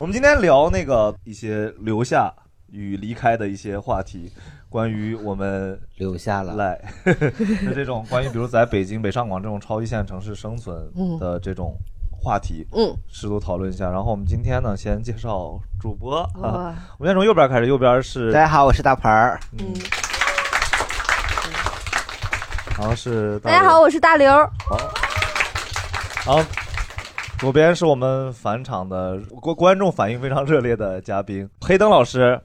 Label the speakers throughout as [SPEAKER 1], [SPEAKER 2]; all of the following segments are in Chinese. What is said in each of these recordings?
[SPEAKER 1] 我们今天聊那个一些留下与离开的一些话题，关于我们
[SPEAKER 2] 留下了
[SPEAKER 1] 来 的这种关于，比如在北京、北上广这种超一线城市生存
[SPEAKER 3] 嗯
[SPEAKER 1] 的这种话题，
[SPEAKER 3] 嗯，
[SPEAKER 1] 试图讨论一下。然后我们今天呢，先介绍主播
[SPEAKER 3] 哇
[SPEAKER 1] 啊，我们先从右边开始，右边是
[SPEAKER 2] 大家好，我是大牌儿。
[SPEAKER 1] 嗯，然后是
[SPEAKER 4] 大家好，我是大刘。
[SPEAKER 1] 然后左边是我们返场的观观众反应非常热烈的嘉宾黑灯老师，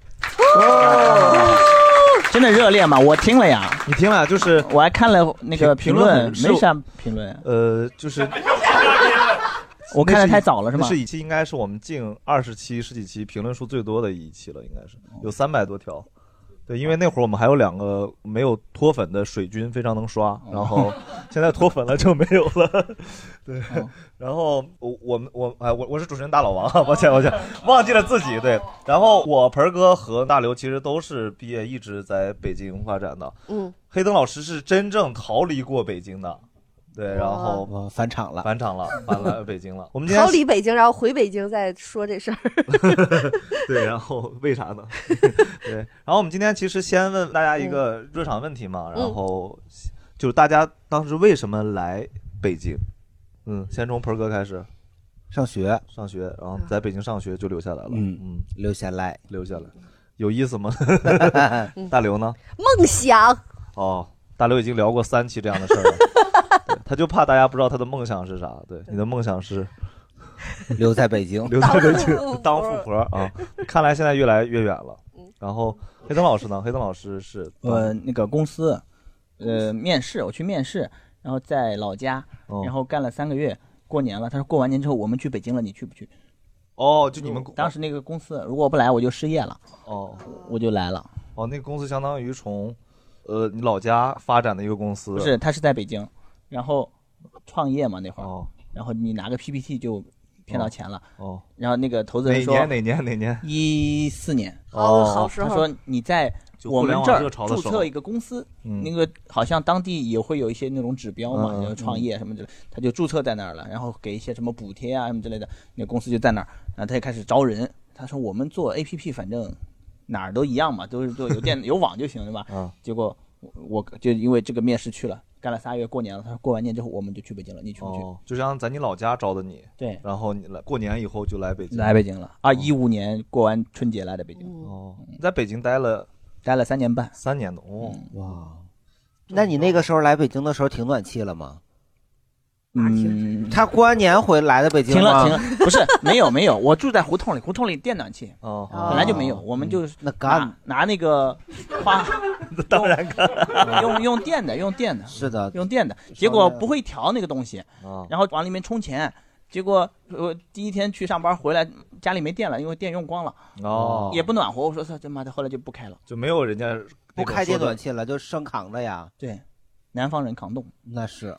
[SPEAKER 5] 真的热烈吗？我听了呀，
[SPEAKER 1] 你听了就是
[SPEAKER 5] 我还看了那个评论，没啥
[SPEAKER 1] 嗯
[SPEAKER 5] 评论。
[SPEAKER 1] 呃，就是
[SPEAKER 5] 我看
[SPEAKER 1] 那
[SPEAKER 5] 的
[SPEAKER 1] 是
[SPEAKER 5] 太
[SPEAKER 1] 一
[SPEAKER 5] 早了是吗
[SPEAKER 1] 那是一期应该是我们近二十期十几期评论数最多的一期了，应该是有三百多条。对，因为那会儿我们还有两个没有脱粉的水军非常能刷，然后现在脱粉了就没有了。 对，
[SPEAKER 3] 哦
[SPEAKER 1] 然后我我们我哎我我是主持人大老王，抱歉抱歉，忘记了自己对。然后我盆儿哥和大刘其实都是毕业一直在北京发展的，
[SPEAKER 3] 嗯，
[SPEAKER 1] 黑灯老师是真正逃离过北京的，对，然后
[SPEAKER 2] 返场了，
[SPEAKER 1] 返场了，返来北京了。我们今天
[SPEAKER 3] 逃离北京，然后回北京再说这事儿。
[SPEAKER 1] 对，然后为啥呢？ 对，然后我们今天其实先问大家一个热场问题嘛，然后就是大家当时为什么来北京？嗯，先从盆儿哥开始，
[SPEAKER 2] 上学，
[SPEAKER 1] 上学，然后在北京上学就留下来了，
[SPEAKER 2] 嗯
[SPEAKER 1] 嗯，
[SPEAKER 2] 留下来。
[SPEAKER 1] 留下来，有意思吗？ 大刘呢？
[SPEAKER 3] 梦想，
[SPEAKER 1] 哦，大刘已经聊过三期这样的事儿 了对，他就怕大家不知道他的梦想是啥。对，你的梦想是
[SPEAKER 2] 留在北京，
[SPEAKER 1] 留在北京
[SPEAKER 3] 当富婆
[SPEAKER 1] 当富婆嗯啊，看来现在越来越远了。然后黑灯老师呢？黑灯老师是啊
[SPEAKER 5] 我那个公司，呃，面试，我去面试，然后在老家，
[SPEAKER 1] 哦
[SPEAKER 5] 然后干了三个月。过年了，他说过完年之后我们去北京了，你去不去？
[SPEAKER 1] 哦，就你们
[SPEAKER 5] 当时那个公司，如果我不来我就失业了，
[SPEAKER 1] 哦
[SPEAKER 5] 我就来了。
[SPEAKER 1] 哦，那个公司相当于从呃你老家发展的一个公司，
[SPEAKER 5] 不是，他是在北京，然后创业嘛那会儿，
[SPEAKER 1] 哦
[SPEAKER 5] 然后你拿个 PPT 就骗到钱了，
[SPEAKER 1] 哦，
[SPEAKER 5] 然后那个投资
[SPEAKER 1] 哪
[SPEAKER 5] 人说
[SPEAKER 1] 年哪年哪年？
[SPEAKER 5] 一四年，
[SPEAKER 1] 哦
[SPEAKER 3] 好时
[SPEAKER 5] 他
[SPEAKER 3] 候
[SPEAKER 5] 说你在
[SPEAKER 1] 就
[SPEAKER 5] 我
[SPEAKER 1] 互联
[SPEAKER 5] 们
[SPEAKER 1] 网
[SPEAKER 5] 这儿
[SPEAKER 1] 热潮的
[SPEAKER 5] 注
[SPEAKER 1] 时候
[SPEAKER 5] 册一个公司，
[SPEAKER 1] 嗯
[SPEAKER 5] 那个好像当地也会有一些那种指标嘛，
[SPEAKER 1] 嗯
[SPEAKER 5] 就是创业什么之类，他就注册在那儿了，然后给一些什么补贴啊什么之类的，那公司就在那儿，然后他就开始招人。他说我们做 APP 反正哪儿都一样嘛，都是做有电 有网就行，对吧？
[SPEAKER 1] 嗯
[SPEAKER 5] 结果我我就因为这个面试去了，干了仨月，过年了，他说过完年之后我们就去北京了，你去不去？
[SPEAKER 1] 哦，就像在你老家招的你，
[SPEAKER 5] 对，
[SPEAKER 1] 然后你来过年以后就来北京，
[SPEAKER 5] 来北京了，二一五年过完春节来的北京，
[SPEAKER 1] 哦，你在北京待了
[SPEAKER 5] 待了三年半。嗯
[SPEAKER 1] 三年多，哦，
[SPEAKER 2] 哇！那你那个时候来北京的时候停暖气了吗？
[SPEAKER 5] 嗯，
[SPEAKER 2] 他过完年回来的北京
[SPEAKER 5] 停了
[SPEAKER 2] 吗
[SPEAKER 5] 停了，不是 没有没有，我住在胡同里，胡同里电暖气
[SPEAKER 1] 哦，
[SPEAKER 5] 本来就没有，我们就是
[SPEAKER 2] 那干
[SPEAKER 5] 拿拿那个 花，当然干， 用用电的，用电的，
[SPEAKER 2] 是的，
[SPEAKER 5] 用电的，结果不会调那个东西，
[SPEAKER 1] 啊
[SPEAKER 5] 然后往里面充钱，结果我第一天去上班回来家里没电了，因为电用光了，
[SPEAKER 1] 哦，
[SPEAKER 5] 也不暖和，我说操他妈的，后来就不开了。
[SPEAKER 1] 就没有人家
[SPEAKER 2] 不开
[SPEAKER 1] 电
[SPEAKER 2] 电暖，气了，就生扛着呀。
[SPEAKER 5] 对，南方人抗冻，
[SPEAKER 2] 那是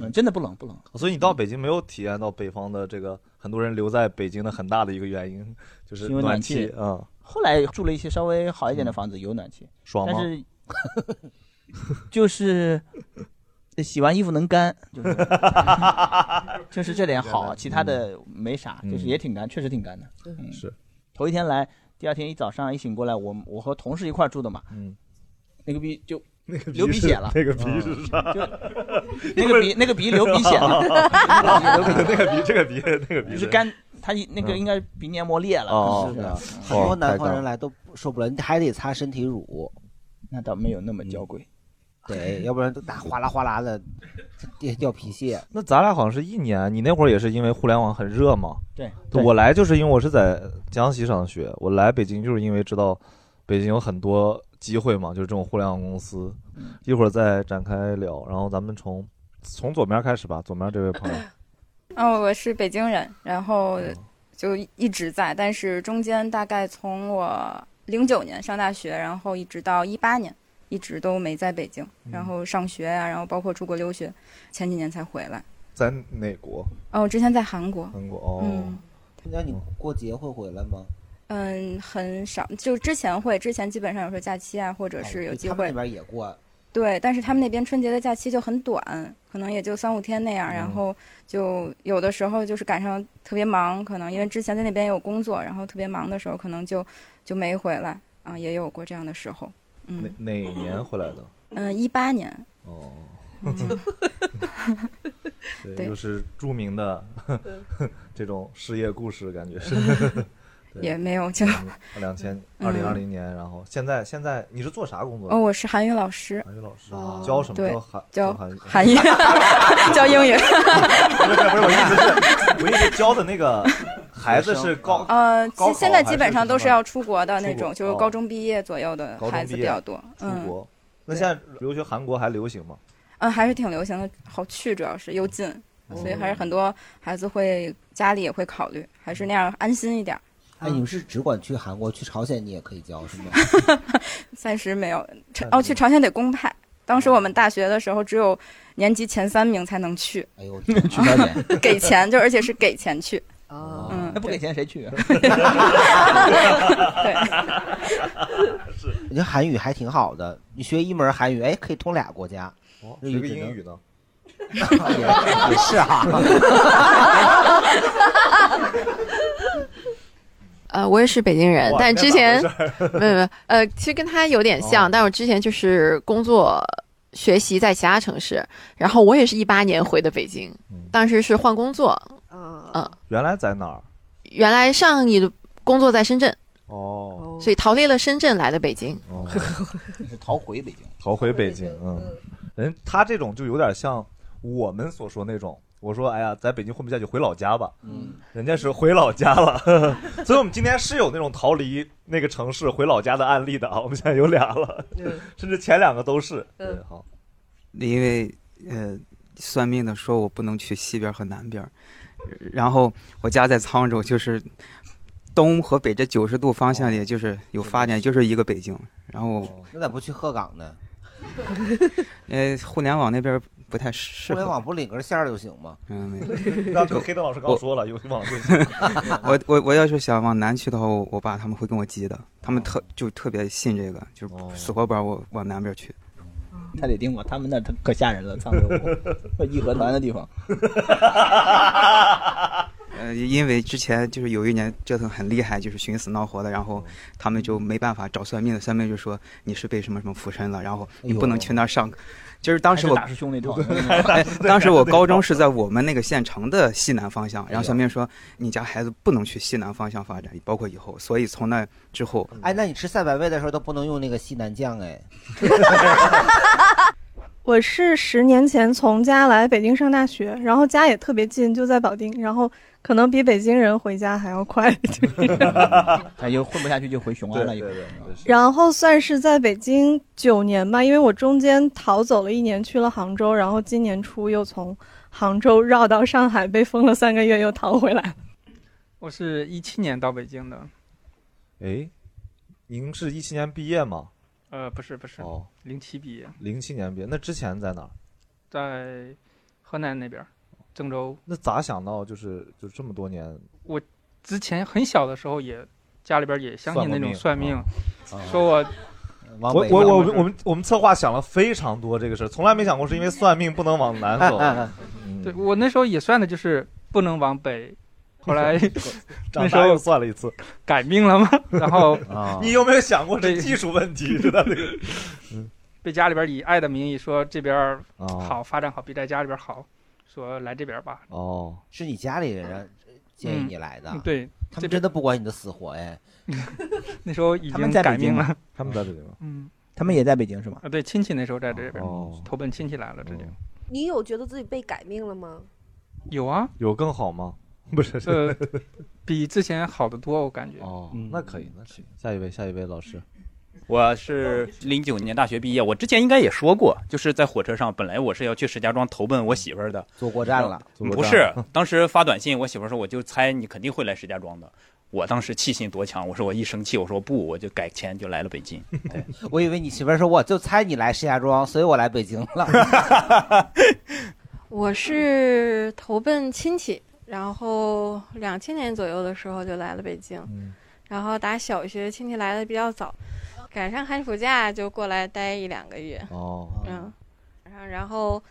[SPEAKER 5] 嗯，真的不冷不冷，
[SPEAKER 1] 哦所以你到北京没有体验到北方的这个很多人留在北京的很大的一个原因 就是
[SPEAKER 5] 因为暖
[SPEAKER 1] 气
[SPEAKER 5] 气
[SPEAKER 1] 啊，
[SPEAKER 5] 后来住了一些稍微好一点的房子，有暖气。
[SPEAKER 1] 爽
[SPEAKER 5] 但
[SPEAKER 1] 吗？
[SPEAKER 5] 是就是
[SPEAKER 1] 哎
[SPEAKER 5] 洗完衣服能干， 就是 就是这点好，其他的没啥，就是也挺干，确实挺干的。嗯，
[SPEAKER 1] 嗯是
[SPEAKER 5] 头一天来，第二天一早上一醒过来，我我和同事一块儿住的嘛，
[SPEAKER 1] 嗯，
[SPEAKER 5] 那个逼就流鼻血了，嗯
[SPEAKER 1] 那个鼻是啥？
[SPEAKER 5] 那个鼻那个鼻流鼻血了，
[SPEAKER 1] 那个鼻，这个鼻，那个鼻嗯
[SPEAKER 5] 就是干。他一那个应该鼻黏膜裂了，
[SPEAKER 1] 哦
[SPEAKER 5] 是
[SPEAKER 2] 是
[SPEAKER 5] 不是
[SPEAKER 2] 的，很多南方人来都受不了，你还得擦身体乳，嗯
[SPEAKER 5] 那倒没有那么娇贵。
[SPEAKER 2] 对，要不然都打哗啦哗啦的掉掉皮屑。
[SPEAKER 1] 那咱俩好像是一年，你那会儿也是因为互联网很热嘛？
[SPEAKER 5] 对，
[SPEAKER 1] 我来就是因为我是在江西上学，我来北京就是因为知道北京有很多机会嘛，就是这种互联网公司。
[SPEAKER 5] 嗯
[SPEAKER 1] 一会儿再展开聊，然后咱们从
[SPEAKER 5] 嗯
[SPEAKER 1] 从左面开始吧，左面这位朋友，
[SPEAKER 6] 嗯
[SPEAKER 2] 嗯
[SPEAKER 7] 哦，我是北京人，然后
[SPEAKER 6] 就一直在，但是中间大概从我零九年上大学，然后一直到一八年，一直都没在北京，
[SPEAKER 2] 嗯
[SPEAKER 6] 然后上学呀、然后包括出国留学，前几年才回来。
[SPEAKER 1] 在哪国？
[SPEAKER 6] 哦，我之前在韩国，
[SPEAKER 1] 韩国哦。
[SPEAKER 6] 嗯
[SPEAKER 2] 那你过节会回来吗？
[SPEAKER 6] 嗯，很少，就之前会，之前基本上有时候假期啊，或者是有机
[SPEAKER 2] 哦他们
[SPEAKER 6] 会啊
[SPEAKER 2] 那，边也过，
[SPEAKER 6] 对，但是他们那边春节的假期就很短，可能也就三五天那样，然
[SPEAKER 1] 嗯
[SPEAKER 6] 后就有的时候就是赶上特别忙，可能因为之前在那边有工作，然后特别忙的时候，可能就就没回来啊，也有过这样的时候。
[SPEAKER 1] 哪
[SPEAKER 6] 嗯
[SPEAKER 1] 哪年回来的？
[SPEAKER 6] 嗯，一八年，
[SPEAKER 1] 哦，
[SPEAKER 6] 嗯
[SPEAKER 1] 对，
[SPEAKER 6] 对
[SPEAKER 1] 又是著名的 这种失业故事， 感觉是。对
[SPEAKER 6] 也没有就
[SPEAKER 1] 两千
[SPEAKER 6] 嗯
[SPEAKER 1] 二零二零年，然后现在现在你是做啥工作的？
[SPEAKER 6] 哦，我是韩语老师，
[SPEAKER 1] 韩语老师
[SPEAKER 3] 哦
[SPEAKER 1] 教什么？
[SPEAKER 6] 对
[SPEAKER 1] 教韩韩
[SPEAKER 6] 教
[SPEAKER 1] 语。
[SPEAKER 6] 韩语 教英语，
[SPEAKER 1] 不是不是，我意思是，我 意思教的那个孩子是高
[SPEAKER 6] 呃，
[SPEAKER 1] 高考
[SPEAKER 6] 现在基
[SPEAKER 1] 还
[SPEAKER 6] 本
[SPEAKER 1] 是
[SPEAKER 6] 上
[SPEAKER 1] 什
[SPEAKER 6] 都是
[SPEAKER 1] 么
[SPEAKER 6] 要出国的
[SPEAKER 1] 出
[SPEAKER 6] 那
[SPEAKER 1] 国
[SPEAKER 6] 种，就
[SPEAKER 1] 哦
[SPEAKER 6] 是高中毕业左右的
[SPEAKER 1] 高中
[SPEAKER 6] 孩子
[SPEAKER 1] 毕
[SPEAKER 6] 比
[SPEAKER 1] 业
[SPEAKER 6] 较多。
[SPEAKER 1] 出
[SPEAKER 6] 嗯，
[SPEAKER 1] 国。那现在留学韩国还流 行吗？
[SPEAKER 6] 嗯，还是挺流行的，好去主要是又近，所以还是很多孩子会家里也会考虑，还是那样安心一点。
[SPEAKER 2] 哎，你们是只管去韩国，去朝鲜你也可以教是吗？
[SPEAKER 6] 暂时没有，朝
[SPEAKER 1] 暂
[SPEAKER 6] 哦，
[SPEAKER 1] 时
[SPEAKER 6] 去朝鲜得公派。当时我们大学的时候，只有年级前三名才能去，
[SPEAKER 2] 哎呦，我
[SPEAKER 5] 去朝鲜，
[SPEAKER 6] 给钱，就而且是给钱去。
[SPEAKER 3] 哦，
[SPEAKER 6] 嗯
[SPEAKER 5] 那，不给钱谁 去啊？
[SPEAKER 6] 对，
[SPEAKER 2] 觉得韩语还挺好的，你学一门韩语，哎，可以通俩国家，
[SPEAKER 1] 哦
[SPEAKER 2] 日
[SPEAKER 1] 学个
[SPEAKER 2] 语只
[SPEAKER 1] 英
[SPEAKER 2] 能
[SPEAKER 1] 语呢？
[SPEAKER 2] 也也是啊哈。
[SPEAKER 8] 呃，我也是北京人
[SPEAKER 1] 哇，
[SPEAKER 8] 但之
[SPEAKER 1] 天哪
[SPEAKER 8] 前
[SPEAKER 1] 回事儿
[SPEAKER 8] 没有没有，呃，其实跟他有点像，
[SPEAKER 1] 哦
[SPEAKER 8] 但我之前就是工作学习在其他城市，然后我也是一八年回的北京
[SPEAKER 1] 嗯，
[SPEAKER 8] 当时是换工作，
[SPEAKER 3] 嗯
[SPEAKER 9] 哦
[SPEAKER 8] 嗯
[SPEAKER 1] 原来在哪儿？
[SPEAKER 8] 原来上一工作在深圳，
[SPEAKER 1] 哦，
[SPEAKER 3] 哦
[SPEAKER 8] 所以逃离了深圳来的北京。
[SPEAKER 1] 哦
[SPEAKER 5] 是逃回北京，
[SPEAKER 1] 逃回北京，嗯，人他这种就有点像我们所说那种，我说哎呀，在北京混不下去，回老家吧，
[SPEAKER 5] 嗯，
[SPEAKER 1] 人家是回老家了， 呵呵所以我们今天是有那种逃离那个城市回老家的案例的啊，我们现在有俩了，
[SPEAKER 3] 嗯
[SPEAKER 1] 甚至前两个都是，
[SPEAKER 3] 嗯
[SPEAKER 1] 对，好，
[SPEAKER 10] 因为呃，算命的说我不能去西边儿和南边儿，然后我家在沧州，就是东和北这九十度方向里，就是有发展，就是一个北京。然后
[SPEAKER 5] 哦
[SPEAKER 2] 那咋不去鹤岗呢？
[SPEAKER 10] 呃，互联网那边儿不太适
[SPEAKER 2] 互联
[SPEAKER 10] 合。
[SPEAKER 2] 网不领根线儿就行吗？
[SPEAKER 10] 嗯， 没
[SPEAKER 1] 那个黑灯老师刚说了，有网就行，
[SPEAKER 10] 我我我要是想往南去的话，我我爸他们会跟我急的，他们
[SPEAKER 5] 哦
[SPEAKER 10] 特就特别信这个，就
[SPEAKER 1] 哦
[SPEAKER 10] 死活不让我往南边去。
[SPEAKER 5] 他得盯我，他们那儿他可吓人了，沧州义和团的地方，
[SPEAKER 10] 呃，因为之前就是有一年折腾很厉害，就是寻死闹活的，然后他们就没办法找算命的，算命就说你是被什么什么附身了，然后你
[SPEAKER 5] 哎
[SPEAKER 10] 不能去那儿上课。就是当时
[SPEAKER 5] 还是
[SPEAKER 10] 我哎
[SPEAKER 5] 打师兄那啊套，
[SPEAKER 10] 当时我高中是在我们那个县城的西南方向，然后算命说你家孩子不能去西南方向发展，包括以后，所以从那之后，
[SPEAKER 2] 哎，那你吃赛百味的时候都不能用那个西南酱哎。
[SPEAKER 11] 我是十年前从家来北京上大学，然后家也特别近，就在保定，然后可能比北京人回家还要快。
[SPEAKER 5] 他就混不下去就回雄
[SPEAKER 1] 对
[SPEAKER 5] 安了，
[SPEAKER 1] 对
[SPEAKER 5] 一会儿
[SPEAKER 1] 对，对
[SPEAKER 11] 然后算是在北京九年吧，因为我中间逃走了一年，去了杭州，然后今年初又从杭州绕到上海，被封了三个月，又逃回来。
[SPEAKER 12] 我是一七年到北京的，
[SPEAKER 1] 哎，您是一七年毕业吗？
[SPEAKER 12] 呃，不是不是，
[SPEAKER 1] 哦，
[SPEAKER 12] 零七毕业，
[SPEAKER 1] 零七年毕业，那之前在哪儿？
[SPEAKER 12] 在河南那边，郑州。
[SPEAKER 1] 那咋想到就是就这么多年
[SPEAKER 12] 之前很小的时候也，家里边也相信那
[SPEAKER 1] 算
[SPEAKER 12] 种算
[SPEAKER 1] 过命
[SPEAKER 12] 命，
[SPEAKER 2] 啊
[SPEAKER 12] 说我
[SPEAKER 2] 往
[SPEAKER 1] 我
[SPEAKER 2] 北
[SPEAKER 1] 我
[SPEAKER 2] 吧
[SPEAKER 1] 我
[SPEAKER 12] 是
[SPEAKER 1] 们我们我们策划想了非常多这个事儿，从来没想过是因为算命不能往南走。嗯
[SPEAKER 12] 对我那时候也算的就是不能往北，后来
[SPEAKER 1] 长
[SPEAKER 12] 那时
[SPEAKER 1] 大
[SPEAKER 12] 候
[SPEAKER 1] 又算了一次。
[SPEAKER 12] 改命了嘛，然后
[SPEAKER 2] 啊，
[SPEAKER 1] 你有没有想过这
[SPEAKER 12] 对
[SPEAKER 1] 技术问 题？知道这个
[SPEAKER 12] 被家里边以爱的名义说这边
[SPEAKER 1] 哦
[SPEAKER 12] 好发展好，比在家里边好，说来这边吧。
[SPEAKER 1] 哦，
[SPEAKER 2] 是你家里人啊建议你来的
[SPEAKER 12] 嗯，，对，
[SPEAKER 2] 他
[SPEAKER 12] 这
[SPEAKER 2] 们
[SPEAKER 12] 边
[SPEAKER 2] 真的不管你的死活哎。
[SPEAKER 12] 那时候已
[SPEAKER 5] 他们
[SPEAKER 12] 经
[SPEAKER 5] 在北
[SPEAKER 12] 改
[SPEAKER 5] 京
[SPEAKER 12] 命
[SPEAKER 5] 吗
[SPEAKER 12] 了。
[SPEAKER 1] 他们在这里吗？
[SPEAKER 12] 嗯，
[SPEAKER 5] 他们也在北京是吗？
[SPEAKER 12] 啊，对，亲戚那时候在这边
[SPEAKER 1] 哦
[SPEAKER 12] 投奔亲戚来了，这就
[SPEAKER 1] 嗯
[SPEAKER 3] 你有觉得自己被改命了吗？
[SPEAKER 12] 有啊，
[SPEAKER 1] 有更好吗？ 不是是
[SPEAKER 12] 呃，比之前好得多，我感觉。
[SPEAKER 1] 哦
[SPEAKER 2] 嗯，
[SPEAKER 1] 那可以，那可以。下一位，下一位老师，
[SPEAKER 13] 我是零九年大学毕业，我之前应该也说过，就是在火车上，本来我是要去石家庄投奔我媳妇儿的，
[SPEAKER 2] 坐过站了
[SPEAKER 13] 嗯
[SPEAKER 2] 坐过
[SPEAKER 13] 不
[SPEAKER 2] 站
[SPEAKER 13] 是，当时发短信，我媳妇儿说，我就猜你肯定会来石家庄的。我当时气性多强，我说我一生气，我说不，我就改签就来了北京。对，
[SPEAKER 2] 哎我以为你媳妇儿说我就猜你来石家庄，所以我来北京了。
[SPEAKER 14] 我是投奔亲戚，然后两千年左右的时候就来了北京，然后打小学亲戚来的比较早，赶上寒暑假就过来待一两个月。
[SPEAKER 1] 哦，
[SPEAKER 14] 嗯，然后然后，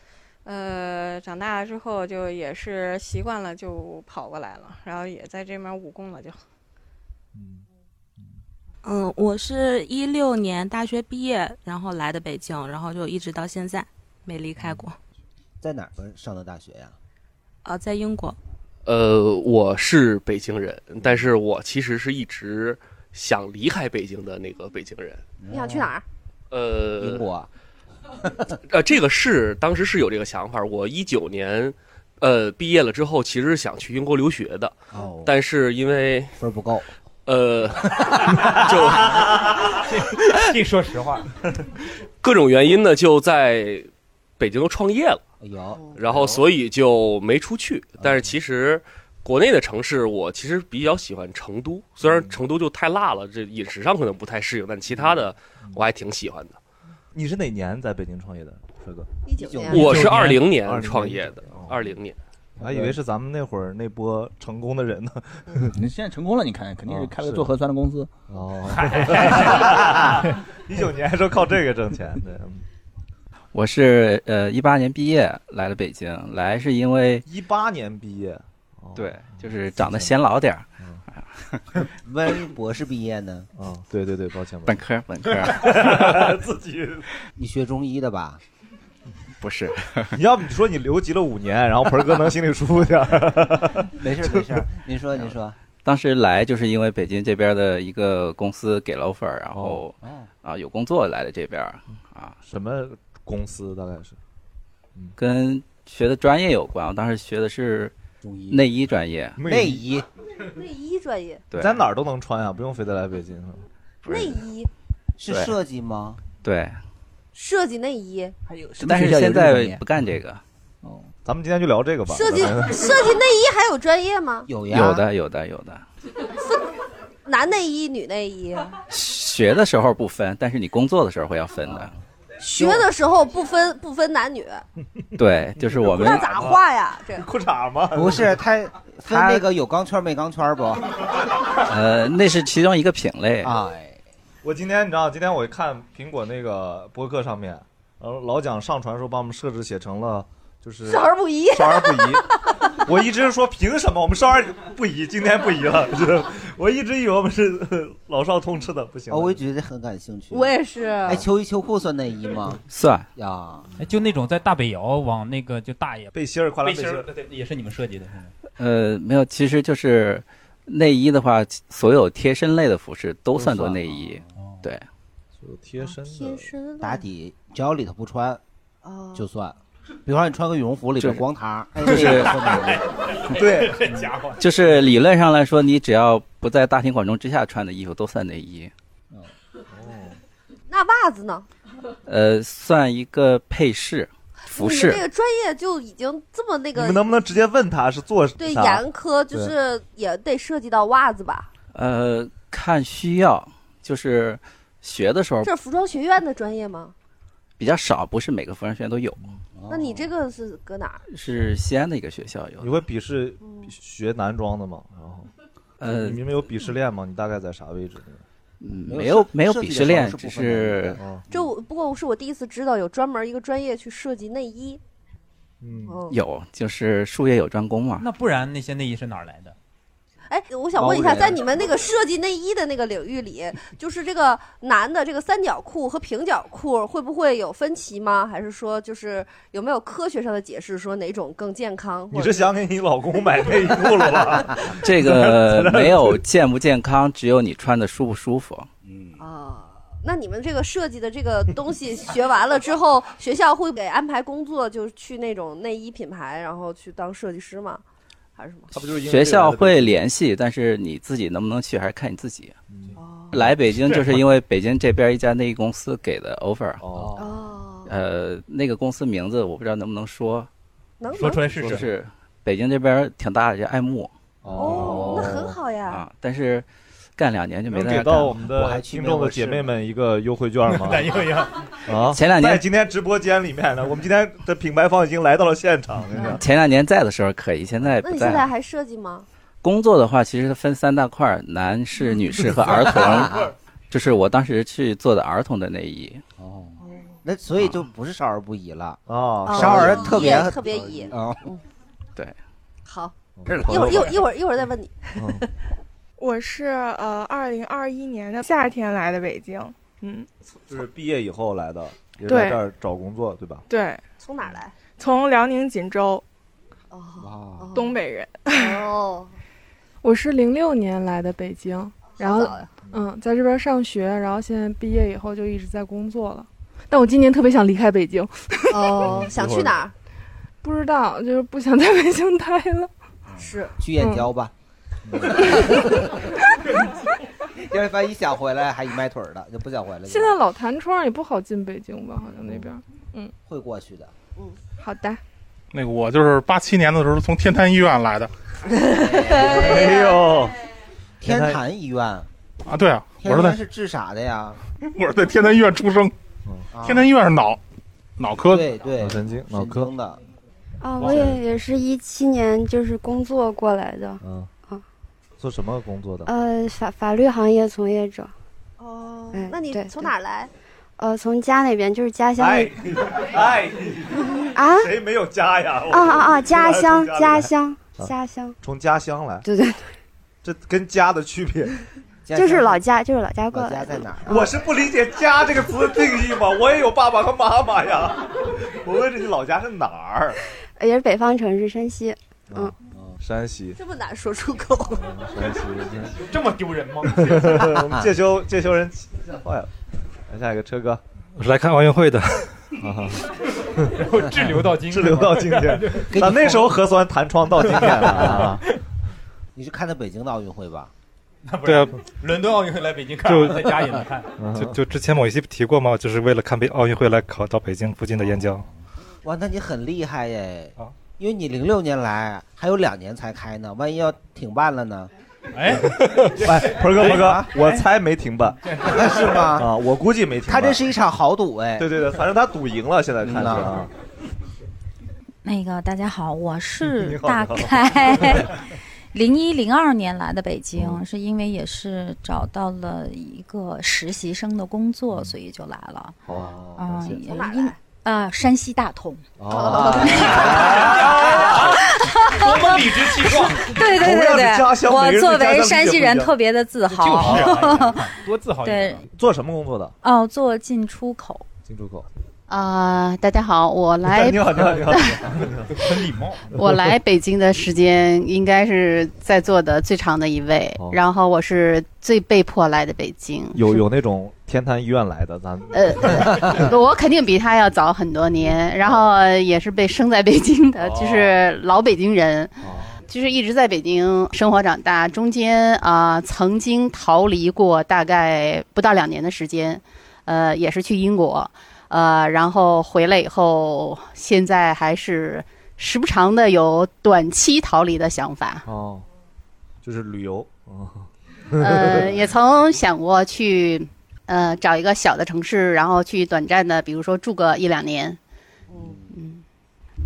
[SPEAKER 14] 呃，长大了之后就也是习惯了，就跑过来了，然后也在这面务工了就。
[SPEAKER 15] 嗯，我是一六年大学毕业，然后来的北京，然后就一直到现在没离开过。
[SPEAKER 2] 嗯在哪儿上的大学呀？
[SPEAKER 15] 啊，在英国。
[SPEAKER 16] 呃，我是北京人，但是我其实是一直想离开北京的那个北京人。
[SPEAKER 3] 你想去哪儿？
[SPEAKER 16] 呃，
[SPEAKER 2] 英国。啊
[SPEAKER 16] 呃，这个是当时是有这个想法。我一九年，呃，毕业了之后，其实是想去英国留学的，
[SPEAKER 2] 哦、
[SPEAKER 16] 但是因为
[SPEAKER 2] 分不够，
[SPEAKER 16] 呃，
[SPEAKER 13] 就
[SPEAKER 16] 这说实 话，各种原因呢，就在北京创业了。
[SPEAKER 1] 哦
[SPEAKER 2] 有，
[SPEAKER 16] 然后所以就没出去。但是其实国内的城市，我其实比较喜欢成都，虽然成都就太辣了，这饮食上可能不太适应，但其他的我还挺喜欢
[SPEAKER 1] 嗯
[SPEAKER 16] 的。
[SPEAKER 1] 你是哪年在北京创业的，帅哥？
[SPEAKER 3] 19年
[SPEAKER 16] 我是二零
[SPEAKER 1] 20
[SPEAKER 16] 年哦创业的，二零年。
[SPEAKER 1] 我还以为是咱们那会儿那波成功的人呢。
[SPEAKER 7] 嗯你现在成功了，你看肯定是开了做核
[SPEAKER 1] 酸。
[SPEAKER 7] 酸的公司。
[SPEAKER 1] 哦
[SPEAKER 7] 一
[SPEAKER 1] 一九年还说靠这个挣钱，对，
[SPEAKER 7] 嗯
[SPEAKER 17] 我是呃一八年毕业来了北京，来是因为
[SPEAKER 1] 一八年毕业，哦
[SPEAKER 17] 对，就是长得显老点儿，
[SPEAKER 2] 万一博士毕业呢？
[SPEAKER 1] 啊，对对对，抱歉，
[SPEAKER 17] 本科本科
[SPEAKER 1] 自己
[SPEAKER 2] 你学中医的吧？。
[SPEAKER 17] 不是，
[SPEAKER 1] 你要不你说你留级了五年，然后盆儿哥能心里舒服点儿
[SPEAKER 2] 没事没 事，您说您说，
[SPEAKER 17] 当时来就是因为北京这边的一个公司给了 offer，然后啊有工作来了这边啊。
[SPEAKER 1] 哦什么公司大概是？嗯
[SPEAKER 17] 跟学的专业有关，我当时学的是内衣专业，
[SPEAKER 1] 内衣
[SPEAKER 3] 内衣专业，
[SPEAKER 17] 对
[SPEAKER 1] 在哪儿都能穿啊，不用非得来北京。
[SPEAKER 3] 内衣
[SPEAKER 2] 是
[SPEAKER 17] 对
[SPEAKER 2] 设计吗？
[SPEAKER 17] 对，
[SPEAKER 3] 设计内衣，
[SPEAKER 7] 还有
[SPEAKER 17] 但是现在不干这个，
[SPEAKER 1] 咱们今天就聊这个吧。
[SPEAKER 3] 设计设计内衣还有专业吗？
[SPEAKER 2] 有
[SPEAKER 17] 有的有的有的，
[SPEAKER 3] 男内衣、女内衣，
[SPEAKER 17] 学的时候不分，但是你工作的时候要分的。
[SPEAKER 3] 学的时候不分不分男女，
[SPEAKER 17] 对，就是我们
[SPEAKER 3] 那咋画呀？这
[SPEAKER 1] 裤衩吗？
[SPEAKER 2] 不是，他分
[SPEAKER 17] 他
[SPEAKER 2] 那个有钢圈没钢圈 不？
[SPEAKER 17] 呃，那是其中一个品类
[SPEAKER 2] 啊。
[SPEAKER 1] 我今天你知道，今天我看苹果那个播客上面，然后老蒋上传说把我们设置写成了就 是
[SPEAKER 3] 少儿不宜
[SPEAKER 1] 少儿不宜。 我一直说凭什么我们少儿不宜，今天不宜了？ 是我一直以为我们是呃老少通吃的，不行。
[SPEAKER 2] 哦，我也觉得很感兴趣。
[SPEAKER 3] 我也是
[SPEAKER 2] 哎，秋衣秋裤算内衣吗？
[SPEAKER 17] 算
[SPEAKER 2] 呀，
[SPEAKER 18] 就那种在大北窑往那个就大爷
[SPEAKER 1] 背心儿，快
[SPEAKER 13] 背心儿对也是你们设计的，是吗
[SPEAKER 17] 呃，没有，其实就是内衣的话，所有贴身类的服饰都算作内衣。
[SPEAKER 1] 哦
[SPEAKER 17] 对，
[SPEAKER 1] 就贴身
[SPEAKER 3] 贴身
[SPEAKER 2] 打底，只要里头不穿，就算。比方说你穿个羽绒服，里
[SPEAKER 17] 就
[SPEAKER 2] 边
[SPEAKER 17] 是
[SPEAKER 2] 光衩，哎
[SPEAKER 17] 就是
[SPEAKER 2] 那也算 内衣
[SPEAKER 1] 对， 这家伙
[SPEAKER 17] 就是理论上来说，你只要不在大庭广众之下穿的衣服都算内衣。
[SPEAKER 3] 那袜子呢？
[SPEAKER 17] 呃，算一个配饰、服
[SPEAKER 3] 你
[SPEAKER 17] 饰
[SPEAKER 3] 们这。个专业就已经这么那
[SPEAKER 1] 你
[SPEAKER 3] 个
[SPEAKER 1] 们能不能直接问他是做
[SPEAKER 3] 对
[SPEAKER 1] 啥
[SPEAKER 3] 严苛，就
[SPEAKER 17] 对
[SPEAKER 3] 是也得涉及到袜子吧？
[SPEAKER 17] 呃，看需要，就是学的时候
[SPEAKER 3] 这是服装学院的专业吗？
[SPEAKER 17] 比较少，不是每个服装学院都有，
[SPEAKER 3] 那你这个是搁哪儿？
[SPEAKER 17] 是西安的一个学校有。
[SPEAKER 1] 你会鄙视学男装的吗？然后，
[SPEAKER 17] 呃嗯
[SPEAKER 1] 你们有鄙视链吗？你大概在啥位置？呃
[SPEAKER 17] 没有没有鄙视链，只是
[SPEAKER 1] 哦嗯
[SPEAKER 3] 这我不过是我第一次知道有专门一个专业去设计内衣。哦
[SPEAKER 1] 嗯
[SPEAKER 17] 有就是术业有专攻 嘛。
[SPEAKER 18] 那不然那些内衣是哪儿来的？
[SPEAKER 3] 哎，我想问一下，
[SPEAKER 17] 毛人
[SPEAKER 3] 在你们那个设计内衣的那个领域里， 就是这个男的这个三角裤和平角裤会不会有分歧吗？还是说就是有没有科学上的解释，说哪种更健康？
[SPEAKER 1] 你是想给你老公买内裤了吧？
[SPEAKER 17] 这 个没有健不健康，只有你穿的舒不舒服。
[SPEAKER 3] 那你们这个设计的这个东西学完了之后，学校会给安排工作，就是去那种内衣品牌，然后去当设计师吗？还是什么？
[SPEAKER 1] 他不就是因为嗯
[SPEAKER 17] 学校会联系，但是你自己能不能去还是看你自己。
[SPEAKER 3] 哦
[SPEAKER 17] 来北京就是因为北京这边一家内衣公司给的 offer。
[SPEAKER 3] 哦，
[SPEAKER 17] 呃，那个公司名字我不知道能不能说，
[SPEAKER 3] 能
[SPEAKER 19] 说出来试试
[SPEAKER 17] 就是北京这边挺大的，叫爱慕。
[SPEAKER 3] 哦，那很好呀。
[SPEAKER 17] 啊，但是干两年就没
[SPEAKER 1] 能
[SPEAKER 17] 在那
[SPEAKER 1] 给
[SPEAKER 17] 干
[SPEAKER 1] 到
[SPEAKER 17] 了
[SPEAKER 1] 我们的听众的姐妹们一个优惠券吗？
[SPEAKER 17] 那又
[SPEAKER 1] 要啊！
[SPEAKER 17] 前两年
[SPEAKER 1] 在今天直播间里面呢，我们今天的品牌方已经来到了现场，真的。
[SPEAKER 17] 前两年在的时候可以，现在
[SPEAKER 3] 那
[SPEAKER 17] 不
[SPEAKER 3] 你
[SPEAKER 17] 在
[SPEAKER 3] 现
[SPEAKER 17] 了。
[SPEAKER 3] 在还设计吗？
[SPEAKER 17] 工作的话，其实它分三大块儿：男士、女士和儿 童。就是我当时去做的儿童的内衣。哦，
[SPEAKER 2] 那所以就不是少儿不宜了
[SPEAKER 1] 哦
[SPEAKER 2] 少儿特别
[SPEAKER 3] 宜特别宜
[SPEAKER 2] 啊，
[SPEAKER 17] 对，
[SPEAKER 3] 好，
[SPEAKER 2] 这是
[SPEAKER 3] 一会儿一会儿一会儿一会儿再问你。
[SPEAKER 2] 嗯
[SPEAKER 11] 我是呃，二零二一年的夏天来的北京，嗯，
[SPEAKER 1] 就是毕业以后来的，也是
[SPEAKER 11] 对
[SPEAKER 1] 在这儿找工作，对吧？
[SPEAKER 11] 对，
[SPEAKER 3] 从哪儿来？
[SPEAKER 11] 从辽宁锦州，
[SPEAKER 1] 哇，
[SPEAKER 11] 东北人。
[SPEAKER 3] 哦，
[SPEAKER 20] 我是零六年来的北京，然后
[SPEAKER 3] 早呀
[SPEAKER 20] 嗯，在这边上学，然后现在毕业以后就一直在工作了。但我今年特别想离开北京。
[SPEAKER 3] 哦想去哪儿？
[SPEAKER 20] 不知道，就是不想在 北京待了。
[SPEAKER 3] 是
[SPEAKER 2] 去燕郊吧。 因为万一想回来还一迈腿儿的，就不想回来了。
[SPEAKER 20] 现在老弹窗也不好进北京吧？好像那边。嗯，
[SPEAKER 2] 会过去的。
[SPEAKER 3] 嗯，
[SPEAKER 20] 好的。
[SPEAKER 21] 那个我就是八七年的时候从天坛医院来的。
[SPEAKER 2] 哎
[SPEAKER 1] 呦，
[SPEAKER 2] 天坛医院啊，
[SPEAKER 21] 对啊，我是
[SPEAKER 2] 天
[SPEAKER 21] 在
[SPEAKER 2] 坛是治啥的 呀？
[SPEAKER 21] 我是在天坛医院出生，
[SPEAKER 2] 啊
[SPEAKER 21] 天坛医院是脑脑科
[SPEAKER 2] 对对，
[SPEAKER 1] 脑神经
[SPEAKER 2] 脑科的。
[SPEAKER 22] 啊，
[SPEAKER 1] 哇
[SPEAKER 22] 我也也是一七年就是工作过来的，
[SPEAKER 1] 嗯做什么工作的？
[SPEAKER 22] 呃，法法律行业从业者。
[SPEAKER 3] 哦
[SPEAKER 1] 嗯
[SPEAKER 22] 哎，
[SPEAKER 3] 那你
[SPEAKER 22] 对
[SPEAKER 3] 从哪儿来？
[SPEAKER 22] 呃，从家那边就是家乡那。
[SPEAKER 1] 哎
[SPEAKER 22] 啊
[SPEAKER 1] 谁没有 家呀？我
[SPEAKER 22] 啊啊啊！家乡，
[SPEAKER 1] 从
[SPEAKER 22] 家
[SPEAKER 1] 来
[SPEAKER 22] 乡，
[SPEAKER 1] 啊
[SPEAKER 22] 家乡，
[SPEAKER 1] 从家乡来，
[SPEAKER 22] 对对，
[SPEAKER 1] 这跟家的区别。
[SPEAKER 22] 就是老家，就是老家过
[SPEAKER 2] 老
[SPEAKER 22] 来
[SPEAKER 2] 家在
[SPEAKER 22] 的。
[SPEAKER 2] 哪儿？。
[SPEAKER 1] 我是不理解“家”这个词的定义嘛，我也有爸爸和妈妈呀。我问这你老家是哪儿？
[SPEAKER 22] 呃也是北方城市，山西。嗯，
[SPEAKER 1] 山西。
[SPEAKER 3] 这么难说出口，
[SPEAKER 1] 山西。
[SPEAKER 12] 这么丢人 吗
[SPEAKER 1] 我们介休介休人吓坏了。哎来下一个车哥，
[SPEAKER 6] 我是来看奥运会的。
[SPEAKER 1] 啊然
[SPEAKER 12] 后 滞留到今
[SPEAKER 1] 滞
[SPEAKER 12] 天
[SPEAKER 1] 留到今 天
[SPEAKER 2] 给你
[SPEAKER 1] 咱那时候核酸弹窗 到今天了啊。
[SPEAKER 2] 你是看的北京的奥运会 吧？
[SPEAKER 21] 对啊，
[SPEAKER 12] 伦敦奥运会来北京看，
[SPEAKER 21] 就
[SPEAKER 12] 在家也能 看。
[SPEAKER 1] 嗯
[SPEAKER 21] 就就之前某一期提过嘛，就是为了看北奥运会来考到北京附近的燕郊。
[SPEAKER 2] 哇，那你很厉害耶！
[SPEAKER 12] 啊
[SPEAKER 2] 因为你零六年来，还有两年才开呢，万一要停办了呢？
[SPEAKER 12] 哎，
[SPEAKER 1] 哎，鹏哥鹏哥，我猜没停办，
[SPEAKER 2] 哎是吗？
[SPEAKER 1] 啊，我估计没停
[SPEAKER 2] 他
[SPEAKER 1] 办。
[SPEAKER 2] 这是一场豪赌哎。嗯
[SPEAKER 1] 对对对，反正他赌赢了，现在看是啊。
[SPEAKER 23] 那个大家好，我
[SPEAKER 1] 你
[SPEAKER 23] 是
[SPEAKER 1] 好
[SPEAKER 23] 大
[SPEAKER 1] 你好
[SPEAKER 23] 概零一零二年来的北京，
[SPEAKER 1] 嗯
[SPEAKER 23] 是因为也是找到了一个实习生的工作，所以就来了。
[SPEAKER 1] 哦
[SPEAKER 23] 啊、
[SPEAKER 1] 嗯谢
[SPEAKER 23] 也因啊，山西大同。！
[SPEAKER 1] 哦，
[SPEAKER 12] 多么理直气 壮
[SPEAKER 23] 对对对对，我作为山西人特别的自豪。
[SPEAKER 1] 啊
[SPEAKER 12] 多自豪
[SPEAKER 23] 一点啊
[SPEAKER 1] 做什么工作的？
[SPEAKER 23] 哦，做进出口。
[SPEAKER 1] 进出口。
[SPEAKER 9] 啊、大家好，我来，
[SPEAKER 1] 你好，你好，你好，
[SPEAKER 12] 很礼貌。
[SPEAKER 9] 我来北京的时间应该是在座的最长的一位，
[SPEAKER 1] 哦
[SPEAKER 9] 然后我是最被迫来的北京。
[SPEAKER 1] 有有那种天坛医院来的，咱
[SPEAKER 9] 呃， 我肯定比他要早很多年，然后也是被生在北京的，就是老北京人，就是一直在北京生活长大。中间啊、曾经逃离过大概不到两年的时间，呃，也是去英国，呃，然后回来以后，现在还是时不常的有短期逃离的想法。
[SPEAKER 1] 哦，就是旅游。哦
[SPEAKER 9] 呃，也曾想过去，呃，找一个小的城市，然后去呃短暂的，比如说住个一两年。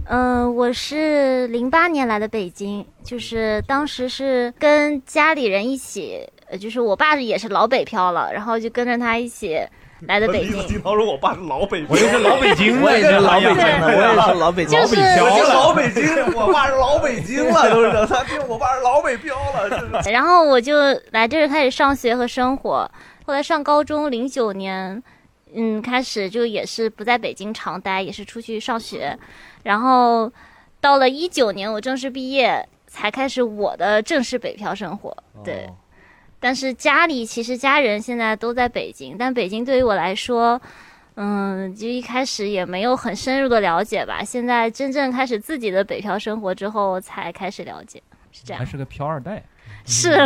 [SPEAKER 24] 嗯，我是零八年来的北京，就是当时是跟家里人一起，呃就是我爸也是老北漂了，然后就跟着他一起来的北
[SPEAKER 1] 我第一次
[SPEAKER 24] 京。
[SPEAKER 1] 听到说我爸是老北京，
[SPEAKER 12] 我就是老北京的
[SPEAKER 1] 我也是老北京的，
[SPEAKER 12] 对
[SPEAKER 1] 我也是老北京，
[SPEAKER 12] 就是老北漂了
[SPEAKER 1] 我是老北京，我爸是老北京 了，都是他听我爸是老北漂了，这是。
[SPEAKER 24] 然后我就来这儿开始上学和生活，后来上高中，零九年，嗯，开始就也是不在北京常待，也是出去上学，然后到了一九年我正式毕业，才开始我的正式北漂生活。
[SPEAKER 23] 哦
[SPEAKER 1] 哦
[SPEAKER 24] 对，但是家里其实家人现在都在北京，但北京对于我来说。嗯，就一开始也没有很深入的了解吧。现在真正开始自己的北漂生活之后，
[SPEAKER 5] 啊
[SPEAKER 24] 才开始了解，是这样
[SPEAKER 12] 还。是个漂二代。
[SPEAKER 24] 是，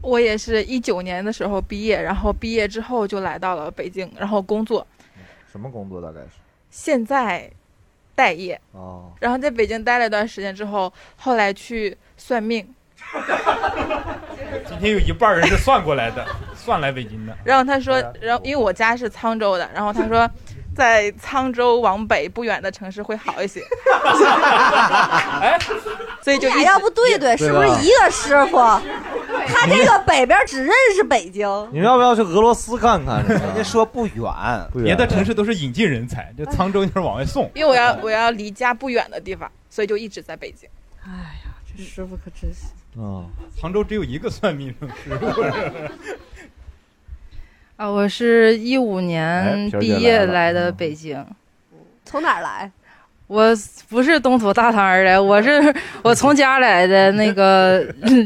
[SPEAKER 20] 我也是一九年的时候毕业，然后毕业之后就来到了北京，然后工作，
[SPEAKER 1] 什么工作大概是？
[SPEAKER 20] 现在待业。
[SPEAKER 1] 哦，
[SPEAKER 20] 然后在北京待了一段时间之后，后来去算命，
[SPEAKER 19] 今天有一半人是算过来的，算来北京的。啊
[SPEAKER 20] 然后他说，然后因为我家是沧州的，然后他说，在沧州往北不远的城市会好一些，哎所以就
[SPEAKER 3] 你俩
[SPEAKER 20] 一
[SPEAKER 3] 要不对对，
[SPEAKER 1] 对
[SPEAKER 3] 是不是
[SPEAKER 1] 吧
[SPEAKER 3] 一个师傅？他这个北边只认识北京，
[SPEAKER 1] 你们要不要去俄罗斯看 看？人家
[SPEAKER 2] 说不远，
[SPEAKER 19] 别的城市都是引进人才，
[SPEAKER 5] 哎
[SPEAKER 19] 就沧州就是往外送。
[SPEAKER 20] 因为我要我要离家不远的地方，所以就一直在北京。
[SPEAKER 19] 这师傅可真是
[SPEAKER 1] 啊！
[SPEAKER 19] 嗯沧州只有一个算命的师 傅。
[SPEAKER 25] 啊，我是一五
[SPEAKER 1] 哎
[SPEAKER 25] 年
[SPEAKER 1] 皮儿姐
[SPEAKER 25] 毕
[SPEAKER 1] 来
[SPEAKER 25] 业
[SPEAKER 1] 了
[SPEAKER 25] 来的
[SPEAKER 3] 嗯
[SPEAKER 25] 北京，
[SPEAKER 3] 从哪儿来？
[SPEAKER 25] 我不是东土大唐而来，我是我从家来的那个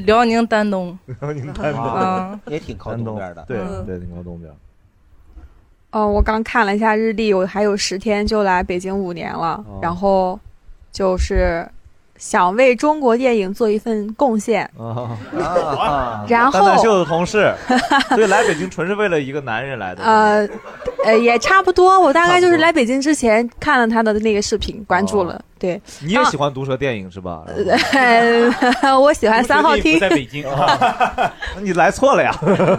[SPEAKER 25] 辽宁丹东。
[SPEAKER 1] 辽宁丹东
[SPEAKER 25] 啊
[SPEAKER 2] 也挺靠东边的，
[SPEAKER 1] 对
[SPEAKER 25] 嗯
[SPEAKER 1] 对，挺靠东边。
[SPEAKER 4] 哦，我刚看了一下日历，我还有十天就来北京五年了，
[SPEAKER 1] 哦
[SPEAKER 4] 然后就是想为中国电影做一份贡献。
[SPEAKER 1] 啊
[SPEAKER 4] 啊 然后
[SPEAKER 1] 蛋蛋秀的同事，所以来北京纯是为了一个男人来的。
[SPEAKER 4] 呃，呃，也差不多。哦我大概就是来北京之前看了他的那个视频，关注了。对，
[SPEAKER 1] 你也喜欢毒舌电影是吧？
[SPEAKER 4] 呃我喜欢三号厅。
[SPEAKER 19] 京哦
[SPEAKER 1] 啊， 你来错了呀！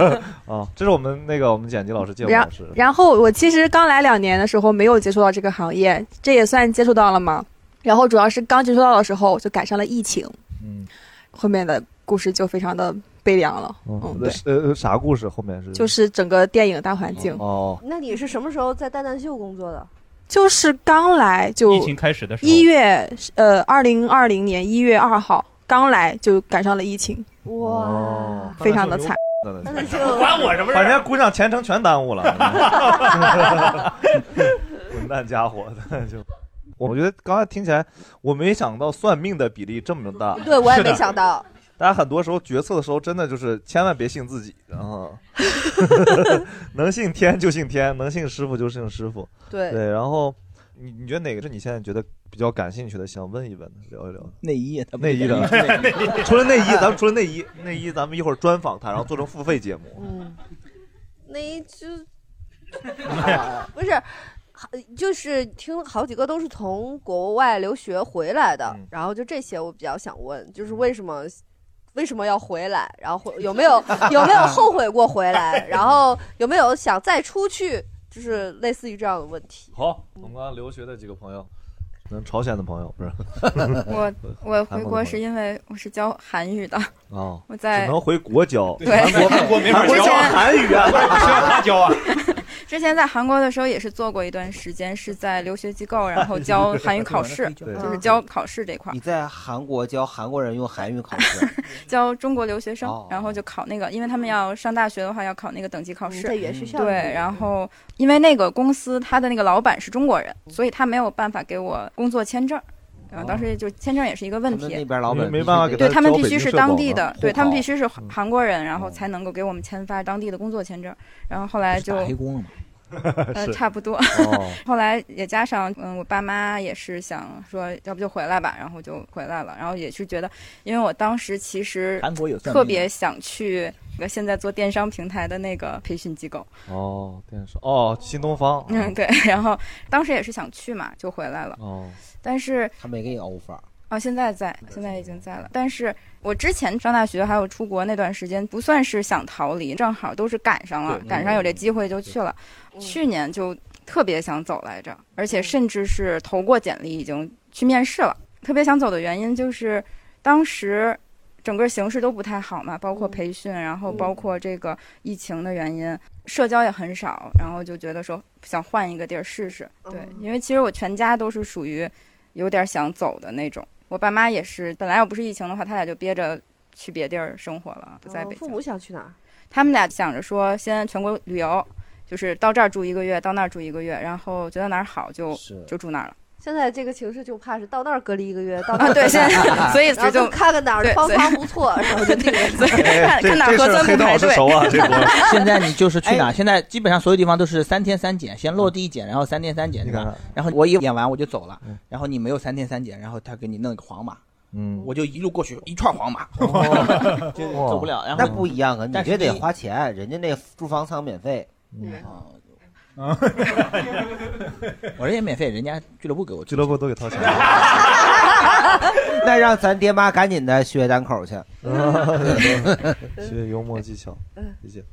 [SPEAKER 1] 啊，这是我们那个我们剪辑老师介绍
[SPEAKER 4] 然
[SPEAKER 1] 老师。
[SPEAKER 4] 然后我其实刚来两年的时候没有接触到这个行业，这也算接触到了嘛。然后主要是刚接触到的时候就赶上了疫情，
[SPEAKER 1] 嗯，
[SPEAKER 4] 后面的故事就非常的悲凉了，
[SPEAKER 1] 嗯，呃呃，啥故事？后面是
[SPEAKER 4] 就是整个电影大环境，
[SPEAKER 1] 哦，
[SPEAKER 3] 那你是什么时候在蛋蛋秀工作的？
[SPEAKER 4] 就是刚来就
[SPEAKER 19] 疫情开始的时候，
[SPEAKER 4] 一月呃二零二零年一月二号刚来就赶上了疫情，
[SPEAKER 1] 哇，
[SPEAKER 4] 非常的惨。
[SPEAKER 1] 蛋
[SPEAKER 3] 蛋秀
[SPEAKER 19] 管我什么事啊
[SPEAKER 1] 把人家姑娘前程全耽误 了，滚蛋家伙！蛋蛋秀，我觉得刚才听起来，我没想到算命的比例这么大。
[SPEAKER 3] 对我也没想到，
[SPEAKER 1] 大家很多时候决策的时候，真的就是千万别信自己，
[SPEAKER 6] 嗯
[SPEAKER 1] 然后 能信天就信天，能信师傅就信师傅。
[SPEAKER 25] 对
[SPEAKER 1] 对，然后你你觉得哪个是你现在觉得比较感兴趣的，想问一问的，聊一聊的
[SPEAKER 5] 内衣，他不
[SPEAKER 1] 内衣的
[SPEAKER 5] 内 衣，
[SPEAKER 1] 除了内衣，咱们除了内衣， 内衣咱们一会儿专访他，然后做成付费节目。
[SPEAKER 3] 嗯，那一就 不是。好就是听好几个都是从国外留学回来的，然后就这些我比较想问，就是为什么为什么要回来，然后会有没有有没有后悔过回来，然后有没有想再出去，就是类似于这样的问题。
[SPEAKER 1] 好，我们刚刚留学的几个朋友，能朝鲜的朋友不是？
[SPEAKER 6] 我我回国是
[SPEAKER 1] 韩
[SPEAKER 6] 因为我是教韩语
[SPEAKER 1] 国
[SPEAKER 6] 的，
[SPEAKER 1] 的朋友哦，
[SPEAKER 6] 我在
[SPEAKER 1] 只能回国教，
[SPEAKER 6] 对
[SPEAKER 1] 韩国
[SPEAKER 6] 韩国没法
[SPEAKER 1] 韩国
[SPEAKER 6] 教
[SPEAKER 1] 教韩语 啊，不是不是
[SPEAKER 19] 他教啊。
[SPEAKER 6] 之前在韩国的时候也是做过一段时间，是在留学机构，然后教韩语考试，嗯
[SPEAKER 2] 对
[SPEAKER 6] 就是教考试这块儿
[SPEAKER 2] 你，在韩国教韩国人用韩语考试，
[SPEAKER 6] 教中国留学生
[SPEAKER 2] 哦，
[SPEAKER 6] 然后就考那个，因为他们要上大学的话要考那个等级考试，
[SPEAKER 3] 嗯在原学校
[SPEAKER 6] 对
[SPEAKER 3] 里面，嗯
[SPEAKER 6] 然后因为那个公司他的那个老板是中国人，所以他没有办法给我工作签证。然后当时就签证也是一个问
[SPEAKER 2] 他
[SPEAKER 6] 题，
[SPEAKER 2] 们那边老板
[SPEAKER 1] 没没办法给
[SPEAKER 6] 对
[SPEAKER 1] 他
[SPEAKER 6] 他们
[SPEAKER 1] 交
[SPEAKER 6] 必
[SPEAKER 1] 北
[SPEAKER 6] 须哦
[SPEAKER 1] 京
[SPEAKER 6] 嗯是
[SPEAKER 1] 社
[SPEAKER 6] 当
[SPEAKER 1] 保
[SPEAKER 6] 地
[SPEAKER 1] 嘛
[SPEAKER 6] 的，
[SPEAKER 1] 户
[SPEAKER 6] 对他们
[SPEAKER 1] 口
[SPEAKER 6] 必须是韩韩国人，然后才能够给我们签发当地的工作签证。然后后来就
[SPEAKER 5] 打黑工 了吗？
[SPEAKER 6] 呃，
[SPEAKER 5] 是
[SPEAKER 6] 差不多。
[SPEAKER 5] 哦
[SPEAKER 6] 后来也加上，嗯，我爸妈也是想说，要不就回来吧，然后就回来了。然后也是觉得，因为我当时其实
[SPEAKER 5] 韩国有算
[SPEAKER 6] 特
[SPEAKER 5] 命
[SPEAKER 6] 别想去那个现在做电商平台的那个培训机构，
[SPEAKER 1] 哦，电视哦，新东方
[SPEAKER 6] 嗯，对。然后当时也是想去嘛，就回来了。
[SPEAKER 1] 哦，
[SPEAKER 6] 但是
[SPEAKER 2] 他没给你 offer，
[SPEAKER 6] 哦，现在在，现在已经在了。但是我之前上大学还有出国那段时间，不算是想逃离，正好都是赶上了
[SPEAKER 25] 对，
[SPEAKER 6] 赶上有这机会就去了。去年就特别想走来着，而且甚至是投过简历，已经去面试了。特别想走的原因就是，当时整个形势都不太好嘛，包括培训，然后包括这个疫情的原因，社交也很少，然后就觉得说想换一个地儿试试。对，因为其实我全家都是属于有点想走的那种，我爸妈也是，本来要不是疫情的话，他俩就憋着去别地儿生活了，不在
[SPEAKER 3] 嗯
[SPEAKER 6] 北京。
[SPEAKER 3] 父母想去哪儿？
[SPEAKER 6] 他们俩想着说先全国旅游，就是到这儿住一个月，到那儿住一个月，然后觉得哪儿好就是就住哪儿了。
[SPEAKER 3] 现在这个情势就怕是到那儿隔离一个月，到那
[SPEAKER 6] 啊，
[SPEAKER 3] 儿
[SPEAKER 6] 对，现在所以
[SPEAKER 3] 然后
[SPEAKER 6] 就
[SPEAKER 3] 就看看哪儿
[SPEAKER 6] 对
[SPEAKER 3] 方
[SPEAKER 6] 所以
[SPEAKER 3] 法不错，然后就定了。
[SPEAKER 6] 所以
[SPEAKER 3] 哎
[SPEAKER 6] 看看哪儿
[SPEAKER 5] 哎这
[SPEAKER 6] 合
[SPEAKER 5] 事儿
[SPEAKER 6] 算
[SPEAKER 5] 黑
[SPEAKER 6] 不
[SPEAKER 5] 道
[SPEAKER 6] 排
[SPEAKER 5] 是
[SPEAKER 6] 队。
[SPEAKER 5] 熟啊 这
[SPEAKER 6] 波
[SPEAKER 5] 现在你就是去哪儿？现在基本上所有地方都是三天三检，先落地检，然后三天三检，对吧？然后我一演完我就走了，然后你没有三天三检，然后他给你弄一个黄码，
[SPEAKER 1] 嗯，
[SPEAKER 5] 我就一路过去一串黄马， 哦就走不了。然后
[SPEAKER 2] 那不一样啊，你
[SPEAKER 5] 但是嗯
[SPEAKER 2] 这得
[SPEAKER 5] 一
[SPEAKER 2] 花钱，人家那住房舱免费。
[SPEAKER 5] 我这也免费，人家俱乐部给我
[SPEAKER 1] 俱乐部都给掏钱。
[SPEAKER 2] 那让咱爹妈赶紧的学单口去。
[SPEAKER 1] 学幽默技巧，理解。
[SPEAKER 3] 呃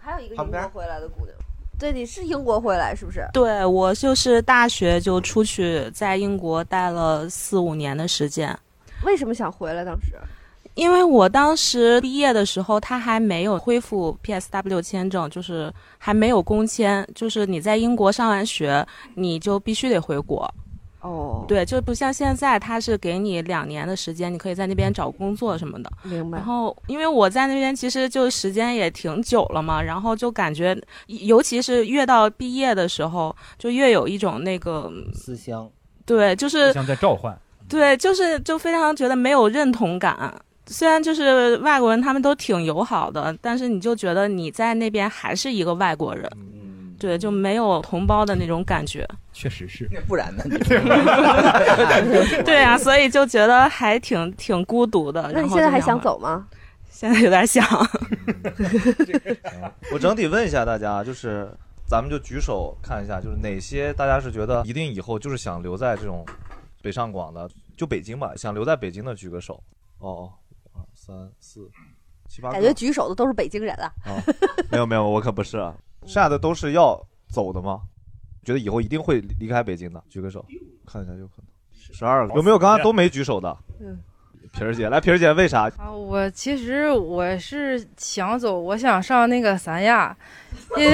[SPEAKER 3] 还有一个英国回来的姑娘，对，你是英国回来是不是？
[SPEAKER 15] 对我就是大学就出去，在英国待了四五年的时间，
[SPEAKER 3] 为什么想回来？当时
[SPEAKER 15] 因为我当时毕业的时候，他还没有恢复 PSW 签证，就是还没有工签，就是你在英国上完学，你就必须得回国。
[SPEAKER 3] 哦，
[SPEAKER 15] 对，就不像现在，他是给你两年的时间，你可以在那边找工作什么的。
[SPEAKER 3] 明白。
[SPEAKER 15] 然后，因为我在那边其实就时间也挺久了嘛，然后就感觉，尤其是越到毕业的时候，就越有一种那个，
[SPEAKER 2] 思乡，
[SPEAKER 15] 对，就是
[SPEAKER 19] 像在召唤。
[SPEAKER 15] 对，就是就非常觉得没有认同感。虽然就是外国人他们都挺友好的，但是你就觉得你在那边还是一个外国人，对，就没有同胞的那种感觉。
[SPEAKER 19] 确实是，
[SPEAKER 5] 不然 呢？
[SPEAKER 15] 对啊，所以就觉得还挺挺孤独的。
[SPEAKER 3] 那
[SPEAKER 15] 然
[SPEAKER 3] 你
[SPEAKER 15] 后
[SPEAKER 3] 现在
[SPEAKER 15] 就
[SPEAKER 3] 还
[SPEAKER 15] 想
[SPEAKER 3] 想
[SPEAKER 15] 回
[SPEAKER 3] 走吗？
[SPEAKER 15] 现在有点想。
[SPEAKER 1] 我整体问一下大家，就是咱们就举手看一下，就是哪些大家是觉得一定以后就是想留在这种北上广的，就北京吧，想留在北京的举个手。哦，一二三四七八个，
[SPEAKER 3] 感觉举手的都是北京人啊。
[SPEAKER 1] 啊， 没有没有，我可不是啊。剩下的都是要走的吗？觉得以后一定会离开北京的，举个手，看一下有可能。十二个有没有？刚刚都没举手的。
[SPEAKER 25] 嗯，
[SPEAKER 1] 皮儿姐，来，皮儿姐为啥？
[SPEAKER 25] 啊，我其实我是想走，我想上那个三亚，因为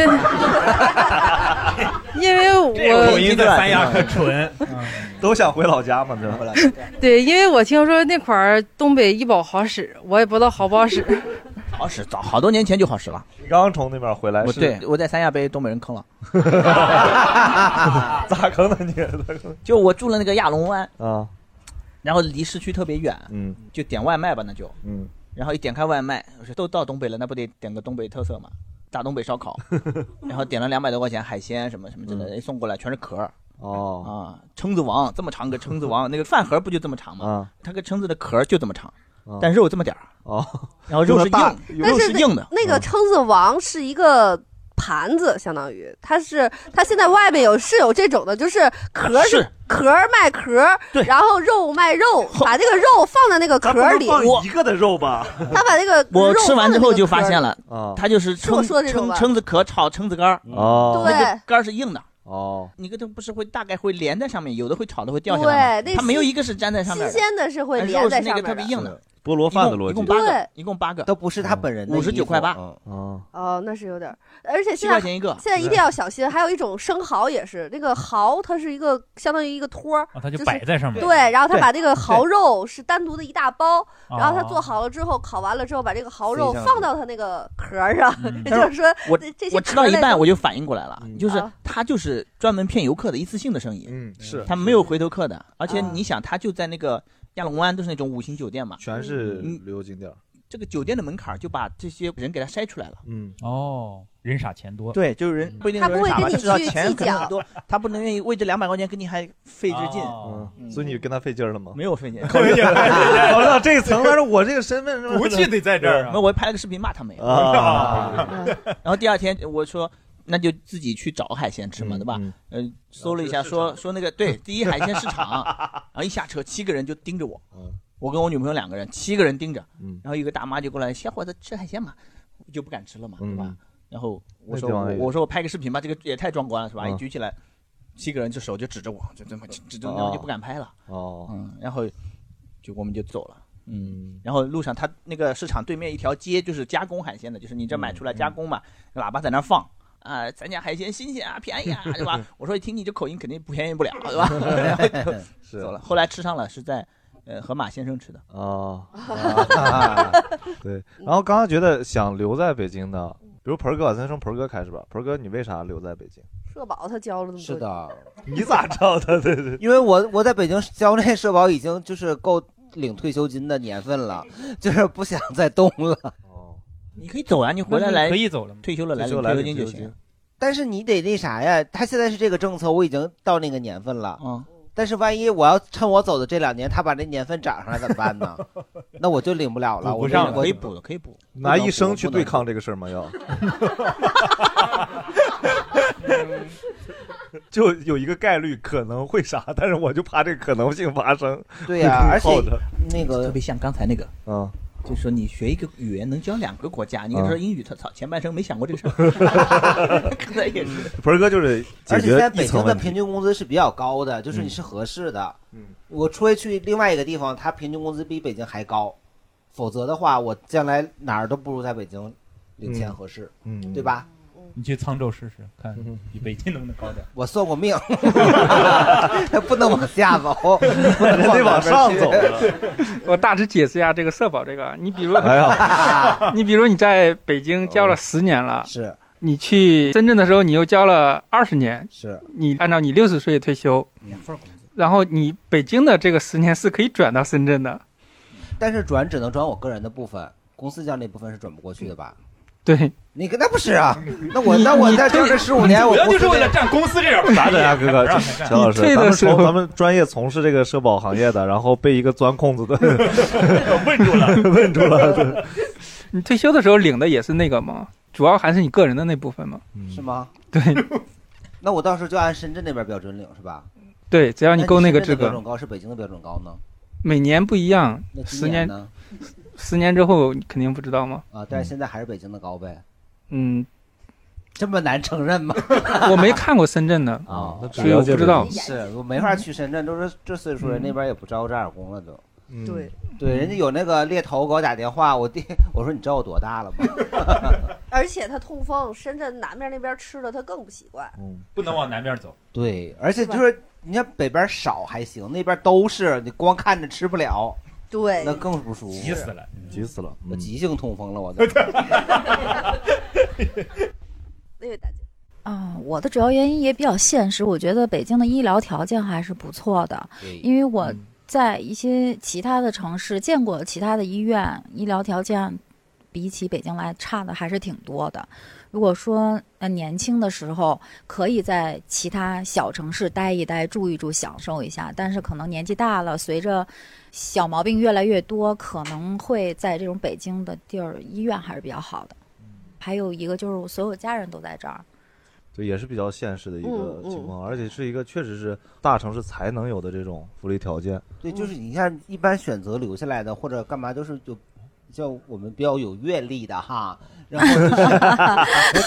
[SPEAKER 25] 因为我
[SPEAKER 19] 口音在三 亚可纯，
[SPEAKER 1] 嗯
[SPEAKER 19] 嗯
[SPEAKER 1] 都想回老家嘛，这回
[SPEAKER 25] 对，因为我听说那块儿东北医保好使，我也不知道好不好使。
[SPEAKER 5] 好使，早好多年前就好使了。
[SPEAKER 1] 你刚刚从那边回来
[SPEAKER 5] 我
[SPEAKER 1] 是
[SPEAKER 5] 对，我在三亚被东北人坑了。
[SPEAKER 1] 啊咋坑的你？
[SPEAKER 5] 就我住了那个亚龙湾
[SPEAKER 1] 啊，
[SPEAKER 5] 然后离市区特别远，
[SPEAKER 1] 嗯，
[SPEAKER 5] 就点外卖吧，那就，
[SPEAKER 1] 嗯，
[SPEAKER 5] 然后一点开外卖，我说都到东北了，那不得点个东北特色嘛，大东北 烧烤，然后点了两百多块钱海鲜什么什么之类
[SPEAKER 3] 嗯
[SPEAKER 5] 的，一送过来全是壳儿。
[SPEAKER 1] 哦
[SPEAKER 5] 啊，蛏子王这么长个蛏 子王，那个饭盒不就这么长
[SPEAKER 3] 啊
[SPEAKER 5] 吗？它个蛏子的壳儿就这么长，但肉这么点儿。
[SPEAKER 1] 哦，
[SPEAKER 5] 然后肉是
[SPEAKER 3] 大
[SPEAKER 5] 硬，
[SPEAKER 3] 但
[SPEAKER 5] 肉
[SPEAKER 3] 是
[SPEAKER 5] 是
[SPEAKER 3] 那
[SPEAKER 5] 硬的。嗯
[SPEAKER 3] 那个蛏子王是一个盘子，相当于它是它现在外面有是有这种的，就是壳是壳儿卖壳儿，然后肉卖肉，把那个肉放在那个壳儿里。
[SPEAKER 1] 一个的肉吧？
[SPEAKER 3] 他把那个
[SPEAKER 5] 我
[SPEAKER 3] 肉
[SPEAKER 5] 吃完
[SPEAKER 3] 放在
[SPEAKER 5] 之后
[SPEAKER 3] 那个
[SPEAKER 5] 就
[SPEAKER 3] 壳儿哦
[SPEAKER 5] 发现了
[SPEAKER 3] 里，
[SPEAKER 5] 它就是
[SPEAKER 3] 是我
[SPEAKER 5] 蛏
[SPEAKER 3] 说的这种
[SPEAKER 5] 蛏
[SPEAKER 3] 吧
[SPEAKER 5] 蛏子壳炒蛏子干儿，
[SPEAKER 1] 哦
[SPEAKER 3] 对
[SPEAKER 5] 那个干儿是硬的。
[SPEAKER 1] 哦，
[SPEAKER 5] 你个都不是会大概会连在上面，有的会炒的会掉下来
[SPEAKER 3] 对，
[SPEAKER 5] 嘛，
[SPEAKER 3] 那
[SPEAKER 5] 它没有一个是粘在上面
[SPEAKER 3] 新鲜的是会
[SPEAKER 5] 但
[SPEAKER 3] 连
[SPEAKER 5] 肉
[SPEAKER 3] 在
[SPEAKER 5] 是
[SPEAKER 3] 上
[SPEAKER 5] 那个
[SPEAKER 3] 面
[SPEAKER 5] 特别硬的。
[SPEAKER 1] 菠萝饭的逻辑
[SPEAKER 5] 一共八
[SPEAKER 3] 对
[SPEAKER 5] 个，一共八个，
[SPEAKER 2] 都不是他本人的
[SPEAKER 5] 五十
[SPEAKER 2] 衣服
[SPEAKER 5] 九块八。
[SPEAKER 1] 嗯，
[SPEAKER 3] 哦，那是有点儿，而且现在
[SPEAKER 5] 7块钱一个
[SPEAKER 3] 现在一定要小心。还有一种生蚝也是，那个蚝它是一个相当于一个托儿，
[SPEAKER 19] 哦它就是摆在上面
[SPEAKER 3] 对，然后他
[SPEAKER 19] 对
[SPEAKER 3] 把这个蚝肉是单独的一大包，
[SPEAKER 5] 哦
[SPEAKER 3] 然后他做好了之后，烤完了之后，把这个蚝肉
[SPEAKER 5] 塞上去
[SPEAKER 3] 放到他那个壳儿上，
[SPEAKER 19] 嗯
[SPEAKER 3] 也 就
[SPEAKER 5] 但
[SPEAKER 3] 是说
[SPEAKER 5] 我
[SPEAKER 3] 这这些
[SPEAKER 5] 我吃到一
[SPEAKER 3] 壳类
[SPEAKER 5] 半
[SPEAKER 3] 都
[SPEAKER 5] 我就反应过来了，就是
[SPEAKER 3] 啊
[SPEAKER 5] 它就是专门骗游客的一次性的生意，
[SPEAKER 1] 嗯，
[SPEAKER 5] 是它没有回头客的，而
[SPEAKER 3] 啊
[SPEAKER 5] 且你想，它就在那个亚龙湾都是那种五星酒店嘛，
[SPEAKER 1] 全是
[SPEAKER 5] 嗯
[SPEAKER 1] 旅游景点儿。
[SPEAKER 5] 这个酒店的门槛儿就把这些人给它筛出来了。
[SPEAKER 1] 嗯，
[SPEAKER 19] 哦，人傻钱多，
[SPEAKER 5] 对，就是人不一定
[SPEAKER 19] 他
[SPEAKER 5] 有人
[SPEAKER 19] 不会
[SPEAKER 5] 傻吧，
[SPEAKER 19] 跟你
[SPEAKER 5] 他知道
[SPEAKER 19] 去
[SPEAKER 5] 钱
[SPEAKER 19] 计
[SPEAKER 5] 可能
[SPEAKER 19] 较
[SPEAKER 5] 很多，他不能愿意为这两百块钱跟你还费这劲，
[SPEAKER 1] 嗯，所以你跟他费劲儿了吗？
[SPEAKER 5] 哦没有费 劲，
[SPEAKER 1] 考虑 考虑到这一层，但是我这个身份是吧
[SPEAKER 5] 骨气得在这儿啊
[SPEAKER 1] 对
[SPEAKER 5] 那我还拍了个视频骂他们
[SPEAKER 1] 啊
[SPEAKER 5] 啊。然后第二天我说。那就自己去找海鲜吃嘛，对吧？嗯，搜了一下，说说那个对，第一海鲜市 场，然后一下车，七个人就盯着我，
[SPEAKER 1] 嗯
[SPEAKER 5] 我跟我女朋友两个人，七个人盯着，然后一个大妈就过来，小伙子吃海鲜嘛，我就不敢吃了嘛，对吧？嗯然后我说
[SPEAKER 1] 嗯那地方
[SPEAKER 5] 我
[SPEAKER 1] 也
[SPEAKER 5] 我说我拍个视频吧，这个也太壮观了，是吧？
[SPEAKER 1] 嗯
[SPEAKER 5] 一举起来，七个人就手就指着我，就这么指指着我，
[SPEAKER 1] 哦
[SPEAKER 5] 然后就不敢拍了。
[SPEAKER 1] 哦，
[SPEAKER 5] 嗯，然后就我们就走了。嗯，然后路上他那个市场对面一条街就是加工海鲜的，就是你这买出来加工嘛，喇叭在那儿放。啊、咱家海鲜新鲜啊，便宜啊，对 吧？我说一听你这口音，肯定不便宜不了，对吧？然后就
[SPEAKER 1] 是
[SPEAKER 5] 走了。后来吃上了，是在呃河马先生吃的。
[SPEAKER 1] 哦， 啊对。然后刚刚觉得想留在北京的，比如盆儿哥，咱从盆儿哥开始吧。盆儿哥，你为啥留在北京？
[SPEAKER 3] 社保他交了那么多，
[SPEAKER 2] 是的，
[SPEAKER 1] 你咋知道的？对对，
[SPEAKER 2] 因为我我在北京交那社保已经就是够领退休金的年份了， 就是不想再动了。
[SPEAKER 1] 哦
[SPEAKER 5] 你可以走啊，你回来来退休了来
[SPEAKER 2] 退休
[SPEAKER 5] 领
[SPEAKER 2] 来
[SPEAKER 5] 退休
[SPEAKER 2] 领
[SPEAKER 5] 金就
[SPEAKER 2] 退休
[SPEAKER 5] 行
[SPEAKER 2] 金。但是你得那啥呀？他现在是这个政策，我已经到那个年份了，
[SPEAKER 5] 嗯，
[SPEAKER 2] 但是万一我要趁我走的这两年，他把这年份涨上来怎么办 呢？那我就领不了了，
[SPEAKER 5] 补不
[SPEAKER 2] 我
[SPEAKER 5] 上
[SPEAKER 2] 我
[SPEAKER 5] 可以补的可以补
[SPEAKER 1] 拿一生去对抗这个事儿吗？要，就有一个概率可能会啥，但是我就怕这个可能性发生。
[SPEAKER 2] 对呀、而且
[SPEAKER 1] 靠着
[SPEAKER 2] 那个
[SPEAKER 5] 特别像刚才那个，
[SPEAKER 1] 嗯，
[SPEAKER 5] 就说你学一个语言能教两个国家，你
[SPEAKER 1] 嗯
[SPEAKER 5] 说英语，他操，前半生没想过这个事 儿， 可能也是。
[SPEAKER 1] 盆儿哥就是
[SPEAKER 2] 而
[SPEAKER 1] 解
[SPEAKER 2] 且在
[SPEAKER 1] 决
[SPEAKER 2] 北
[SPEAKER 1] 一层
[SPEAKER 2] 京的
[SPEAKER 1] 问题。
[SPEAKER 2] 平均工资是比较高的，就是你是合适的。嗯，我除非去另外一个地方，它平均工资比北京还高，否则的话，我将来哪儿都不如在北京领钱合适，
[SPEAKER 19] 嗯 嗯
[SPEAKER 2] 对吧？
[SPEAKER 19] 你去沧州试试，看比北京能不能高点儿。
[SPEAKER 2] 我算过 命， 不能往下走，不能哪边去
[SPEAKER 1] 啊
[SPEAKER 12] 我大致解释一下这个社保这个，啊你比如，
[SPEAKER 1] 哎
[SPEAKER 2] 呀
[SPEAKER 12] 你比如你在北京交
[SPEAKER 1] 哦
[SPEAKER 12] 了十年了，
[SPEAKER 2] 是
[SPEAKER 12] 你去深圳的时候你又交了二十年，
[SPEAKER 2] 是
[SPEAKER 12] 你按照你六十岁退休，
[SPEAKER 5] 两份工
[SPEAKER 12] 然后你北京的这个十年是可以转到深圳的，
[SPEAKER 2] 但是转只能转我个人的部分，公司交那部分是转不过去的吧？
[SPEAKER 12] 对，
[SPEAKER 2] 你跟那不 是啊？那我
[SPEAKER 12] 你
[SPEAKER 2] 那我
[SPEAKER 12] 你
[SPEAKER 2] 在这
[SPEAKER 12] 退
[SPEAKER 2] 儿十五年，我
[SPEAKER 19] 主要
[SPEAKER 2] 公
[SPEAKER 19] 就是
[SPEAKER 2] 司
[SPEAKER 19] 为
[SPEAKER 2] 这
[SPEAKER 19] 了占公司这点儿便
[SPEAKER 1] 啥
[SPEAKER 19] 宜啊
[SPEAKER 1] 的呀， 哥哥，
[SPEAKER 19] 让
[SPEAKER 1] 乔老师，
[SPEAKER 12] 退
[SPEAKER 1] 咱
[SPEAKER 12] 的
[SPEAKER 1] 们
[SPEAKER 12] 时候
[SPEAKER 1] 从咱们专业从事这个社保行业的，然后被一个钻空子的
[SPEAKER 19] 问住了，
[SPEAKER 1] 问住了，对，
[SPEAKER 12] 你退休的时候领的也是那个嘛，主要还是你个人的那部分嘛，
[SPEAKER 5] 嗯
[SPEAKER 2] 是吗？
[SPEAKER 12] 对
[SPEAKER 2] 那我到时候就按深圳那边标准领是吧？
[SPEAKER 12] 对，只要你够
[SPEAKER 2] 那
[SPEAKER 12] 个
[SPEAKER 2] 深圳
[SPEAKER 12] 资
[SPEAKER 2] 的标
[SPEAKER 12] 格
[SPEAKER 2] 准，高是北京的标准高呢？
[SPEAKER 12] 每年不一样
[SPEAKER 2] 那，
[SPEAKER 12] 十
[SPEAKER 2] 今
[SPEAKER 12] 年
[SPEAKER 2] 年 呢？
[SPEAKER 12] 十年之后你肯定不知道吗？
[SPEAKER 2] 啊，但是现在还是北京的高呗？
[SPEAKER 12] 嗯，
[SPEAKER 2] 这么难承认吗？
[SPEAKER 12] 我没看过深圳的
[SPEAKER 2] 啊，
[SPEAKER 12] 所以我不知道。嗯
[SPEAKER 2] 是我没法去深圳，都是这岁数人那边也不招这样工了都。
[SPEAKER 3] 对
[SPEAKER 2] 对，人家有那个猎头给我打电话，我弟我说你知道我多大了吗？
[SPEAKER 3] 而且他痛风，深圳南面那边吃的他更不习惯。
[SPEAKER 5] 哦
[SPEAKER 19] 不能往南边 走。
[SPEAKER 2] 对，而且就是你看北边少还行，那边都是你光看着吃不了，
[SPEAKER 3] 对
[SPEAKER 2] 那更不舒服，
[SPEAKER 19] 急死了，
[SPEAKER 1] 急死了，嗯
[SPEAKER 2] 我急性痛风 了，我都。
[SPEAKER 3] 那位大姐，
[SPEAKER 23] 啊、我的主要原因也比较现实，我觉得北京的医疗条件还是不错的，因为我在一些其他的城市见过其他的医院，医疗条件比起北京来差的还是挺多的。如果说呃年轻的时候可以在其他小城市待一待、住一住、享受一下，但是可能年纪大了，随着小毛病越来越多，可能会在这种北京的地儿医院还是比较好的。还有一个就是我所有家人都在这儿，
[SPEAKER 1] 对，也是比较现实的一个
[SPEAKER 23] 嗯嗯
[SPEAKER 1] 情况，而且是一个确实是大城市才能有的这种福利条件。
[SPEAKER 2] 对，就是你看，一般选择留下来的或者干嘛，都是就叫我们比较有阅历的哈， 然后就是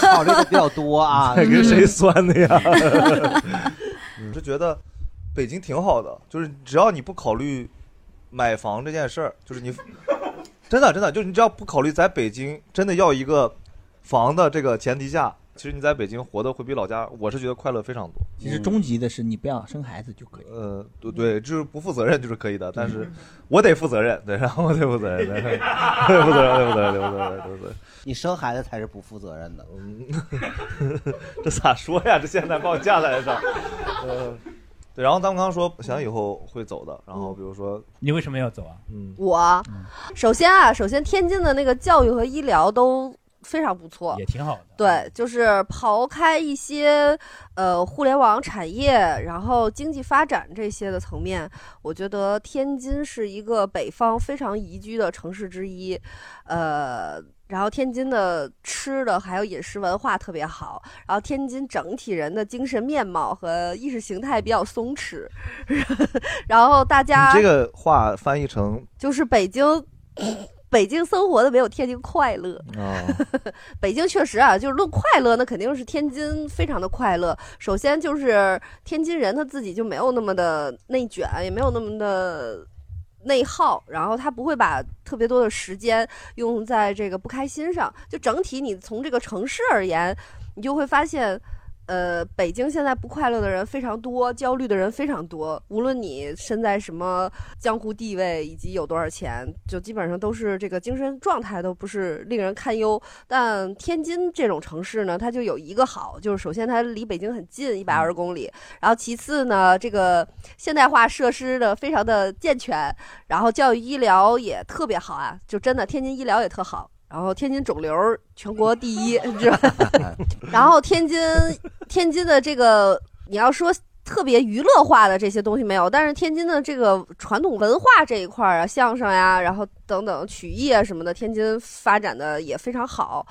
[SPEAKER 2] 考虑的比较多啊。
[SPEAKER 1] 在跟谁酸 的呀？ 我是觉得北京挺好的，就是只要你不考虑买房这件事儿，就是你 真的真的就是你只要不考虑在北京真的要一个房的这个前提下，其实你在北京活得会比老家，我是觉得快乐非常多。
[SPEAKER 5] 其实终极的是你不要生孩子就可以。
[SPEAKER 1] 呃，对对，就是不负责任就是可以的，但是
[SPEAKER 19] 嗯
[SPEAKER 1] 我得负责任，对，然后我得负责任，对对负责任，对负责任，对负责任，对负责任。嗯
[SPEAKER 2] 你生孩子才是不负责任的。
[SPEAKER 1] 这咋说呀？这现在把我架在这儿。呃，对，然后咱们刚刚说想以后会走的，然后比如说
[SPEAKER 19] 你为什么要走啊？
[SPEAKER 1] 嗯，
[SPEAKER 3] 我首先啊，首先天津的那个教育和医疗都非常不错，
[SPEAKER 19] 也挺好的。
[SPEAKER 3] 对，就是刨开一些呃互联网产业，然后经济发展这些的层面，我觉得天津是一个北方非常宜居的城市之一。呃，然后天津的吃的还有饮食文化特别好，然后天津整体人的精神面貌和意识形态比较松弛， 然后大家
[SPEAKER 1] 你这个话翻译成
[SPEAKER 3] 就是北京。北京生活的没有天津快乐，
[SPEAKER 1] 啊，
[SPEAKER 3] 北京确实啊，就是论快乐，那肯定是天津非常的快乐。首先就是天津人他自己就没有那么的内卷，也没有那么的内耗，然后他不会把特别多的时间用在这个不开心上。就整体你从这个城市而言，你就会发现。呃，北京现在不快乐的人非常多，焦虑的人非常多。无论你身在什么江湖地位，以及有多少钱，就基本上都是这个精神状态都不是令人堪忧。但天津这种城市呢，它就有一个好，就是首先它离北京很近，一百二十公里。然后其次呢，这个现代化设施呢非常的健全，然后教育医疗也特别好啊，就真的天津医疗也特好。然后天津肿瘤 全国第一，你知道吧？然后天津，天津的这个你要说特别娱乐化的这些东西没有，但是天津的这个传统文化这一块儿啊，相声呀、然后等等曲艺啊什么的，天津发展的也非常好。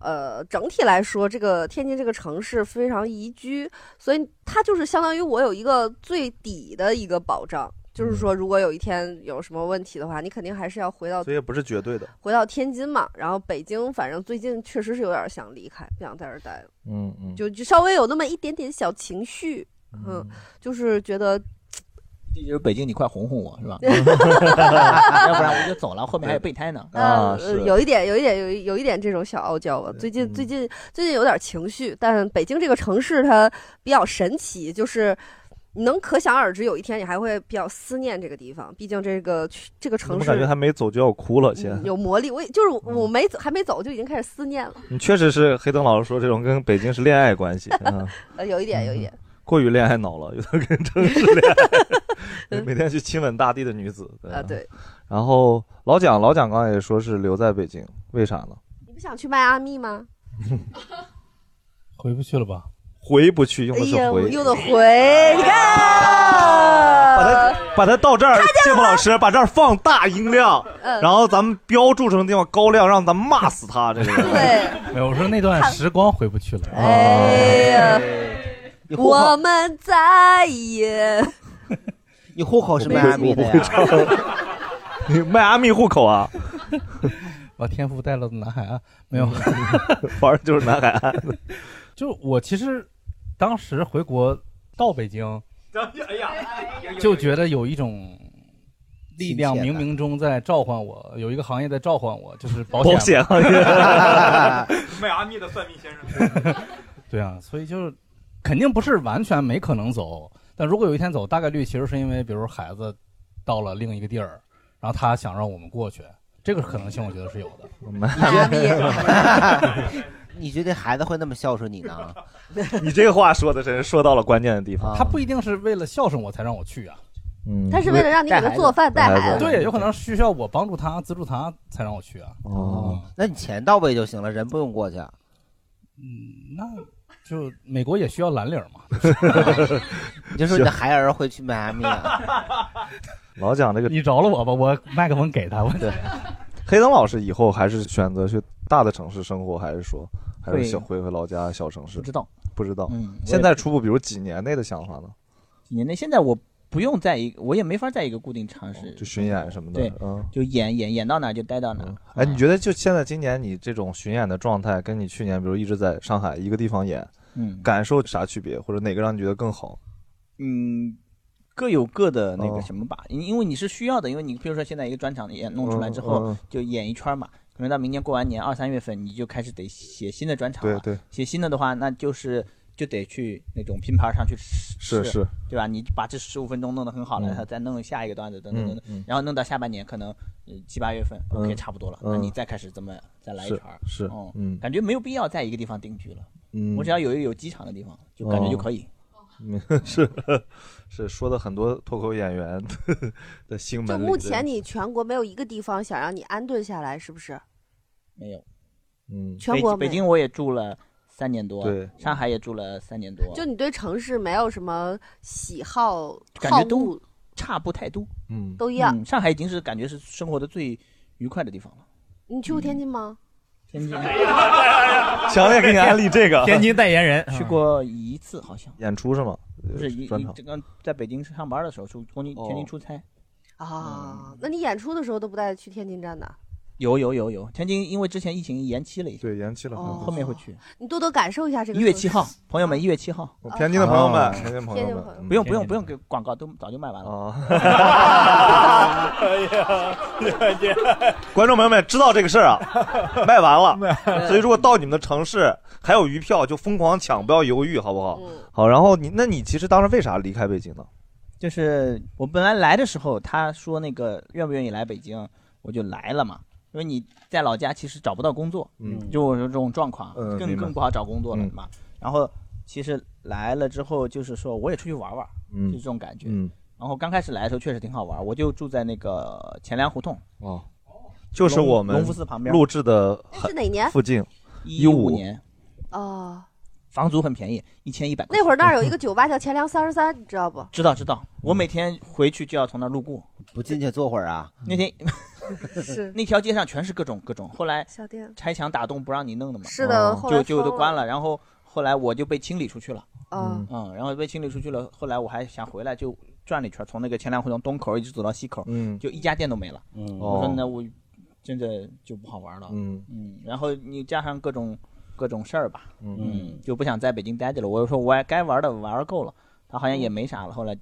[SPEAKER 3] 呃，整体来说，这个天津这个城市非常宜居，所以它就是相当于我有一个最底的一个保障，就是说，如果有一天有什么问题的话，你肯定还是要回到
[SPEAKER 1] 所以也不是绝对的。
[SPEAKER 3] 回到天津嘛。然后北京，反正最近确实是有点想离开，不想在这儿待了。
[SPEAKER 1] 嗯嗯，
[SPEAKER 3] 就就稍微有那么一点点小情绪，嗯，就是觉得
[SPEAKER 5] 这就是北京，你快哄哄我是吧？ 要不然我就走了，后面还有备胎呢。
[SPEAKER 1] 啊
[SPEAKER 3] 呃有一点，有一点，有一有一点这种小傲娇吧。最
[SPEAKER 1] 嗯
[SPEAKER 3] 近最近最近有点情绪，但北京这个城市它比较神奇，就是你能可想而知，有一天你还会比较思念这个地方。毕竟这个区这个
[SPEAKER 1] 怎
[SPEAKER 3] 城
[SPEAKER 1] 么感觉嗯
[SPEAKER 3] 市
[SPEAKER 1] 还没走就要哭了？先，
[SPEAKER 3] 嗯有魔力，我也就是我没走，还没走就已经开始思念了。
[SPEAKER 1] 你确实是黑灯老师说这种跟北京是恋爱 关系啊，
[SPEAKER 3] 呃，有一点，有一点。
[SPEAKER 1] 过于恋爱脑了，有点跟城市恋爱，每天去亲吻大地的女子。
[SPEAKER 3] 嗯啊，对，
[SPEAKER 1] 然后老蒋，老蒋刚才也说是留在北京，为啥呢？
[SPEAKER 3] 你不想去迈阿密吗？
[SPEAKER 1] 回不去了吧？回不去，用的是回，
[SPEAKER 3] 哎用的回，你看，
[SPEAKER 1] 把它把它到这儿，建鹏老师把这儿放大音量，
[SPEAKER 3] 嗯
[SPEAKER 1] 然后咱们标注成地方高亮，让咱们骂死他这个 人。
[SPEAKER 7] 没有，我说那段时光回不去了。
[SPEAKER 3] 哎呀，
[SPEAKER 7] 你户口
[SPEAKER 3] 我们再也
[SPEAKER 2] 你户口是迈阿密的呀？
[SPEAKER 1] 你迈阿密户口 啊？
[SPEAKER 7] 把天赋带到南海岸，没有，
[SPEAKER 1] 玩的就是南海岸。
[SPEAKER 7] 就我其实当时回国到北京，
[SPEAKER 19] 哎呀
[SPEAKER 7] 就 觉得有一种力量
[SPEAKER 19] 亲切
[SPEAKER 7] 冥
[SPEAKER 19] 感
[SPEAKER 7] 冥中在召唤我，有一个行业在召唤我，就是保
[SPEAKER 1] 保险行业
[SPEAKER 19] 迈阿密的算命先生。
[SPEAKER 7] 对啊，所以就是肯定不是完全没可能走，但如果有一天走，大概率其实是因为，比如孩子到了另一个地儿，然后他想让我们过去，这个可能性我觉得是有的。
[SPEAKER 2] 你觉得孩子会那么孝顺你呢？ 啊
[SPEAKER 1] 你这话说的真是说到了关键的地方。
[SPEAKER 7] 他不一定是为了孝顺我才让我去啊，
[SPEAKER 1] 嗯
[SPEAKER 3] 他是为了让你给他做饭带孩子
[SPEAKER 7] 对，有可能需要我帮助他、资助他才让我去啊。
[SPEAKER 2] 哦，那你钱到位就行了，人不用过去。啊
[SPEAKER 7] 嗯，那就美国也需要蓝领 嘛。
[SPEAKER 2] 你就说你的孩儿会去迈阿密啊？
[SPEAKER 1] 老蒋这个，
[SPEAKER 7] 你着了我吧，我麦克风给他，我
[SPEAKER 1] 对。黑灯老师以后还是选择去大的城市生活，还是说还是
[SPEAKER 5] 会
[SPEAKER 1] 想回回老家小城市？不
[SPEAKER 5] 知道，
[SPEAKER 1] 不知道。
[SPEAKER 5] 嗯
[SPEAKER 1] 哦现在初步，比如几年内的想法呢？
[SPEAKER 5] 几年内，现在我不用在一，我也没法在一个固定城市，
[SPEAKER 1] 哦就巡演什么的
[SPEAKER 5] 对，
[SPEAKER 1] 嗯，
[SPEAKER 5] 就演演演到哪就待到哪。
[SPEAKER 1] 哎，你觉得就现在今年你这种巡演的状态，跟你去年比如一直在上海一个地方演，
[SPEAKER 5] 嗯
[SPEAKER 1] 感受啥区别，或者哪个让你觉得更好？
[SPEAKER 5] 嗯，各有各的那
[SPEAKER 1] 哦
[SPEAKER 5] 个什么吧，因因为你是需要的，因为你比如说现在一个专场演弄出来之
[SPEAKER 1] 嗯
[SPEAKER 5] 后
[SPEAKER 1] 嗯，
[SPEAKER 5] 就演一圈嘛，可能到明年过完年二三月份，你就开始得写新的专场了。
[SPEAKER 1] 对对
[SPEAKER 5] 写新的的话，那就是就得去那种拼盘上去试，
[SPEAKER 1] 是是
[SPEAKER 5] 对吧？你把这十五分钟弄得很好了，
[SPEAKER 1] 嗯
[SPEAKER 5] 然后再弄下一个段子，等等等
[SPEAKER 1] 嗯嗯
[SPEAKER 5] 等，然后弄到下半年可能呃七八月份
[SPEAKER 1] 嗯
[SPEAKER 5] OK 差不多了，那
[SPEAKER 1] 嗯
[SPEAKER 5] 你再开始这么再来一
[SPEAKER 1] 是
[SPEAKER 5] 圈儿，
[SPEAKER 1] 是
[SPEAKER 5] 哦
[SPEAKER 1] 嗯
[SPEAKER 5] 感觉没有必要在一个地方定居了，
[SPEAKER 1] 嗯哦
[SPEAKER 5] 我只要有一个有机场的地方，就感觉就可以。
[SPEAKER 1] 嗯， 是是说的很多脱口演员的心门
[SPEAKER 3] 就
[SPEAKER 1] 里的。
[SPEAKER 3] 目前你全国没有一个地方想让你安顿下来，是不是？
[SPEAKER 5] 没有，
[SPEAKER 1] 嗯
[SPEAKER 3] 全国
[SPEAKER 5] 北
[SPEAKER 3] 没
[SPEAKER 5] 京我也住了三年多，
[SPEAKER 1] 对
[SPEAKER 5] 上海也住了三年多，
[SPEAKER 3] 就你对城市没有什么喜好，
[SPEAKER 5] 感
[SPEAKER 3] 好
[SPEAKER 5] 觉
[SPEAKER 3] 恶
[SPEAKER 5] 都差不太多，
[SPEAKER 1] 嗯
[SPEAKER 3] 都一样
[SPEAKER 5] 上海已经是感觉是生活的最愉快的地方了。
[SPEAKER 3] 你去过天津吗？
[SPEAKER 5] 天津， 嗯
[SPEAKER 1] 强烈给你安利这 个
[SPEAKER 5] 天津代
[SPEAKER 1] 言人
[SPEAKER 5] 去过一次好像，
[SPEAKER 1] 演出是吗？呃
[SPEAKER 5] 不是一
[SPEAKER 1] 专
[SPEAKER 5] 一
[SPEAKER 1] 场哦
[SPEAKER 5] 这个在北京上班的时候出天津天津出差，
[SPEAKER 3] 啊，那你演出的时候都不带去天津站的，
[SPEAKER 5] 有有有有，天津因为之前疫情延期了一下，
[SPEAKER 1] 对延期了，
[SPEAKER 3] 哦
[SPEAKER 5] 后面会去。
[SPEAKER 3] 你多多感受一下这个。哦
[SPEAKER 5] 一月七号，，朋友们，一月七号，
[SPEAKER 1] 哦天津的朋友们天津朋友们天津嗯哦朋友们
[SPEAKER 5] 不用不用不用给广告，都早就卖 完
[SPEAKER 1] 啊了。
[SPEAKER 19] 哎呀，
[SPEAKER 21] 哎
[SPEAKER 1] 观众朋友们知道这个事儿啊，卖完了，所以如果到你们的城市还有余票，就疯狂抢，不要犹豫，好不好？
[SPEAKER 3] 嗯
[SPEAKER 1] 好，然后你，那你其实当时为啥离开北京呢？
[SPEAKER 5] 就是我本来来的时候，他说那个愿不愿意来北京，我就来了嘛。因为你在老家其实找不到工作，
[SPEAKER 1] 嗯
[SPEAKER 5] 就我有这种状况，
[SPEAKER 1] 嗯
[SPEAKER 5] 更
[SPEAKER 1] 明白嗯
[SPEAKER 5] 更不好找工作了嘛。然后其实来了之后，就是说我也出去玩玩，
[SPEAKER 1] 嗯
[SPEAKER 5] 就这种感觉。
[SPEAKER 1] 嗯
[SPEAKER 5] 然后刚开始来的时候确实挺好玩，我就住在那个钱粮胡同，
[SPEAKER 1] 哦，就是我
[SPEAKER 5] 隆
[SPEAKER 1] 们
[SPEAKER 5] 隆福寺旁边
[SPEAKER 1] 录制的
[SPEAKER 3] 是哪年
[SPEAKER 1] 附近，
[SPEAKER 5] 15
[SPEAKER 1] 五
[SPEAKER 5] 年，
[SPEAKER 3] 哦，
[SPEAKER 5] 房租很便宜，一千一百。
[SPEAKER 3] 那会儿那儿有一个酒吧叫钱粮三十三，你知道不？
[SPEAKER 5] 知道知道，我每天回去就要从那儿路过，
[SPEAKER 2] 嗯不进去坐会儿啊？
[SPEAKER 5] 那天
[SPEAKER 3] 是
[SPEAKER 5] 那条街上全是各种各种，后来
[SPEAKER 3] 小店
[SPEAKER 5] 拆墙打洞不让你弄的嘛，
[SPEAKER 3] 是的
[SPEAKER 2] 哦
[SPEAKER 5] 嗯
[SPEAKER 3] 后来
[SPEAKER 5] 就就
[SPEAKER 3] 封
[SPEAKER 5] 都
[SPEAKER 3] 了
[SPEAKER 5] 关了，然后后来我就被清理出去了，
[SPEAKER 3] 嗯
[SPEAKER 5] 嗯，然后被清理出去了，后来我还想回来就转了一圈，从那个钱粮胡同东口一直走到西口，
[SPEAKER 1] 嗯，
[SPEAKER 5] 就一家店都没了，
[SPEAKER 1] 嗯
[SPEAKER 5] 我
[SPEAKER 1] 哦
[SPEAKER 5] 说那我真的就不好玩
[SPEAKER 2] 哦
[SPEAKER 5] 了，
[SPEAKER 1] 嗯
[SPEAKER 5] 嗯，然后你加上各种各种事儿吧，
[SPEAKER 1] 嗯，
[SPEAKER 5] 就不想在北京待着了，我就说我也该玩的玩够了，他好像也没啥了，后来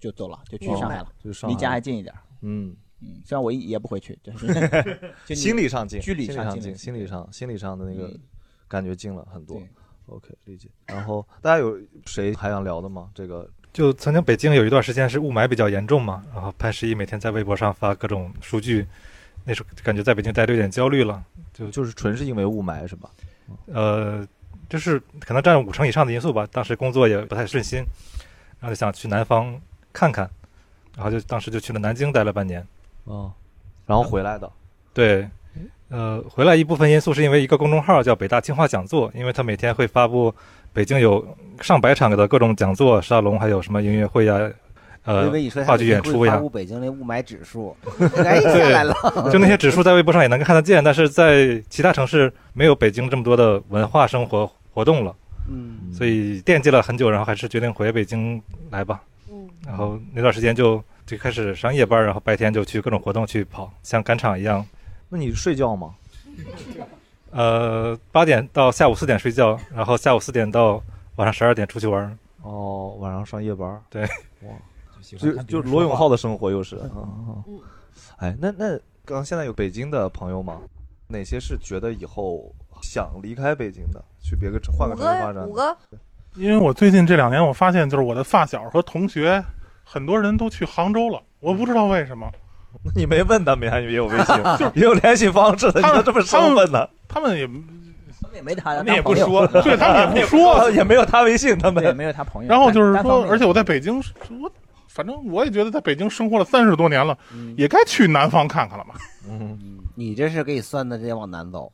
[SPEAKER 5] 就走了，就去
[SPEAKER 1] 哦
[SPEAKER 5] 上海了，
[SPEAKER 1] 就上海
[SPEAKER 5] 离家还近一点儿，
[SPEAKER 1] 嗯
[SPEAKER 5] 嗯，虽然我也不回去，就是 就你
[SPEAKER 1] 心理上静，
[SPEAKER 5] 距离
[SPEAKER 1] 心理上
[SPEAKER 5] 近
[SPEAKER 1] 静，
[SPEAKER 5] 了
[SPEAKER 1] 心理上心理上的那个
[SPEAKER 5] 嗯
[SPEAKER 1] 感觉静了很多。OK，理解。然后大家有谁还想聊的吗？这个
[SPEAKER 21] 就曾经北京有一段时间是雾霾比较严重嘛，然后潘石屹每天在微博上发各种数据，那时候感觉在北京待着有点焦虑了，就
[SPEAKER 1] 就是纯是因为雾霾是吧？
[SPEAKER 21] 呃，就是可能占五成以上的因素吧。当时工作也不太顺心，然后就想去南方看看，然后就当时就去了南京待了半年。
[SPEAKER 1] 哦，然后回来的。
[SPEAKER 21] 对，呃，回来一部分因素是因为一个公众号叫北大清华讲座，因为他每天会发布北京有上百场的各种讲座、沙龙，还有什么音乐会呀、
[SPEAKER 2] 我以
[SPEAKER 21] 呃
[SPEAKER 2] 为你说，他
[SPEAKER 21] 话剧演出呀
[SPEAKER 2] 发，布北京那雾霾指 数，哎，下来了。
[SPEAKER 21] 就那些指数在微博上也能看得见，但是在其他城市没有北京这么多的文化生活活动了。
[SPEAKER 2] 嗯，
[SPEAKER 21] 所以惦记了很久，然后还是决定回北京来吧。
[SPEAKER 3] 嗯，
[SPEAKER 21] 然后那段时间就就开始上夜班，然后白天就去各种活动去跑，像赶场一样。
[SPEAKER 1] 那你睡觉吗？
[SPEAKER 21] 呃，八点到下午四点睡觉，然后下午四点到晚上十二点出去玩。
[SPEAKER 1] 哦，晚上上夜班。
[SPEAKER 21] 对，
[SPEAKER 1] 哇，
[SPEAKER 21] 喜欢
[SPEAKER 1] 就
[SPEAKER 21] 看别
[SPEAKER 1] 就
[SPEAKER 21] 人说话嗯
[SPEAKER 1] 罗永浩的生 活又是啊。啊哎，那那刚现在有北京的朋友吗？哪些是觉得以后想离开北京的，去别个城换个
[SPEAKER 3] 五
[SPEAKER 1] 城市发
[SPEAKER 3] 个
[SPEAKER 1] 展？
[SPEAKER 3] 五个，
[SPEAKER 10] 因为我最近这两年，我发现就是我的发小和同学，很多人都去杭州了，我不知道为什么。
[SPEAKER 1] 你没问他们呀？也有微信
[SPEAKER 10] 就，
[SPEAKER 1] 也 有联系方式的，你
[SPEAKER 10] 他
[SPEAKER 1] 都
[SPEAKER 10] 们
[SPEAKER 1] 这么生分呢？
[SPEAKER 10] 他们也
[SPEAKER 5] 也没他，
[SPEAKER 10] 也不说，对他们也不说，
[SPEAKER 1] 也没有 他微信，他们
[SPEAKER 5] 也没有他朋友。
[SPEAKER 10] 然后就是
[SPEAKER 5] 单单方
[SPEAKER 10] 说，
[SPEAKER 5] 面
[SPEAKER 10] 而且我在北京，我反正我也觉得在北京生活了三十多年了，也该去南方看看了嘛。
[SPEAKER 2] 嗯，你这是给你算的，直接往南走。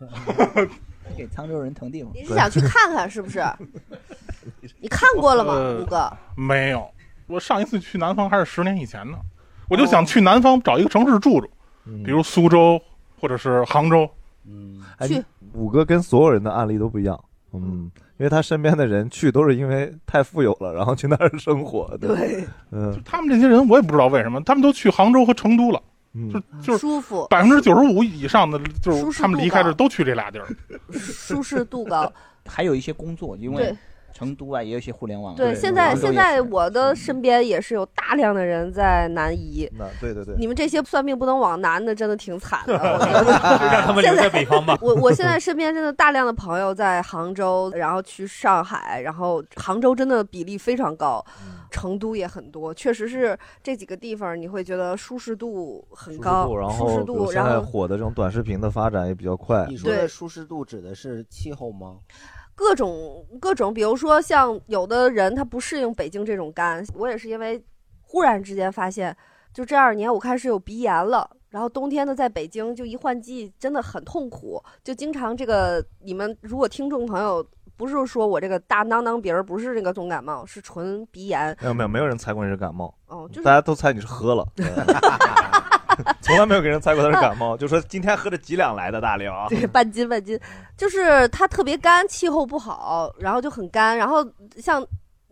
[SPEAKER 5] 给沧州人腾地方，
[SPEAKER 3] 你是想去看看是不是？你看过了吗？
[SPEAKER 10] 呃
[SPEAKER 3] 五个，
[SPEAKER 10] 没有，我上一次去南方还是十年以前呢，我
[SPEAKER 3] 哦
[SPEAKER 10] 就想去南方找一个城市住住，
[SPEAKER 3] 嗯
[SPEAKER 10] 比如苏州或者是杭州。
[SPEAKER 1] 哎，五哥跟所有人的案例都不一样，嗯，因为他身边的人去都是因为太富有了，然后去那儿生活的。
[SPEAKER 10] 对，
[SPEAKER 1] 嗯，
[SPEAKER 10] 他们这 些人我也不知道为什么，他们都去杭州和成都了，就就是
[SPEAKER 3] 舒服
[SPEAKER 10] 百分之九十五以上的就是他们离开这
[SPEAKER 3] 舒适度
[SPEAKER 10] 儿 都去这俩地儿。
[SPEAKER 3] 舒适度高。
[SPEAKER 5] 还有一些工作，因为
[SPEAKER 3] 对
[SPEAKER 5] 成都啊也有一些互联网。
[SPEAKER 3] 对，现在
[SPEAKER 5] 杭州也
[SPEAKER 3] 现
[SPEAKER 5] 是
[SPEAKER 3] 在我的身边也是有大量的人在南移。
[SPEAKER 1] 嗯那对对对，
[SPEAKER 3] 你们这些算命不能往南的，真的挺惨 的。我
[SPEAKER 19] 让他们留在北方吧。
[SPEAKER 3] 我我现在身边真的大量的朋友在杭州，然后去上海，然后杭州真的比例非常高，
[SPEAKER 1] 嗯
[SPEAKER 3] 成都也很多，确实是这几个地方你会觉得舒适度很
[SPEAKER 1] 舒适
[SPEAKER 3] 高
[SPEAKER 1] 度，然，
[SPEAKER 3] 舒适
[SPEAKER 1] 后比如
[SPEAKER 3] 度，
[SPEAKER 1] 现在
[SPEAKER 3] 然后
[SPEAKER 1] 火的这种短视频的发展也比较快。
[SPEAKER 21] 嗯
[SPEAKER 2] 你说的舒适度指的是气候吗？
[SPEAKER 3] 各种各种，比如说像有的人他不适应北京这种干，我也是因为忽然之间发现，就这二年我开始有鼻炎了。然后冬天呢，在北京就一换季真的很痛苦，就经常这个你们如果听众朋友不是说我这个大囔囔鼻儿不是那个总感冒，是纯鼻炎，
[SPEAKER 1] 没有没有没有人猜过你是感冒，
[SPEAKER 3] 哦就是
[SPEAKER 1] 大家都猜你是 喝了，对 从来没有给人猜过他是感冒，就说今天喝了几两来的大刘啊，
[SPEAKER 3] 对，半斤半斤，就是它特别干，气候不好，然后就很干，然后像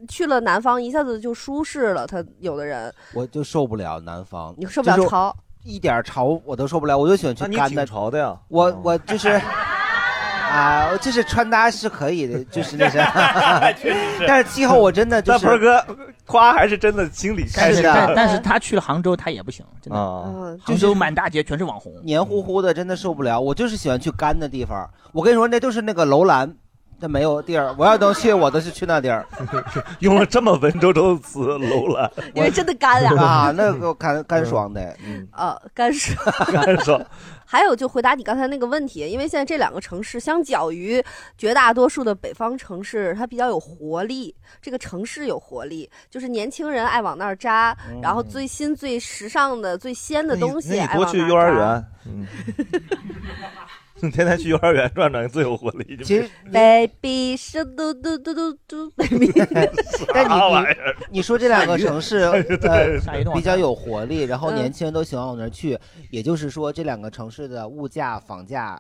[SPEAKER 3] 去了南方一下子就舒适了，他有的人
[SPEAKER 2] 我就受不了南方，
[SPEAKER 3] 你受不了
[SPEAKER 2] 就是
[SPEAKER 3] 潮，
[SPEAKER 2] 一点潮我都受不了，我就喜欢去
[SPEAKER 1] 那你
[SPEAKER 2] 干
[SPEAKER 1] 挺
[SPEAKER 2] 的。
[SPEAKER 1] 潮的呀，嗯
[SPEAKER 2] 我我 就是啊，我就是穿搭是可以的，就是那啥
[SPEAKER 1] 确实是
[SPEAKER 2] 但是气候我真的就
[SPEAKER 1] 但
[SPEAKER 2] 是
[SPEAKER 1] 鹏哥夸还是真啊的心里开
[SPEAKER 5] 但是
[SPEAKER 1] 心
[SPEAKER 5] 但但是他去了杭州，他也不行，真的。
[SPEAKER 3] 哦
[SPEAKER 1] 啊
[SPEAKER 5] 杭州满大街全是网 红，
[SPEAKER 2] 黏糊糊的，真的受不了。我就是喜欢去干的地方。我跟你说，那就是那个楼兰，那没有地儿。我要能去，我都是去那地儿。
[SPEAKER 1] 用了这么文绉绉的词，楼兰，
[SPEAKER 3] 因为真的干呀
[SPEAKER 2] 啊，那个干干爽的，嗯
[SPEAKER 3] 呃，干涉。
[SPEAKER 1] 干爽。
[SPEAKER 3] 还有就回答你刚才那个问题，因为现在这两个城市相较于绝大多数的北方城市，它比较有活力，这个城市有活力，就是年轻人爱往那儿扎，
[SPEAKER 1] 嗯
[SPEAKER 3] 然后最新、最时尚的、最鲜的
[SPEAKER 1] 那你
[SPEAKER 3] 东西
[SPEAKER 1] 那你
[SPEAKER 3] 爱
[SPEAKER 1] 多
[SPEAKER 3] 往
[SPEAKER 1] 去
[SPEAKER 3] 那儿
[SPEAKER 1] 幼儿
[SPEAKER 3] 扎
[SPEAKER 1] 园，嗯，你天天去幼儿园转转，最有活力。
[SPEAKER 2] 其实
[SPEAKER 3] baby 声嘟嘟嘟嘟嘟 baby，
[SPEAKER 2] 但你
[SPEAKER 1] 啥玩意
[SPEAKER 2] 你
[SPEAKER 1] 儿
[SPEAKER 2] 你说这两个城 市呃
[SPEAKER 1] 哎对下一段
[SPEAKER 2] 比较有活力，然后
[SPEAKER 3] 嗯
[SPEAKER 2] 年轻人都喜欢往那儿去，也就是说这两个城市的物价、房价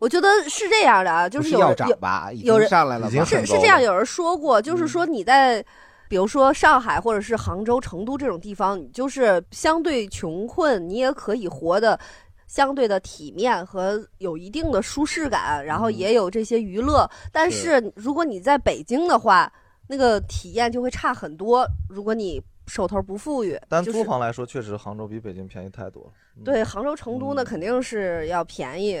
[SPEAKER 3] 我觉得是这样的啊，就
[SPEAKER 2] 不是
[SPEAKER 3] 有
[SPEAKER 2] 要
[SPEAKER 3] 人
[SPEAKER 2] 涨
[SPEAKER 3] 有
[SPEAKER 2] 吧已
[SPEAKER 3] 有
[SPEAKER 2] 经
[SPEAKER 3] 人
[SPEAKER 2] 上来了吧嗯
[SPEAKER 3] 是是这样，有人说过，就是说你在。比如说上海或者是杭州、成都这种地方，你就是相对穷困，你也可以活得相对的体面和有一定的舒适感，然后
[SPEAKER 2] 嗯
[SPEAKER 3] 也有这些娱乐。但
[SPEAKER 16] 是
[SPEAKER 3] 是如果你在北京的话，那个体验就会差很多。如果你手头不富裕，
[SPEAKER 1] 单
[SPEAKER 3] 就
[SPEAKER 1] 租
[SPEAKER 3] 是
[SPEAKER 1] 房来说，确实杭州比北京便宜太多了。嗯
[SPEAKER 3] 对，杭州、成都呢肯定是要便宜，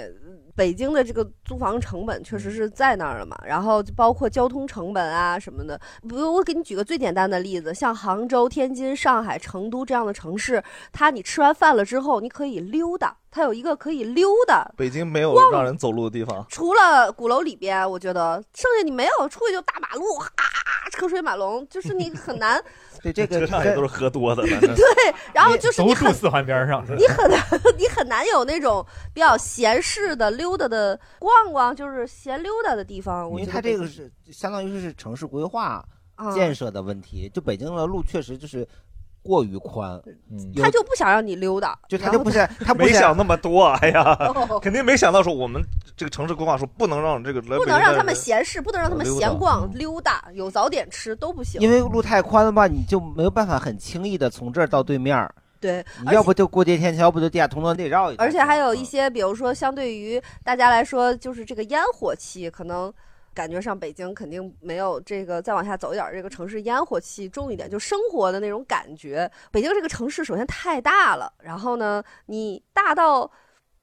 [SPEAKER 3] 北京的这个租房成本确实是在那儿了嘛。然后就包括交通成本啊什么的，比如我给你举个最简单的例子，像杭州、天津、上海、成都这样的城市，它你吃完饭了之后，你可以溜达，它有一个可以溜达。
[SPEAKER 1] 北京没有
[SPEAKER 3] 逛
[SPEAKER 1] 让人走路的地方，
[SPEAKER 3] 除了鼓楼里边，我觉得剩下你没有，出去就大马路，哈、啊，车水马龙，就是你很难
[SPEAKER 2] 对 这个
[SPEAKER 1] 车上也都是喝 多的，反正
[SPEAKER 3] 对，然后就是你
[SPEAKER 19] 都
[SPEAKER 3] 很
[SPEAKER 19] 住四环边上，
[SPEAKER 3] 你很难， 你很难有那种比较闲适的溜达的逛逛，就是闲溜达的地方。
[SPEAKER 2] 因
[SPEAKER 3] 哦我
[SPEAKER 2] 为
[SPEAKER 3] 觉得
[SPEAKER 2] 它这个
[SPEAKER 3] 北
[SPEAKER 2] 是相当于是城市规划
[SPEAKER 3] 啊
[SPEAKER 2] 建设的问题。就北京的路确实就是过于宽，有
[SPEAKER 1] 嗯
[SPEAKER 3] 他就不想让你溜达，
[SPEAKER 2] 就他
[SPEAKER 3] 然
[SPEAKER 2] 就
[SPEAKER 3] 后
[SPEAKER 2] 不是他不
[SPEAKER 1] 没
[SPEAKER 2] 是
[SPEAKER 1] 想那么多，哎呀
[SPEAKER 3] 哦，
[SPEAKER 1] 肯定没想到说我们这个城市规划说不能让这个
[SPEAKER 3] 不
[SPEAKER 1] 不
[SPEAKER 3] 能让他们闲适，不能让他们
[SPEAKER 2] 溜达
[SPEAKER 3] 闲逛溜达，有早点吃都不行。
[SPEAKER 2] 因为路太宽了吧，你就没有办法很轻易的从这儿到对面儿。
[SPEAKER 3] 对，
[SPEAKER 2] 你
[SPEAKER 3] 而
[SPEAKER 2] 要
[SPEAKER 3] 且
[SPEAKER 2] 不就过街天桥，要不就地下通道得绕一圈。
[SPEAKER 3] 而且还有一些，比如说相对于大家来说，就是这个烟火气，可能感觉上北京肯定没有这个再往下走一点儿，这个城市烟火气重一点，就生活的那种感觉。北京这个城市首先太大了，然后呢，你大到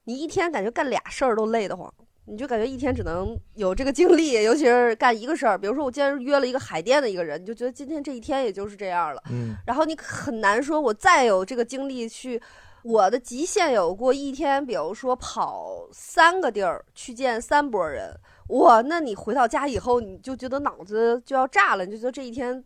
[SPEAKER 3] 你一天感觉干俩事儿都累得慌。你就感觉一天只能有这个精力，尤其是干一个事儿。比如说，我今天约了一个海淀的一个人，你就觉得今天这一天也就是这样了。
[SPEAKER 1] 嗯
[SPEAKER 3] 然后你很难说，我再有这个精力去，我的极限有过一天，比如说跑三个地儿去见三拨人，哇，那你回到家以后，你就觉得脑子就要炸了，你就觉得这一天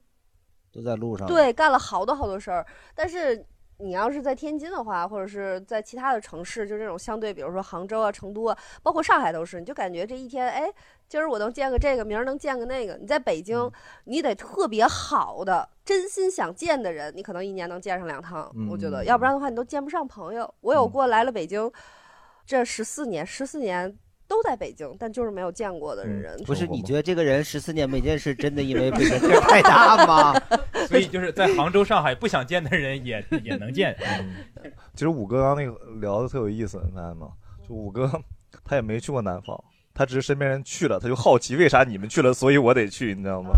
[SPEAKER 2] 都在路上。
[SPEAKER 3] 对，干了好多好多事儿。但是你要是在天津的话，或者是在其他的城市，就这种相对，比如说杭州啊、成都啊，包括上海都是，你就感觉这一天，哎，今儿我能见个这个，明儿能见个那个。你在北京，你得特别好的、真心想见的人，你可能一年能见上两趟。我觉得，要不然的话，你都见不上朋友。我有过来了北京，这十四年，十四年。都在北京，但就是没有见过的人。
[SPEAKER 2] 不是你觉得这个人十四年没见是真的因为北京地儿太大
[SPEAKER 5] 啊
[SPEAKER 2] 吗？
[SPEAKER 19] 所以就是在杭州、上海不想见的人也也能见。
[SPEAKER 1] 其实五哥刚刚那个聊的特有意思，你发现吗？就五哥 他也没去过南方，他只是身边人去了，他就好奇为啥你们去了，所以我得去，你知道吗？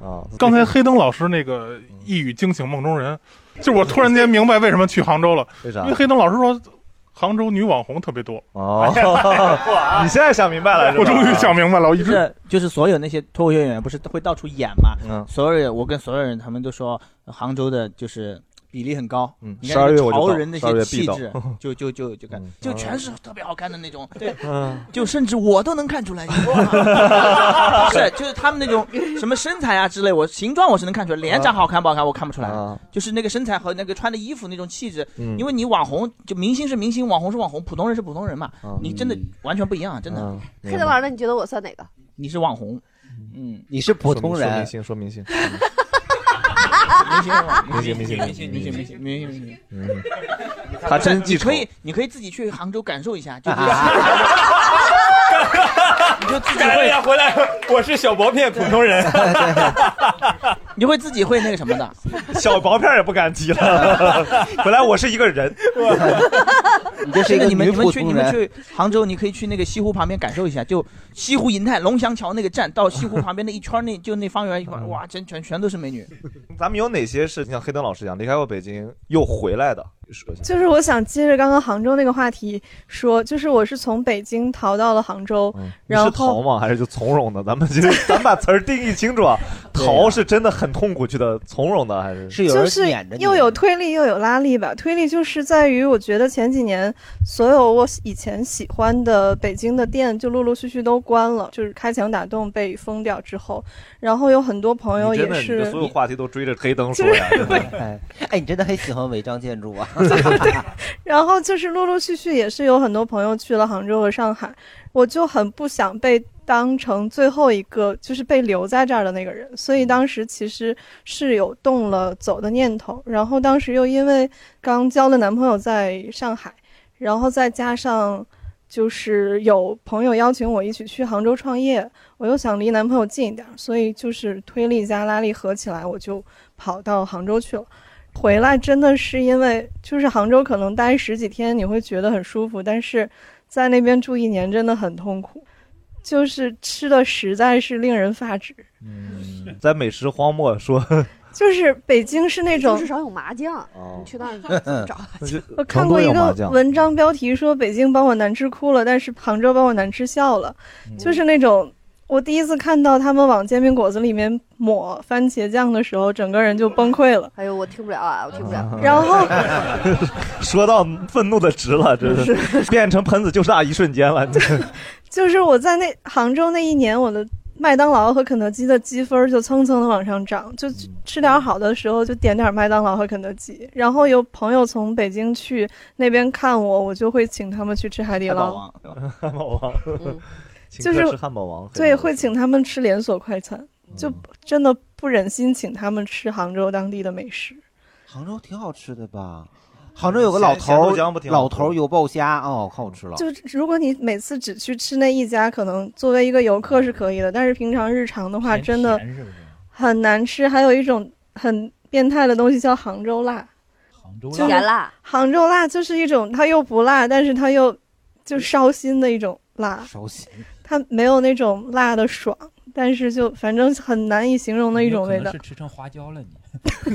[SPEAKER 1] 啊，
[SPEAKER 10] 刚 才黑灯老师那个一语惊醒梦中人，就是我突然间明白为什么去杭
[SPEAKER 2] 嗯
[SPEAKER 10] 州了，
[SPEAKER 1] 为啥
[SPEAKER 10] 因为黑灯老师说杭州女网红特别多。
[SPEAKER 1] 哦 你现在想明白了是吧
[SPEAKER 10] 我终于想明白了，我一
[SPEAKER 5] 就
[SPEAKER 10] 直
[SPEAKER 5] 是就是所有那些脱口秀演员不是会到处演嘛？所有人，我跟所有人他们都说杭州的就是比例很高，嗯你看
[SPEAKER 1] 12月我就
[SPEAKER 5] 潮
[SPEAKER 1] 到
[SPEAKER 5] 人那
[SPEAKER 1] 12
[SPEAKER 5] 些
[SPEAKER 1] 月
[SPEAKER 5] 气
[SPEAKER 1] 必到
[SPEAKER 5] 质，就就就就看，就全是特别好看的那种，对，
[SPEAKER 1] 嗯
[SPEAKER 5] 就甚至我都能看出来，是就是他们那种什么身材啊之类，我形状我是能看出来，脸长好看不好看我看不出来，就是那个身材和那个穿的衣服那种气质，
[SPEAKER 1] 嗯
[SPEAKER 5] 因为你网红就明星是明星，网红是网红，普通人是普通人嘛，你真的完全不一样，真的。
[SPEAKER 3] 黑灯老师，那你觉得我算哪个？
[SPEAKER 5] 你是网红，嗯，
[SPEAKER 2] 你是
[SPEAKER 1] 普通人说明星说明星，
[SPEAKER 5] 明
[SPEAKER 1] 星明
[SPEAKER 5] 明星
[SPEAKER 1] 星
[SPEAKER 5] 明星明星明星明星，
[SPEAKER 1] 嗯， 他真记
[SPEAKER 5] 你
[SPEAKER 1] 仇
[SPEAKER 5] 可。以你可以自己去杭州感受一下， 就是你就自己
[SPEAKER 19] 赶紧
[SPEAKER 5] 会
[SPEAKER 19] 呀回来，我是小薄片普通人，
[SPEAKER 5] 你就会自己会那个什么的，
[SPEAKER 1] 小薄片也不敢提了。 本来我是一个人，
[SPEAKER 5] 你
[SPEAKER 1] 就是一个
[SPEAKER 5] 你们
[SPEAKER 1] 女
[SPEAKER 5] 你们
[SPEAKER 1] 普
[SPEAKER 5] 去
[SPEAKER 1] 通
[SPEAKER 5] 你们
[SPEAKER 1] 人
[SPEAKER 5] 去杭州，你可以去那个西湖旁边感受一下，就西湖银泰龙翔桥那个站到西湖旁边那一圈儿那就那方圆一块儿，哇，真全全都是美女。
[SPEAKER 1] 咱们有哪些是像黑灯老师一样离开过北京又回来的？说一下
[SPEAKER 11] 就是我想接着刚刚杭州那个话题说，就是我是从北京逃到了杭州，
[SPEAKER 1] 你
[SPEAKER 11] 然
[SPEAKER 1] 是
[SPEAKER 11] 后
[SPEAKER 1] 逃吗？还是就 从容的？咱们今天咱们把词儿定义清楚 啊！逃是真的很痛苦去的，从容的还是
[SPEAKER 2] 是
[SPEAKER 11] 就是又有推力又有拉力吧。推力就是在于，我觉得前几年所有我以前喜欢的北京的店就陆陆续续都关了，就是开墙打洞被封掉之后，然后有很多朋友
[SPEAKER 1] 你
[SPEAKER 11] 哦也
[SPEAKER 1] 真的，你
[SPEAKER 11] 是
[SPEAKER 1] 的所有话题都追着黑灯说呀！真的
[SPEAKER 2] 哎哎，你真的很喜欢违章建筑啊！
[SPEAKER 11] 然后就是陆陆续续也是有很多朋友去了杭州和上海，我就很不想被当成最后一个就是被留在这儿的那个人，所以当时其实是有动了走的念头。然后当时又因为刚交的男朋友在上海，然后再加上就是有朋友邀请我一起去杭州创业，我又想离男朋友近一点，所以就是推力加拉力合起来，我就跑到杭州去了。回来真的是因为，就是杭州可能待十几天你会觉得很舒服，但是在那边住一年真的很痛苦，就是吃的实在是令人发指。
[SPEAKER 1] 嗯在美食荒漠 说，
[SPEAKER 11] 就是北京是那种
[SPEAKER 3] 至少有麻将，你去那儿 怎么找？
[SPEAKER 11] 我
[SPEAKER 1] 嗯
[SPEAKER 11] 看过一个文章标题说北京把我难吃哭了，但是杭州把我难吃笑了，就是那种。我第一次看到他们往煎饼果子里面抹番茄酱的时候，整个人就崩溃了。
[SPEAKER 3] 哎呦，我听不了啊，我听不了。
[SPEAKER 11] 然 后
[SPEAKER 1] 说到愤怒的值了，真是变成盆子就是那一瞬间了。
[SPEAKER 11] 就是我在那杭州那一年，我的麦当劳和肯德基的积分就蹭蹭的往上涨，就
[SPEAKER 1] 嗯
[SPEAKER 11] 吃点好的时候就点点麦当劳和肯德基。然后有朋友从北京去那边看我，我就会请他们去吃海底捞。
[SPEAKER 1] 汉堡王，请
[SPEAKER 11] 嗯就
[SPEAKER 1] 客
[SPEAKER 11] 是
[SPEAKER 1] 吃汉堡王，
[SPEAKER 11] 对，会请他们吃连锁快餐，
[SPEAKER 1] 嗯
[SPEAKER 11] 就真的不忍心请他们吃杭州当地的美食。
[SPEAKER 2] 杭州挺好吃的吧？杭州有个老
[SPEAKER 1] 咸咸
[SPEAKER 2] 头
[SPEAKER 1] 豆浆不
[SPEAKER 2] 儿，
[SPEAKER 1] 挺好吃
[SPEAKER 2] 老头儿油爆虾，哦，可好吃了。
[SPEAKER 11] 就如果你每次只去吃那一家，可能作为一个游
[SPEAKER 19] 嗯
[SPEAKER 11] 客是可以的，但是平常日常的话，真的很难吃。还有一种很变态的东西叫杭州辣，就是
[SPEAKER 3] 甜辣，
[SPEAKER 11] 杭州辣就是一种它又不辣，但是它又就烧心的一种辣，
[SPEAKER 2] 烧心，
[SPEAKER 11] 它没有那种辣的爽，但是就反正很难以形容的一种味
[SPEAKER 19] 有可
[SPEAKER 11] 道
[SPEAKER 19] 能是。吃成花椒了你。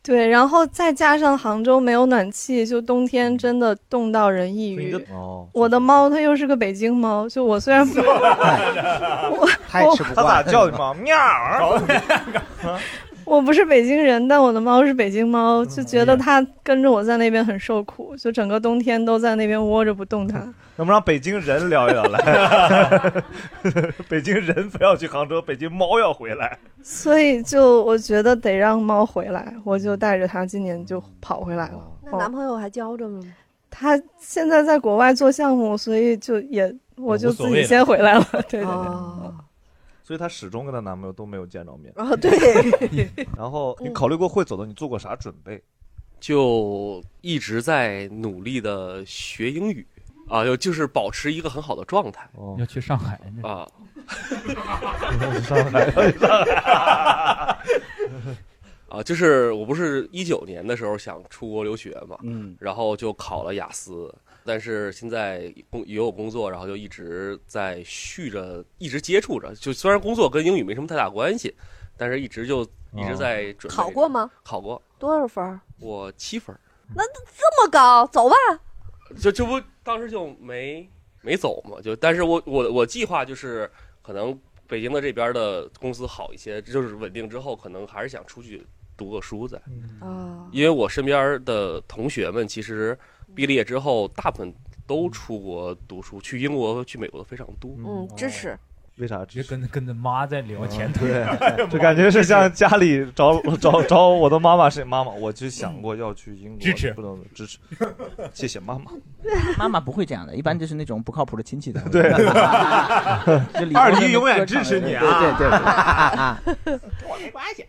[SPEAKER 11] 对，然后再加上杭州没有暖气，就冬天真的冻到人抑郁。
[SPEAKER 1] 哦，
[SPEAKER 11] 我的猫它又嗯是个北京猫，就我虽然 不，我
[SPEAKER 1] 太吃不惯他咋叫你 猫喵儿？
[SPEAKER 11] 我不是北京人，但我的猫是北京猫，就觉得它跟着我在那边很受苦，就整个冬天都在那边窝着不动它。
[SPEAKER 1] 能不能让北京人聊一聊来？ 北京人非要去杭州，北京猫要回来。
[SPEAKER 11] 所以就我觉得得让猫回来，我就带着它今年就跑回来了。哦
[SPEAKER 3] 那男朋友还交着吗？
[SPEAKER 11] 它现在在国外做项目，所以就也我就
[SPEAKER 1] 无所
[SPEAKER 11] 自
[SPEAKER 1] 谓
[SPEAKER 11] 己
[SPEAKER 1] 了
[SPEAKER 11] 先回来了。对对对。哦
[SPEAKER 1] 所以她始终跟她男朋友都没有见着面。
[SPEAKER 3] 啊对
[SPEAKER 1] 然后你考虑过会走的，你做过啥准备？
[SPEAKER 16] 就一直在努力的学英语啊，就就是保持一个很好的状态
[SPEAKER 1] 哦
[SPEAKER 19] 要去上海
[SPEAKER 16] 啊。
[SPEAKER 19] 上海要去上海
[SPEAKER 16] 啊，就是我不是一九年的时候想出国留学嘛，
[SPEAKER 19] 嗯
[SPEAKER 16] 然后就考了雅思，但是现在工也有工作，然后就一直在续着，一直接触着，就虽然工作跟英语没什么太大关系，但是一直就一
[SPEAKER 1] 哦
[SPEAKER 16] 直在准备。
[SPEAKER 3] 考过？吗？
[SPEAKER 16] 考过，
[SPEAKER 3] 多少分儿？
[SPEAKER 16] 我七分儿，
[SPEAKER 2] 嗯
[SPEAKER 3] 那这么高，走吧。
[SPEAKER 16] 就这不当时就没没走嘛，就但是我我我计划就是可能北京的这边的公司好一些，就是稳定之后，可能还是想出去读个书在。
[SPEAKER 3] 啊，
[SPEAKER 16] 因为我身边的同学们其实毕了业之后，大部分都出国读书，去英国、去美国的非常多。
[SPEAKER 3] 嗯，支持。
[SPEAKER 1] 为啥？直
[SPEAKER 19] 接跟跟着妈在聊前途，
[SPEAKER 1] 对，就感觉是像家里找找找我的妈妈是妈妈，我就想过要去英国，
[SPEAKER 5] 支持
[SPEAKER 1] 不能支持，谢谢妈妈。
[SPEAKER 5] 妈妈不会这样的，一般就是那种不靠谱的亲戚的。
[SPEAKER 1] 对
[SPEAKER 5] 就李
[SPEAKER 1] 二
[SPEAKER 5] 宗
[SPEAKER 1] 姨
[SPEAKER 5] 盛
[SPEAKER 1] 永远
[SPEAKER 5] 歌
[SPEAKER 1] 支
[SPEAKER 5] 唱的
[SPEAKER 1] 持
[SPEAKER 5] 那
[SPEAKER 1] 你
[SPEAKER 5] 个对对对对。 啊
[SPEAKER 2] 我没关系。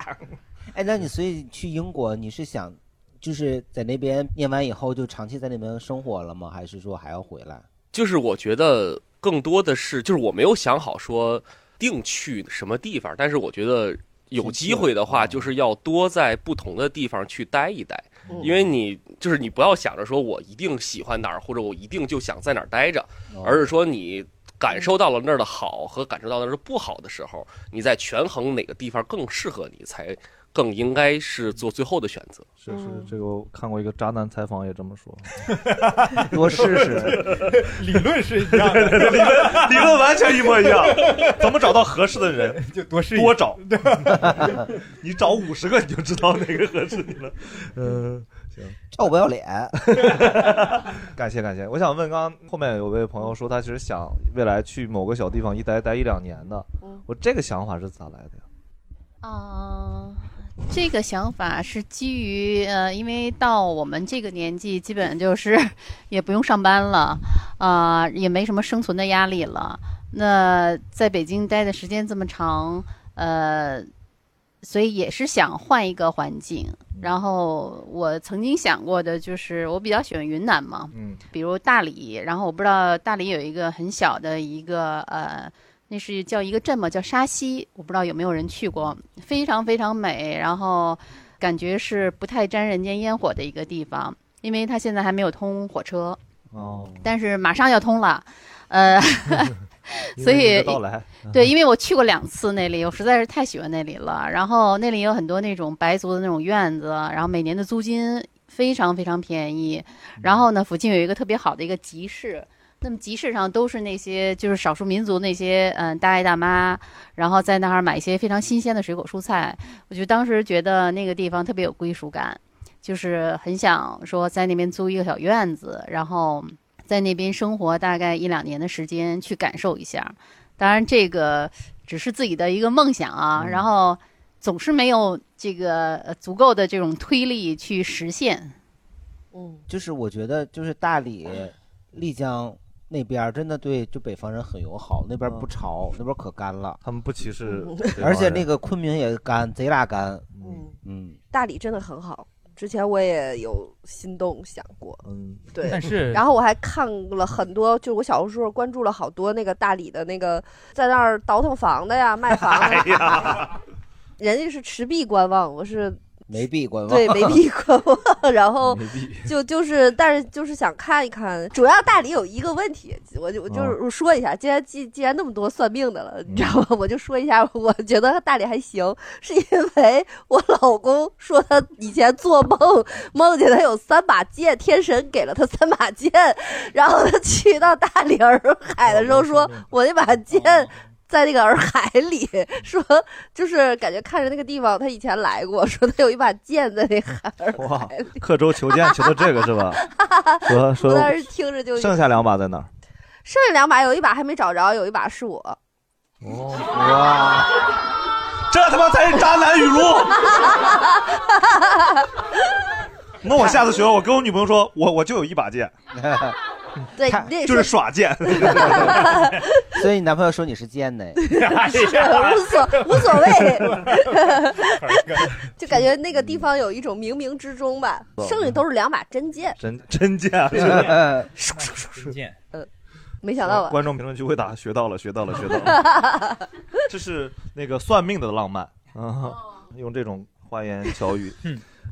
[SPEAKER 2] 哎，那你所以去英国，你是想就是在那边念完以后就长期在那边生活了吗？还是说还要回来？
[SPEAKER 16] 就是我觉得更多的是，就是我没有想好说定去什么地方，但是我觉得有机会的
[SPEAKER 1] 嗯
[SPEAKER 16] 话，就是要多在不同的地方去待一待，
[SPEAKER 1] 嗯
[SPEAKER 16] 因为你就是你不要想着说我一定喜欢哪儿，或者我一定就想在哪儿待着，
[SPEAKER 1] 哦
[SPEAKER 16] 而是说你。感受到了那儿的好和感受到那儿的不好的时候，你再权衡哪个地方更适合你，才更应该是做最后的选择。
[SPEAKER 1] 是是，这个我看过一个渣男采访也这么说，
[SPEAKER 16] 多试试
[SPEAKER 19] 理论是一 样的
[SPEAKER 1] 对对对理论理论完全一模一样，怎么找到合适的人
[SPEAKER 19] 就多试一
[SPEAKER 1] 多找，你找五十个你就知道哪个合适你了。 嗯，行，
[SPEAKER 2] 臭不要脸，
[SPEAKER 1] 感谢感谢。我想问，刚刚后面有位朋友说他其实想未来去某个小地方一待待一两年的，我这个想法是咋来的呀？
[SPEAKER 24] 嗯，
[SPEAKER 9] 这个想法是基于呃，因为到我们这个年纪，基本就是 也不用上班了，啊、也没什么生存的压力了。那在北京待的时间这么长，呃，所以也是想换一个环境。然后我曾经想过的就是，我比较喜欢云南嘛，
[SPEAKER 13] 嗯，
[SPEAKER 9] 比如大理，然后我不知道大理有一个很小的一个呃，那是叫一个镇嘛，叫沙溪，我不知道有没有人去过，非常非常美，然后感觉是不太沾人间烟火的一个地方，因为它现在还没有通火车，
[SPEAKER 1] 哦，
[SPEAKER 9] 但是马上要通了，呃， 所
[SPEAKER 1] 因为你
[SPEAKER 9] 以
[SPEAKER 1] 的到来嗯
[SPEAKER 9] 对，因为我去过两次那里，我实在是太喜欢那里了。然后那里有很多那种白族的那种院子，然后每年的租金非常非常便宜。
[SPEAKER 1] 嗯
[SPEAKER 9] 然后呢，附近有一个特别好的一个集市，那么集市上都是那些就是少数民族那些嗯大爷大妈，然后在那儿买一些非常新鲜的水果蔬菜。我就当时觉得那个地方特别有归属感，就是很想说在那边租一个小院子，然后在那边生活大概一两年的时间，去感受一下。当然，这个只是自己的一个梦想啊，然后总是没有这个呃足够的这种推力去实现。
[SPEAKER 2] 嗯，就是我觉得就是大理、丽江那边儿真的对就北方人很友好，那边儿不
[SPEAKER 3] 嗯
[SPEAKER 2] 潮，那边儿可干了。
[SPEAKER 1] 他们不歧视
[SPEAKER 2] 嗯
[SPEAKER 1] 北方人
[SPEAKER 2] 而且那个昆明也干，贼拉干。
[SPEAKER 3] 嗯
[SPEAKER 2] 嗯，
[SPEAKER 3] 大理真的很好，之前我也有心动想过，
[SPEAKER 1] 嗯，
[SPEAKER 3] 对，
[SPEAKER 2] 但是
[SPEAKER 3] 然后我还看了很多，就是我小的时候关注了好多那个大理的那个在那儿倒腾房的 呀，卖房
[SPEAKER 1] 哎
[SPEAKER 3] 的呀，
[SPEAKER 2] 哎
[SPEAKER 3] 人家是持币观望，我是
[SPEAKER 2] 没闭关吧？
[SPEAKER 3] 对 没闭关望， 然后
[SPEAKER 2] 没闭
[SPEAKER 3] 就就是，但是就是想看一看。主要大理有一个问题，我就我就是我说一下，既然既既然那么多算命的了，你知道吗？我就说一下，我觉得大理还行，是因为我老公说他以前做梦梦见他有三把剑，天神给了他三把剑，然后他去到大理洱海的时候说，我那把剑。在那个洱海里，说就是感觉看着那个地方，他以前来过，说他有一把剑在那海 洱
[SPEAKER 1] 哇，刻舟求剑求的这个是吧？说啊说
[SPEAKER 3] 我当时听着就
[SPEAKER 1] 剩下两把在哪儿？
[SPEAKER 3] 剩下两把，有一把还没找着，有一把是我。
[SPEAKER 1] 哦，哇，这他妈才是渣男语录！那我下次学，我跟我女朋友说，我我就有一把剑，
[SPEAKER 3] 对，
[SPEAKER 2] 看
[SPEAKER 3] 那
[SPEAKER 1] 就是耍剑。
[SPEAKER 2] 所以你男朋友说你是贱呢？
[SPEAKER 3] 无 所无所谓，就感觉那个地方有一种冥冥之中吧，
[SPEAKER 1] 嗯
[SPEAKER 3] 剩下都是两把真剑，
[SPEAKER 1] 真真剑，啊
[SPEAKER 19] 真剑。
[SPEAKER 3] 没想到吧？
[SPEAKER 1] 观众评论区会打学到了，学到了，学到 了。这是那个算命的浪漫
[SPEAKER 3] 哦
[SPEAKER 1] 啊，用这种花言巧语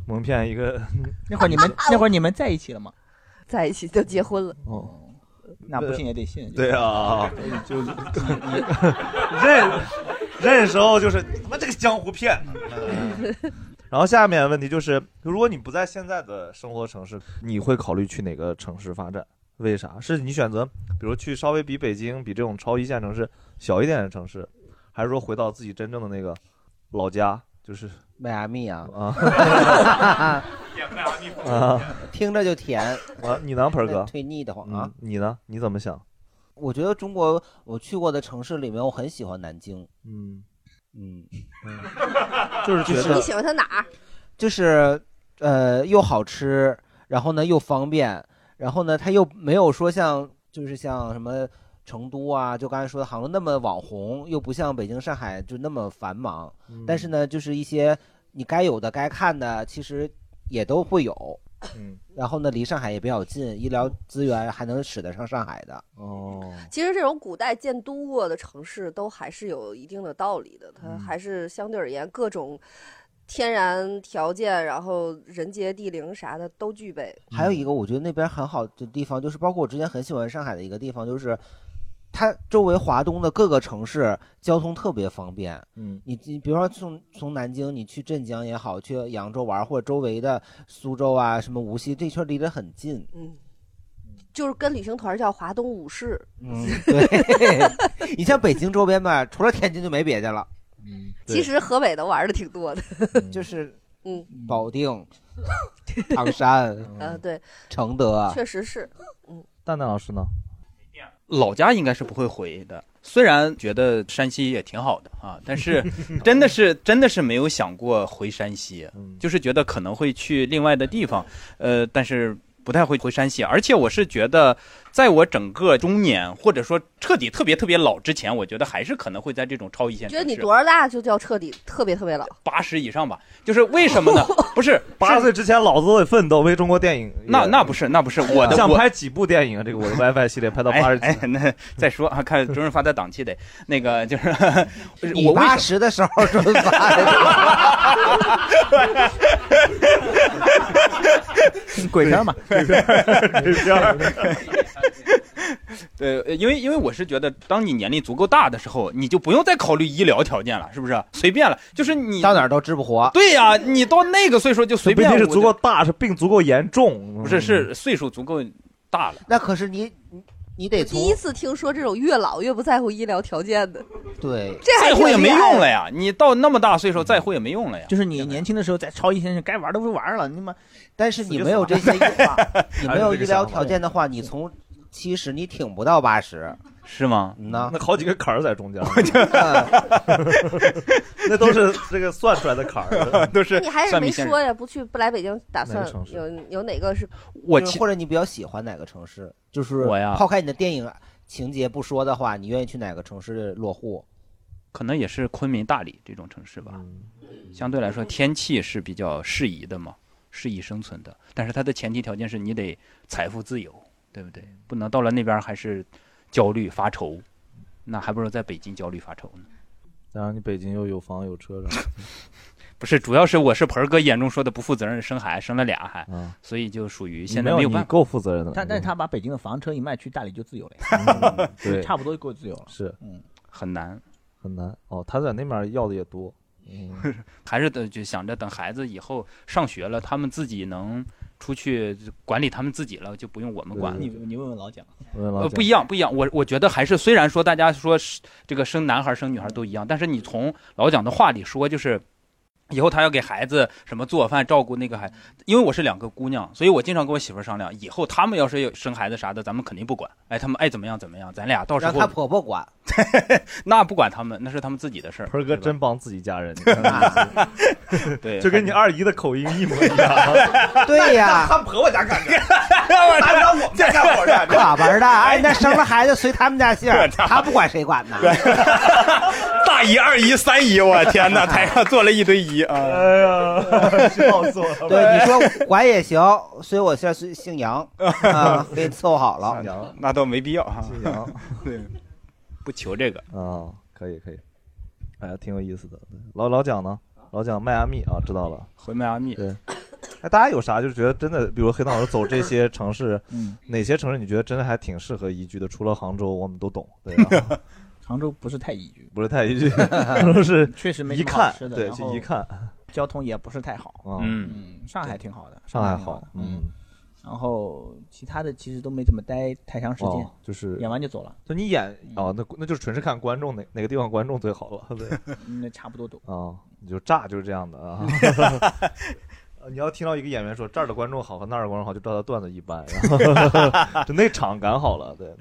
[SPEAKER 1] 蒙骗一个。
[SPEAKER 5] 嗯 那会儿你 们那会儿你们在一起了吗？
[SPEAKER 3] 在一起就结婚了。
[SPEAKER 1] 哦，
[SPEAKER 5] 那不信也得信。
[SPEAKER 1] 对啊，
[SPEAKER 5] 就
[SPEAKER 1] 认认时候就是你他妈这个江湖骗。嗯然后下面问题就是，如果你不在现在的生活城市，你会考虑去哪个城市发展？为啥？是你选择，比如去稍微比北京、比这种超一线城市小一点的城市，还是说回到自己真正的那个老家，就是
[SPEAKER 2] 迈阿密啊？
[SPEAKER 1] 哎 啊啊！
[SPEAKER 2] 听着就甜。
[SPEAKER 1] 我你呢，盆 儿哥？嗯
[SPEAKER 2] 忒腻得慌啊！
[SPEAKER 1] 你呢？你怎么想？
[SPEAKER 2] 我觉得中国我去过的城市里面，我很喜欢南京。
[SPEAKER 1] 嗯
[SPEAKER 2] 嗯，
[SPEAKER 1] 就是觉
[SPEAKER 3] 你喜欢他哪儿？
[SPEAKER 2] 就是呃又好吃，然后呢又方便，然后呢它又没有说像就是像什么成都啊，就刚才说的杭州那么网红，又不像北京、上海就那么繁忙，
[SPEAKER 1] 嗯
[SPEAKER 2] 但是呢就是一些你该有的、该看的，其实也都会有。
[SPEAKER 1] 嗯，
[SPEAKER 2] 然后呢，离上海也比较近，医疗资源还能使得上上海的。
[SPEAKER 1] 哦，
[SPEAKER 3] 其实这种古代建都过的城市，都还是有一定的道理的。
[SPEAKER 2] 嗯
[SPEAKER 3] 它还是相对而言各种天然条件，然后人杰地灵啥的都具备。
[SPEAKER 2] 还有一个我觉得那边很好的地方，就是包括我之前很喜欢上海的一个地方，就是它周围华东的各个城市交通特别方便。
[SPEAKER 1] 嗯，
[SPEAKER 2] 你你比如说从从南京你去镇江也好，去扬州玩，或者周围的苏州啊、什么无锡这圈离得很近。
[SPEAKER 3] 嗯，就是跟旅行团叫华东五市，
[SPEAKER 2] 嗯，对。 你像北京周边吧，除了天津就没别的了。嗯，
[SPEAKER 3] 其实河北的玩的挺多的，
[SPEAKER 2] 就是
[SPEAKER 3] 嗯
[SPEAKER 2] 保定、唐山、
[SPEAKER 3] 呃对，
[SPEAKER 2] 承德，啊
[SPEAKER 3] 确实是，嗯，
[SPEAKER 1] 蛋蛋老师呢？
[SPEAKER 13] 老家应该是不会回的。虽然觉得山西也挺好的啊，但是真的是真的是没有想过回山西，啊
[SPEAKER 1] 嗯
[SPEAKER 13] 就是觉得可能会去另外的地方，呃，但是不太会回山西。而且我是觉得，在我整个中年或者说彻底特别特别老之前，我觉得还是可能会在这种超一线
[SPEAKER 3] 你
[SPEAKER 13] 城
[SPEAKER 3] 觉
[SPEAKER 13] 市。
[SPEAKER 3] 得你多少大就叫彻底特别特别老？
[SPEAKER 13] 八十以上吧，就是为 什么呢？不是
[SPEAKER 1] 八十岁之前，老子都得奋斗，为中国电影。
[SPEAKER 13] 那那不是那不是我的
[SPEAKER 1] 想
[SPEAKER 13] 我
[SPEAKER 1] 拍几部电影啊？这 个我的 WiFi 系列拍到八十
[SPEAKER 13] 哎哎，那再说啊，看周润发的档期得那个就是
[SPEAKER 2] 你
[SPEAKER 13] 我为什
[SPEAKER 2] 八
[SPEAKER 13] 么
[SPEAKER 2] 十的时候说发
[SPEAKER 13] 鬼片嘛，
[SPEAKER 2] 鬼片儿鬼片儿
[SPEAKER 13] 对，呃因为因为我是觉得，当你年龄足够大的时候，你就不用再考虑医疗条件了，是不是？随便了，就是你
[SPEAKER 2] 到哪儿都治不活。
[SPEAKER 13] 对呀、你到那个岁数就随便。
[SPEAKER 1] 是
[SPEAKER 13] 我
[SPEAKER 1] 足够大，是病足够严重。嗯
[SPEAKER 13] 不是是岁数足够大了。
[SPEAKER 2] 那可是你你你得从
[SPEAKER 3] 第一次听说这种越老越不在乎医疗条件的，
[SPEAKER 2] 对，
[SPEAKER 3] 这还
[SPEAKER 13] 再
[SPEAKER 3] 挺
[SPEAKER 13] 婚也没
[SPEAKER 3] 厉害
[SPEAKER 13] 用了呀！你到那么大岁数再婚也没用了呀。
[SPEAKER 5] 就是你年轻的时候在超一线，该玩的都玩了，你妈！
[SPEAKER 2] 但是你没有这些医 你没有医疗条件
[SPEAKER 5] 的，
[SPEAKER 2] 的话，你从七十你挺不到八十，
[SPEAKER 13] 是吗？
[SPEAKER 2] 那嗯
[SPEAKER 1] 那好几个坎儿在 中间， 那都是 这个算出来的坎儿，
[SPEAKER 13] 都
[SPEAKER 3] 你还是没说呀？不去不来北京，打
[SPEAKER 2] 哪
[SPEAKER 3] 算
[SPEAKER 2] 个城市
[SPEAKER 3] 有有哪个是？
[SPEAKER 2] 就是或者你比较喜欢哪个城市？就是
[SPEAKER 13] 我呀
[SPEAKER 2] 抛开你的电影情节不说的话，你愿意去哪个城市落 户？
[SPEAKER 13] 可能也是昆明、大理这种城市吧。
[SPEAKER 1] 嗯
[SPEAKER 13] 相对来说，天气是比较适宜的嘛，适宜生存的。但是它的前提条件是你得财富自由，对不对？不能到了那边儿还是焦虑发愁，那还不如在北京焦虑发愁呢。
[SPEAKER 1] 当然，你北京又有房有车，
[SPEAKER 13] 不是，主要是我是盆儿哥眼中说的不负责任，生孩生了俩还，
[SPEAKER 1] 嗯
[SPEAKER 13] 所以就属于
[SPEAKER 1] 你
[SPEAKER 13] 现
[SPEAKER 1] 没
[SPEAKER 13] 在
[SPEAKER 1] 有
[SPEAKER 13] 没
[SPEAKER 1] 你
[SPEAKER 13] 办法。
[SPEAKER 1] 够负责任的了
[SPEAKER 5] 他但是他把北京的房车一卖，去大理就自由了呀，
[SPEAKER 1] 对
[SPEAKER 5] 差不多就够自由了。
[SPEAKER 1] 是，
[SPEAKER 5] 嗯，
[SPEAKER 13] 很难，
[SPEAKER 1] 很难。哦，他在那边要的也多，嗯，
[SPEAKER 13] 还是等就想着等孩子以后上学了，他们自己能出去管理他们自己了，就不用我
[SPEAKER 1] 嗯
[SPEAKER 13] 们管了。
[SPEAKER 5] 你你问问老蒋，
[SPEAKER 13] 呃，不一样，不一样。我我觉得还是，虽然说大家说是这个生男孩儿生女孩儿都一样，但是你从老蒋的话里说，就是以后他要给孩子什么做饭、照顾那个孩，因为我是两个姑娘，所以我经常跟我媳妇儿商量，以后他们要是有生孩子啥的，咱们肯定不管。哎，他们爱怎么样怎么样，咱俩到时
[SPEAKER 2] 让她
[SPEAKER 13] 候
[SPEAKER 2] 婆婆管。
[SPEAKER 13] 那不管他们，那是他们自己的事儿。
[SPEAKER 1] 盆儿哥真帮自己家 人，
[SPEAKER 13] 对，
[SPEAKER 1] 就跟你二姨的口音一模一 样。
[SPEAKER 2] 对呀
[SPEAKER 1] 他婆婆家干的，
[SPEAKER 2] 打
[SPEAKER 1] 扰我们家干活 的
[SPEAKER 2] 可玩儿的，哎，那生了孩子随他们家姓儿，他不管谁管呢。
[SPEAKER 13] 大姨、二姨、三姨，我天哪！台上坐了一堆姨啊！
[SPEAKER 1] 哎 呀，笑死我了。
[SPEAKER 2] 对，你说管也行，所以我现在是姓杨啊，给你伺候好了。
[SPEAKER 13] 那倒没必要哈
[SPEAKER 1] 姓 杨，
[SPEAKER 13] 对，不求这个
[SPEAKER 1] 啊，可以可以，哎呀，挺有意思的。对老老蒋呢？老蒋迈阿密啊，知道了，
[SPEAKER 13] 回迈阿密。
[SPEAKER 1] 对，哎，大家有啥就是觉得真的，比如黑老师走这些城 市，哪些城市你觉得真的还挺适合宜居的？除了杭州，我们都懂，对 吧？
[SPEAKER 5] 杭州不是太宜居，
[SPEAKER 1] 不是太 宜居，都是
[SPEAKER 5] 确实没
[SPEAKER 1] 一
[SPEAKER 5] 什么好
[SPEAKER 1] 看
[SPEAKER 5] 吃，的
[SPEAKER 1] 对，
[SPEAKER 5] 然
[SPEAKER 1] 就
[SPEAKER 5] 后
[SPEAKER 1] 一看，
[SPEAKER 5] 交通也不是太好。
[SPEAKER 1] 嗯，
[SPEAKER 5] 上海挺好的，
[SPEAKER 1] 上海
[SPEAKER 5] 挺
[SPEAKER 1] 好
[SPEAKER 5] 的，
[SPEAKER 1] 嗯，
[SPEAKER 5] 然后其他的其实都没怎么待太长时间，
[SPEAKER 1] 哦就是
[SPEAKER 5] 演完就走了，
[SPEAKER 1] 就你演哦，那那就是纯是看观众哪哪个地方观众最好了，对
[SPEAKER 5] 嗯 那差不多都。
[SPEAKER 1] 啊，你就炸就是这样的啊。呃你要听到一个演员说这儿的观众好和那儿的观众好，就知道他段子一般，然后就那场赶好了，对。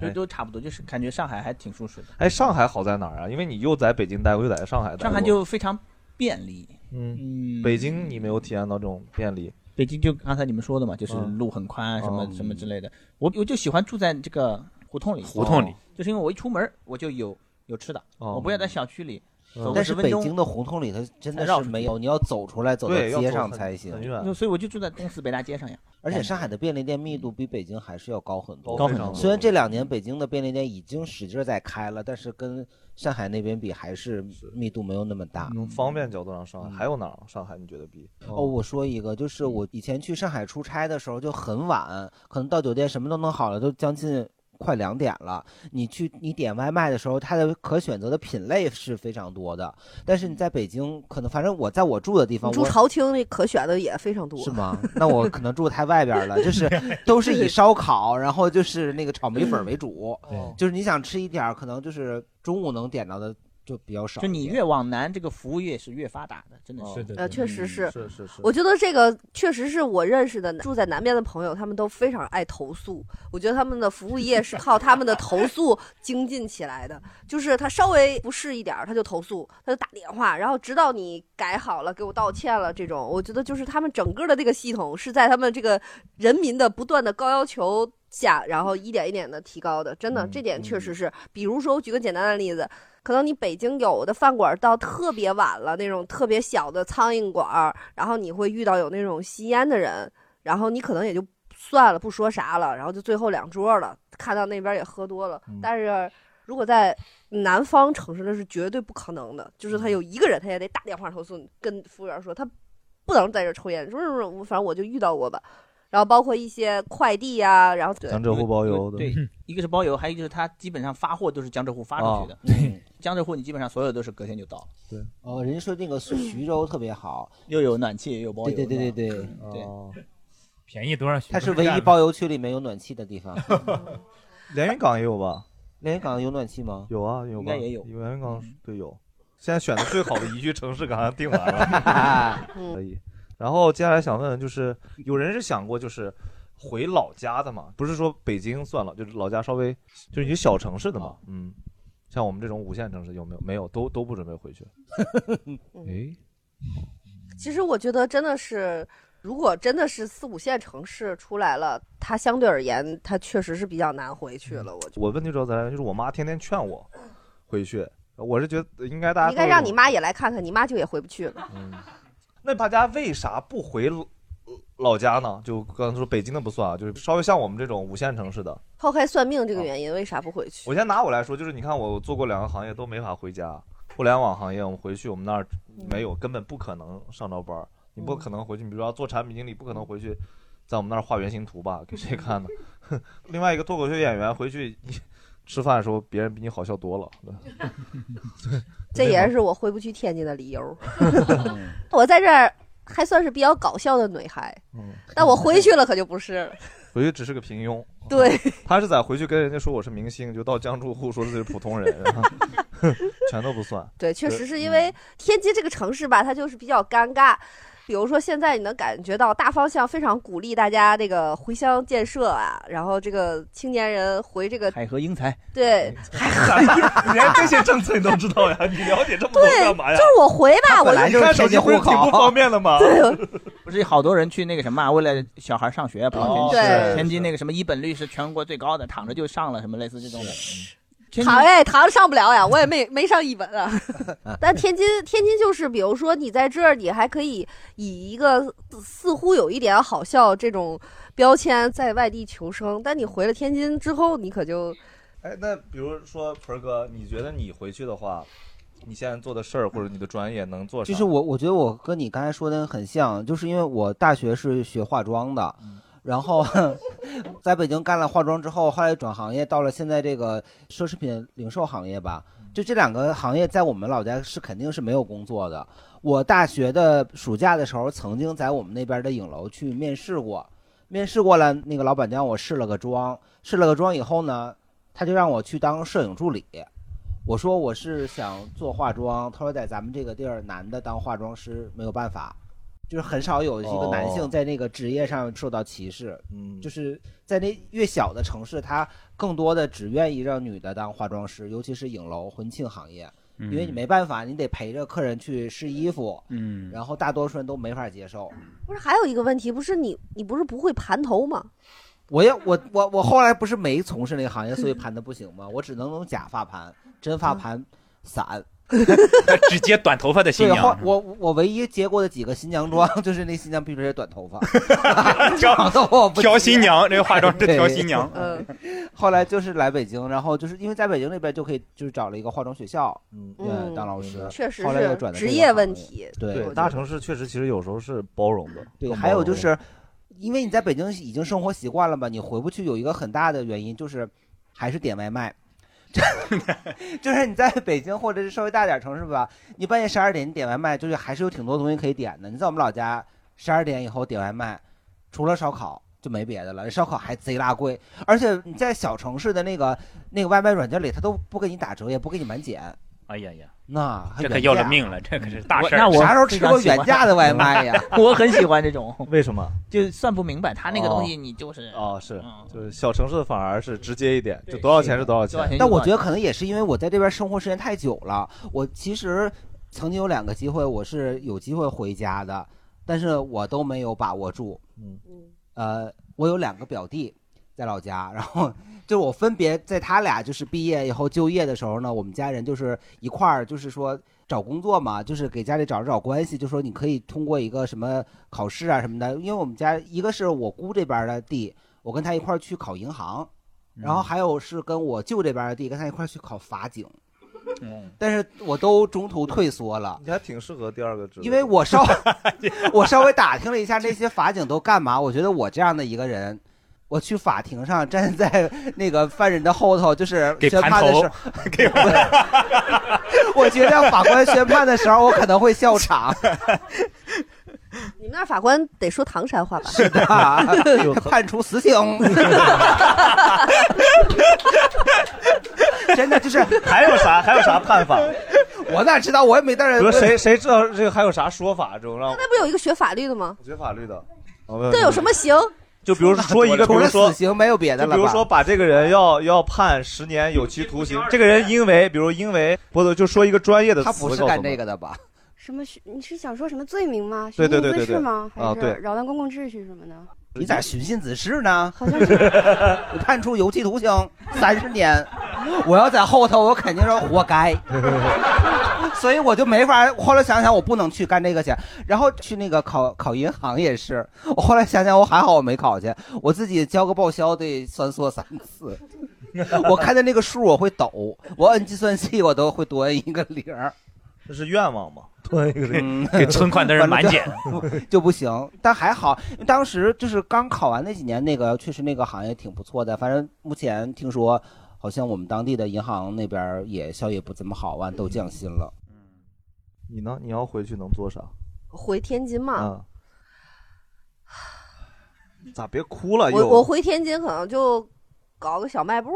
[SPEAKER 5] 就都差不多，就是感觉上海还挺舒适的。
[SPEAKER 1] 哎，上海好在哪儿啊？因为你又在北京待过，又在上海待过。
[SPEAKER 5] 上海就非常便利，
[SPEAKER 1] 嗯，北京你没有体验到这种便利。
[SPEAKER 5] 北京就刚才你们说的嘛，就是
[SPEAKER 1] 嗯
[SPEAKER 5] 路很宽，什么
[SPEAKER 1] 哦
[SPEAKER 5] 什么之类的。我我就喜欢住在这个胡同里，
[SPEAKER 1] 胡同里
[SPEAKER 5] 哦，就是因为我一出门我就有有吃的，
[SPEAKER 2] 哦
[SPEAKER 5] 我不要在小区里走个
[SPEAKER 2] 但是
[SPEAKER 5] 10分
[SPEAKER 2] 北
[SPEAKER 5] 钟
[SPEAKER 2] 京的胡同里头真的
[SPEAKER 5] 才绕
[SPEAKER 2] 是
[SPEAKER 5] 出去
[SPEAKER 2] 没有，你要走出来，走到
[SPEAKER 5] 对要
[SPEAKER 2] 街
[SPEAKER 5] 走
[SPEAKER 2] 上
[SPEAKER 5] 很
[SPEAKER 2] 才行
[SPEAKER 5] 很。远所以我就住在东四北大街上呀。
[SPEAKER 2] 而且上海的便利店密度比北京还是要高很多，
[SPEAKER 5] 高很多
[SPEAKER 2] 虽然这两年北京的便利店已经使劲儿在开了，但是跟上海那边比还是密度没有那么大。
[SPEAKER 1] 从方便角度上，上海还有哪儿？上海你觉得比
[SPEAKER 2] 哦，我说一个，就是我以前去上海出差的时候就很晚，可能到酒店什么都弄好了，都将近快两点了。你去你点外卖的时候，它的可选择的品类是非常多的，但
[SPEAKER 5] 嗯
[SPEAKER 2] 是你在北京，可能反正我在我住的地方，
[SPEAKER 3] 你住
[SPEAKER 2] 我
[SPEAKER 3] 朝厅那可选的也非常多，
[SPEAKER 2] 是吗？那我可能住太外边了，就是 都是以烧烤，然
[SPEAKER 1] 嗯
[SPEAKER 2] 后就是那个炒米粉为主，就是你想吃一点儿，可能就是中午能点到的就比较少。
[SPEAKER 5] 就你越往南，这个服务业是越发达的，真的是。
[SPEAKER 3] 呃，确实是，
[SPEAKER 1] 哦是是嗯
[SPEAKER 3] 我觉得这个确实是我认识的住在南边的朋友，他们都非常爱投诉。我觉得他们的服务业是靠他们的投诉精进起来的，就是他稍微不适一点儿，他就投诉，他就打电话，然后直到你改好了，给我道歉了这种。我觉得就是他们整个的这个系统是在他们这个人民的不断的高要求。下，然后一点一点的提高的，真的，这点确实是。比如说，我举个简单的例子，可能你北京有的饭馆到特别晚了，那种特别小的苍蝇馆儿，然后你会遇到有那种吸烟的人，然后你可能也就算了，不说啥了，然后就最后两桌了，看到那边也喝多了。
[SPEAKER 1] 嗯
[SPEAKER 3] 但是如果在南方城市，那是绝对不可能的，就是
[SPEAKER 1] 嗯
[SPEAKER 3] 他有一个人，他也得打电话投诉你，跟服务员说他不能在这儿抽烟，说是我反正我就遇到过吧。然后包括一些快递呀、然后对
[SPEAKER 1] 江浙沪包邮的，
[SPEAKER 5] 对，一个是包邮，还有一个就是它基本上发货都是江浙沪发出去的。对，江浙沪你基本上所有都是隔天就到了。
[SPEAKER 1] 对，
[SPEAKER 2] 哦，人家说那个徐徐州特别好，
[SPEAKER 5] 又有暖气，也有包邮。嗯
[SPEAKER 2] 对对对对对
[SPEAKER 5] 对，
[SPEAKER 1] 哦
[SPEAKER 19] 便宜多少？
[SPEAKER 2] 它是唯一包邮区里面有暖气的地方。
[SPEAKER 1] 连云港也有吧？
[SPEAKER 2] 连云港有暖气吗？
[SPEAKER 1] 有啊，有吧？
[SPEAKER 2] 应该也有
[SPEAKER 1] 连云
[SPEAKER 5] 嗯
[SPEAKER 1] 港对有。现在选的最好的宜居城市，刚刚定完了，
[SPEAKER 3] 嗯
[SPEAKER 1] 可以。然后接下来想问问，就是有人是想过就是回老家的嘛？不是说北京算了，就是老家稍微就是一些小城市的嘛。嗯，像我们这种五线城市有没有？没有，都都不准备回去。
[SPEAKER 3] 嗯
[SPEAKER 1] 哎，
[SPEAKER 3] 其实我觉得真的是，如果真的是四五线城市出来了，它相对而言，它确实是比较难回去
[SPEAKER 1] 嗯
[SPEAKER 3] 了。我觉得
[SPEAKER 1] 我问题主要在于就是我妈天天劝我回去，我是觉得应该大家
[SPEAKER 3] 应该
[SPEAKER 1] 都
[SPEAKER 3] 让你妈也来看看，你妈就也回不去了。
[SPEAKER 1] 嗯那大家为啥不回老老家呢？就刚才说北京的不算啊，就是稍微像我们这种五线城市的。
[SPEAKER 3] 抛开算命这个原因，为啥不回去？
[SPEAKER 1] 啊我先拿我来说，就是你看我做过两个行业都没法回家，互联网行业我们回去我们那儿
[SPEAKER 3] 嗯
[SPEAKER 1] 没有，根本不可能上着班儿，你不可能回去。你比如说做产品经理，不可能回去在我们那儿画原型图吧，给谁看呢？另外一个脱口秀演员回去吃饭的时候，别人比你好笑多了。
[SPEAKER 3] 这也是我回不去天津的理 由。我在这儿还算是比较搞笑的女孩，
[SPEAKER 1] 嗯，
[SPEAKER 3] 但我回去了可就不是了。
[SPEAKER 1] 回去只是个平庸。 啊
[SPEAKER 3] 对，
[SPEAKER 1] 他是在回去跟人家说我是明星，就到江浙沪说自己是普通人，然后 全都不算。
[SPEAKER 3] 对，确实
[SPEAKER 1] 嗯
[SPEAKER 3] 是因为天津这个城市吧，它就是比较尴尬。比如说，现在你能感觉到大方向非常鼓励大家这个回乡建设啊，然后这个青年人回这个
[SPEAKER 5] 海河英才，
[SPEAKER 3] 对，
[SPEAKER 1] 你 连这些政策你都知道呀？你了解这么多
[SPEAKER 3] 对
[SPEAKER 1] 干嘛
[SPEAKER 3] 就
[SPEAKER 1] 呀？
[SPEAKER 3] 是我回吧，我
[SPEAKER 1] 你看手机不是挺不方便 的吗？
[SPEAKER 5] 不是好多人去那个什么啊，为了小孩上学跑
[SPEAKER 1] 哦
[SPEAKER 5] 天津，
[SPEAKER 1] 对
[SPEAKER 5] 天津那个什么一本率是全国最高的，躺着就上了什么类似这种的。天津
[SPEAKER 3] 躺哎，躺着上不了呀，我也没没上一本啊。但天津，天津就是，比如说你在这儿，你还可以以一个似乎有一点好笑这种标签在外地求生，但你回了天津之后，你可就
[SPEAKER 1] 哎，那比如说盆儿哥，你觉得你回去的话，你现在做的事儿或者你的专业能做啥？
[SPEAKER 2] 就是我，我觉得我跟你刚才说的很像，就是因为我大学是学化妆的，然后 在北京干了化妆之后，后来转行业到了现在这个奢侈品零售行业吧。就这两个行业在我们老家是肯定是没有工作的。我大学的暑假的时候，曾经在我们那边的影楼去面试过，面试过了，那个老板让我试了个妆，试了个妆以后呢，他就让我去当摄影助理。我说我是想做化妆，他说在咱们这个地儿，男的当化妆师没有办法，就是很少有一个男性
[SPEAKER 1] 哦
[SPEAKER 2] 在那个职业上受到歧视。
[SPEAKER 1] 嗯，
[SPEAKER 2] 就是在那越小的城市，他更多的只愿意让女的当化妆师，尤其是影楼、婚庆行业，因为你
[SPEAKER 13] 嗯
[SPEAKER 2] 没办法，你得陪着客人去试衣服，
[SPEAKER 13] 嗯，
[SPEAKER 2] 然后大多数人都没法接受。
[SPEAKER 3] 不是还有一个问题，不是你你不是不会盘头吗？
[SPEAKER 2] 我也我我我后来不是没从事那个行业，所以盘的不行吗？我只能用假发盘，真
[SPEAKER 13] 嗯
[SPEAKER 2] 发盘散。
[SPEAKER 13] 直接短头发的新
[SPEAKER 2] 对，后
[SPEAKER 13] 娘，
[SPEAKER 2] 我我唯一接过的几个新娘妆， 就是那新娘必须得短头发，长得我不
[SPEAKER 13] 挑新娘这个化妆师
[SPEAKER 2] 对
[SPEAKER 13] 挑新娘
[SPEAKER 3] 嗯，
[SPEAKER 2] 后来就是来北京，然后就是因为在北京那边就可以，就是找了一个化妆学校，嗯
[SPEAKER 3] 嗯
[SPEAKER 2] 当老师，
[SPEAKER 3] 确实
[SPEAKER 2] 后来又
[SPEAKER 3] 是
[SPEAKER 2] 转的
[SPEAKER 3] 职业问题。
[SPEAKER 2] 对
[SPEAKER 3] 我觉
[SPEAKER 1] 大
[SPEAKER 3] 得
[SPEAKER 1] 城市确实其实有时候是包容的。
[SPEAKER 2] 对，
[SPEAKER 1] 更
[SPEAKER 2] 还有
[SPEAKER 1] 包容
[SPEAKER 2] 就
[SPEAKER 1] 了
[SPEAKER 2] 是，因为你在北京已经生活习惯了吧，你回不去有一个很大的原因就是，还是点外卖。 就是你在北京或者是稍微大点儿城市吧，你半夜十二点你点外卖，就是还是有挺多东西可以点的。你在我们老家，十二点以后点外卖，除了烧烤就没别的了，烧烤还贼拉贵，而且你在小城市的那个那个外卖软件里，它都不给你打折，也不给你满减。
[SPEAKER 13] 哎呀呀，
[SPEAKER 2] 那还
[SPEAKER 13] 这可
[SPEAKER 2] 远
[SPEAKER 13] 要了
[SPEAKER 2] 价
[SPEAKER 13] 命了，这可是大
[SPEAKER 5] 嗯我
[SPEAKER 13] 事儿。
[SPEAKER 5] 那我
[SPEAKER 13] 啥时候吃过远价的外
[SPEAKER 2] 卖 呀
[SPEAKER 5] 我很喜欢这种，
[SPEAKER 1] 为什么？
[SPEAKER 5] 就算不明白他那个东西，
[SPEAKER 1] 哦
[SPEAKER 5] 你就是
[SPEAKER 1] 哦，是就是小城市反而是直接一点，就多少钱是多少钱。
[SPEAKER 2] 但我觉得可能也是因为我在这边生活时间太久了，我其实曾经有两个机会，我是有机会回家的，但是我都没有把握住。
[SPEAKER 1] 嗯
[SPEAKER 2] 呃，我有两个表弟在老家，然后就是我分别在他俩就是毕业以后就业的时候呢，我们家人就是一块儿就是说找工作嘛，就是给家里找找关系，就说你可以通过一个什么考试啊什么的，因为我们家一个是我姑这边的地，我跟他一块儿去考银行，然后还有是跟我舅这边的地，跟他一块儿去考法警。
[SPEAKER 13] 嗯，
[SPEAKER 2] 但是我都中途退缩了。
[SPEAKER 1] 你还挺适合第二个职位，
[SPEAKER 2] 因为我 稍我稍微打听了一下那些法警都干嘛，我觉得我这样的一个人，我去法庭上站在那个犯人的后头，就是
[SPEAKER 13] 给
[SPEAKER 2] 宣
[SPEAKER 13] 盘
[SPEAKER 2] 判的
[SPEAKER 13] 头
[SPEAKER 2] 时候，给 我觉得法官宣判的时候，我可能会笑 场。
[SPEAKER 3] 你们那儿法官得说唐山话吧？
[SPEAKER 2] 是的 判处死刑。真的就是
[SPEAKER 1] 还有啥还有啥办法？
[SPEAKER 2] 我哪知道？我也没带人
[SPEAKER 1] 说谁谁知道这个还有啥说法？这种让我
[SPEAKER 3] 那不有一个学法律的吗？
[SPEAKER 1] 学法律的，
[SPEAKER 3] 这
[SPEAKER 1] 这
[SPEAKER 3] 有什么刑？
[SPEAKER 1] 就比如说一个，比
[SPEAKER 2] 除
[SPEAKER 1] 如
[SPEAKER 2] 了
[SPEAKER 1] 说
[SPEAKER 2] 死刑没有别的了
[SPEAKER 1] 就
[SPEAKER 2] 吧
[SPEAKER 1] 比如说把这个人要要判十年有期徒刑，这个人因为比如因为不是就说一个专业的词，
[SPEAKER 2] 他不是干这个的吧？
[SPEAKER 26] 什么寻？你是想说什么罪名吗？
[SPEAKER 1] 对
[SPEAKER 26] 寻衅
[SPEAKER 1] 对对
[SPEAKER 26] 滋
[SPEAKER 1] 对对
[SPEAKER 26] 事吗？还
[SPEAKER 1] 啊
[SPEAKER 26] 是
[SPEAKER 1] 对
[SPEAKER 26] 扰乱公共秩序什么的？
[SPEAKER 2] 你咋寻衅滋事呢？好像 是判处有期徒刑三十年， 我要在后头，我肯定是活该。 所以我就没法。后来想想，我不能去干这个去。然后去那个考考银行也是，我后来想想，我还好我没考去，我自己交个报销得算错三次。我看见那个数我会抖，我摁计算器我都会多摁一个零儿。
[SPEAKER 1] 这是愿望吗？多一 个零
[SPEAKER 13] 嗯给存款的人满减
[SPEAKER 2] 就 不行。但还好，当时就是刚考完那几年，那个确实那个行业挺不错的。反正目前听说，好像我们当地的银行那边也效益不怎么好，啊完都降薪了。
[SPEAKER 1] 你呢？你要回去能做啥？
[SPEAKER 3] 回天津嘛？
[SPEAKER 1] 啊？咋别哭了？
[SPEAKER 3] 我
[SPEAKER 1] 又
[SPEAKER 3] 我回天津可能就搞个小卖部，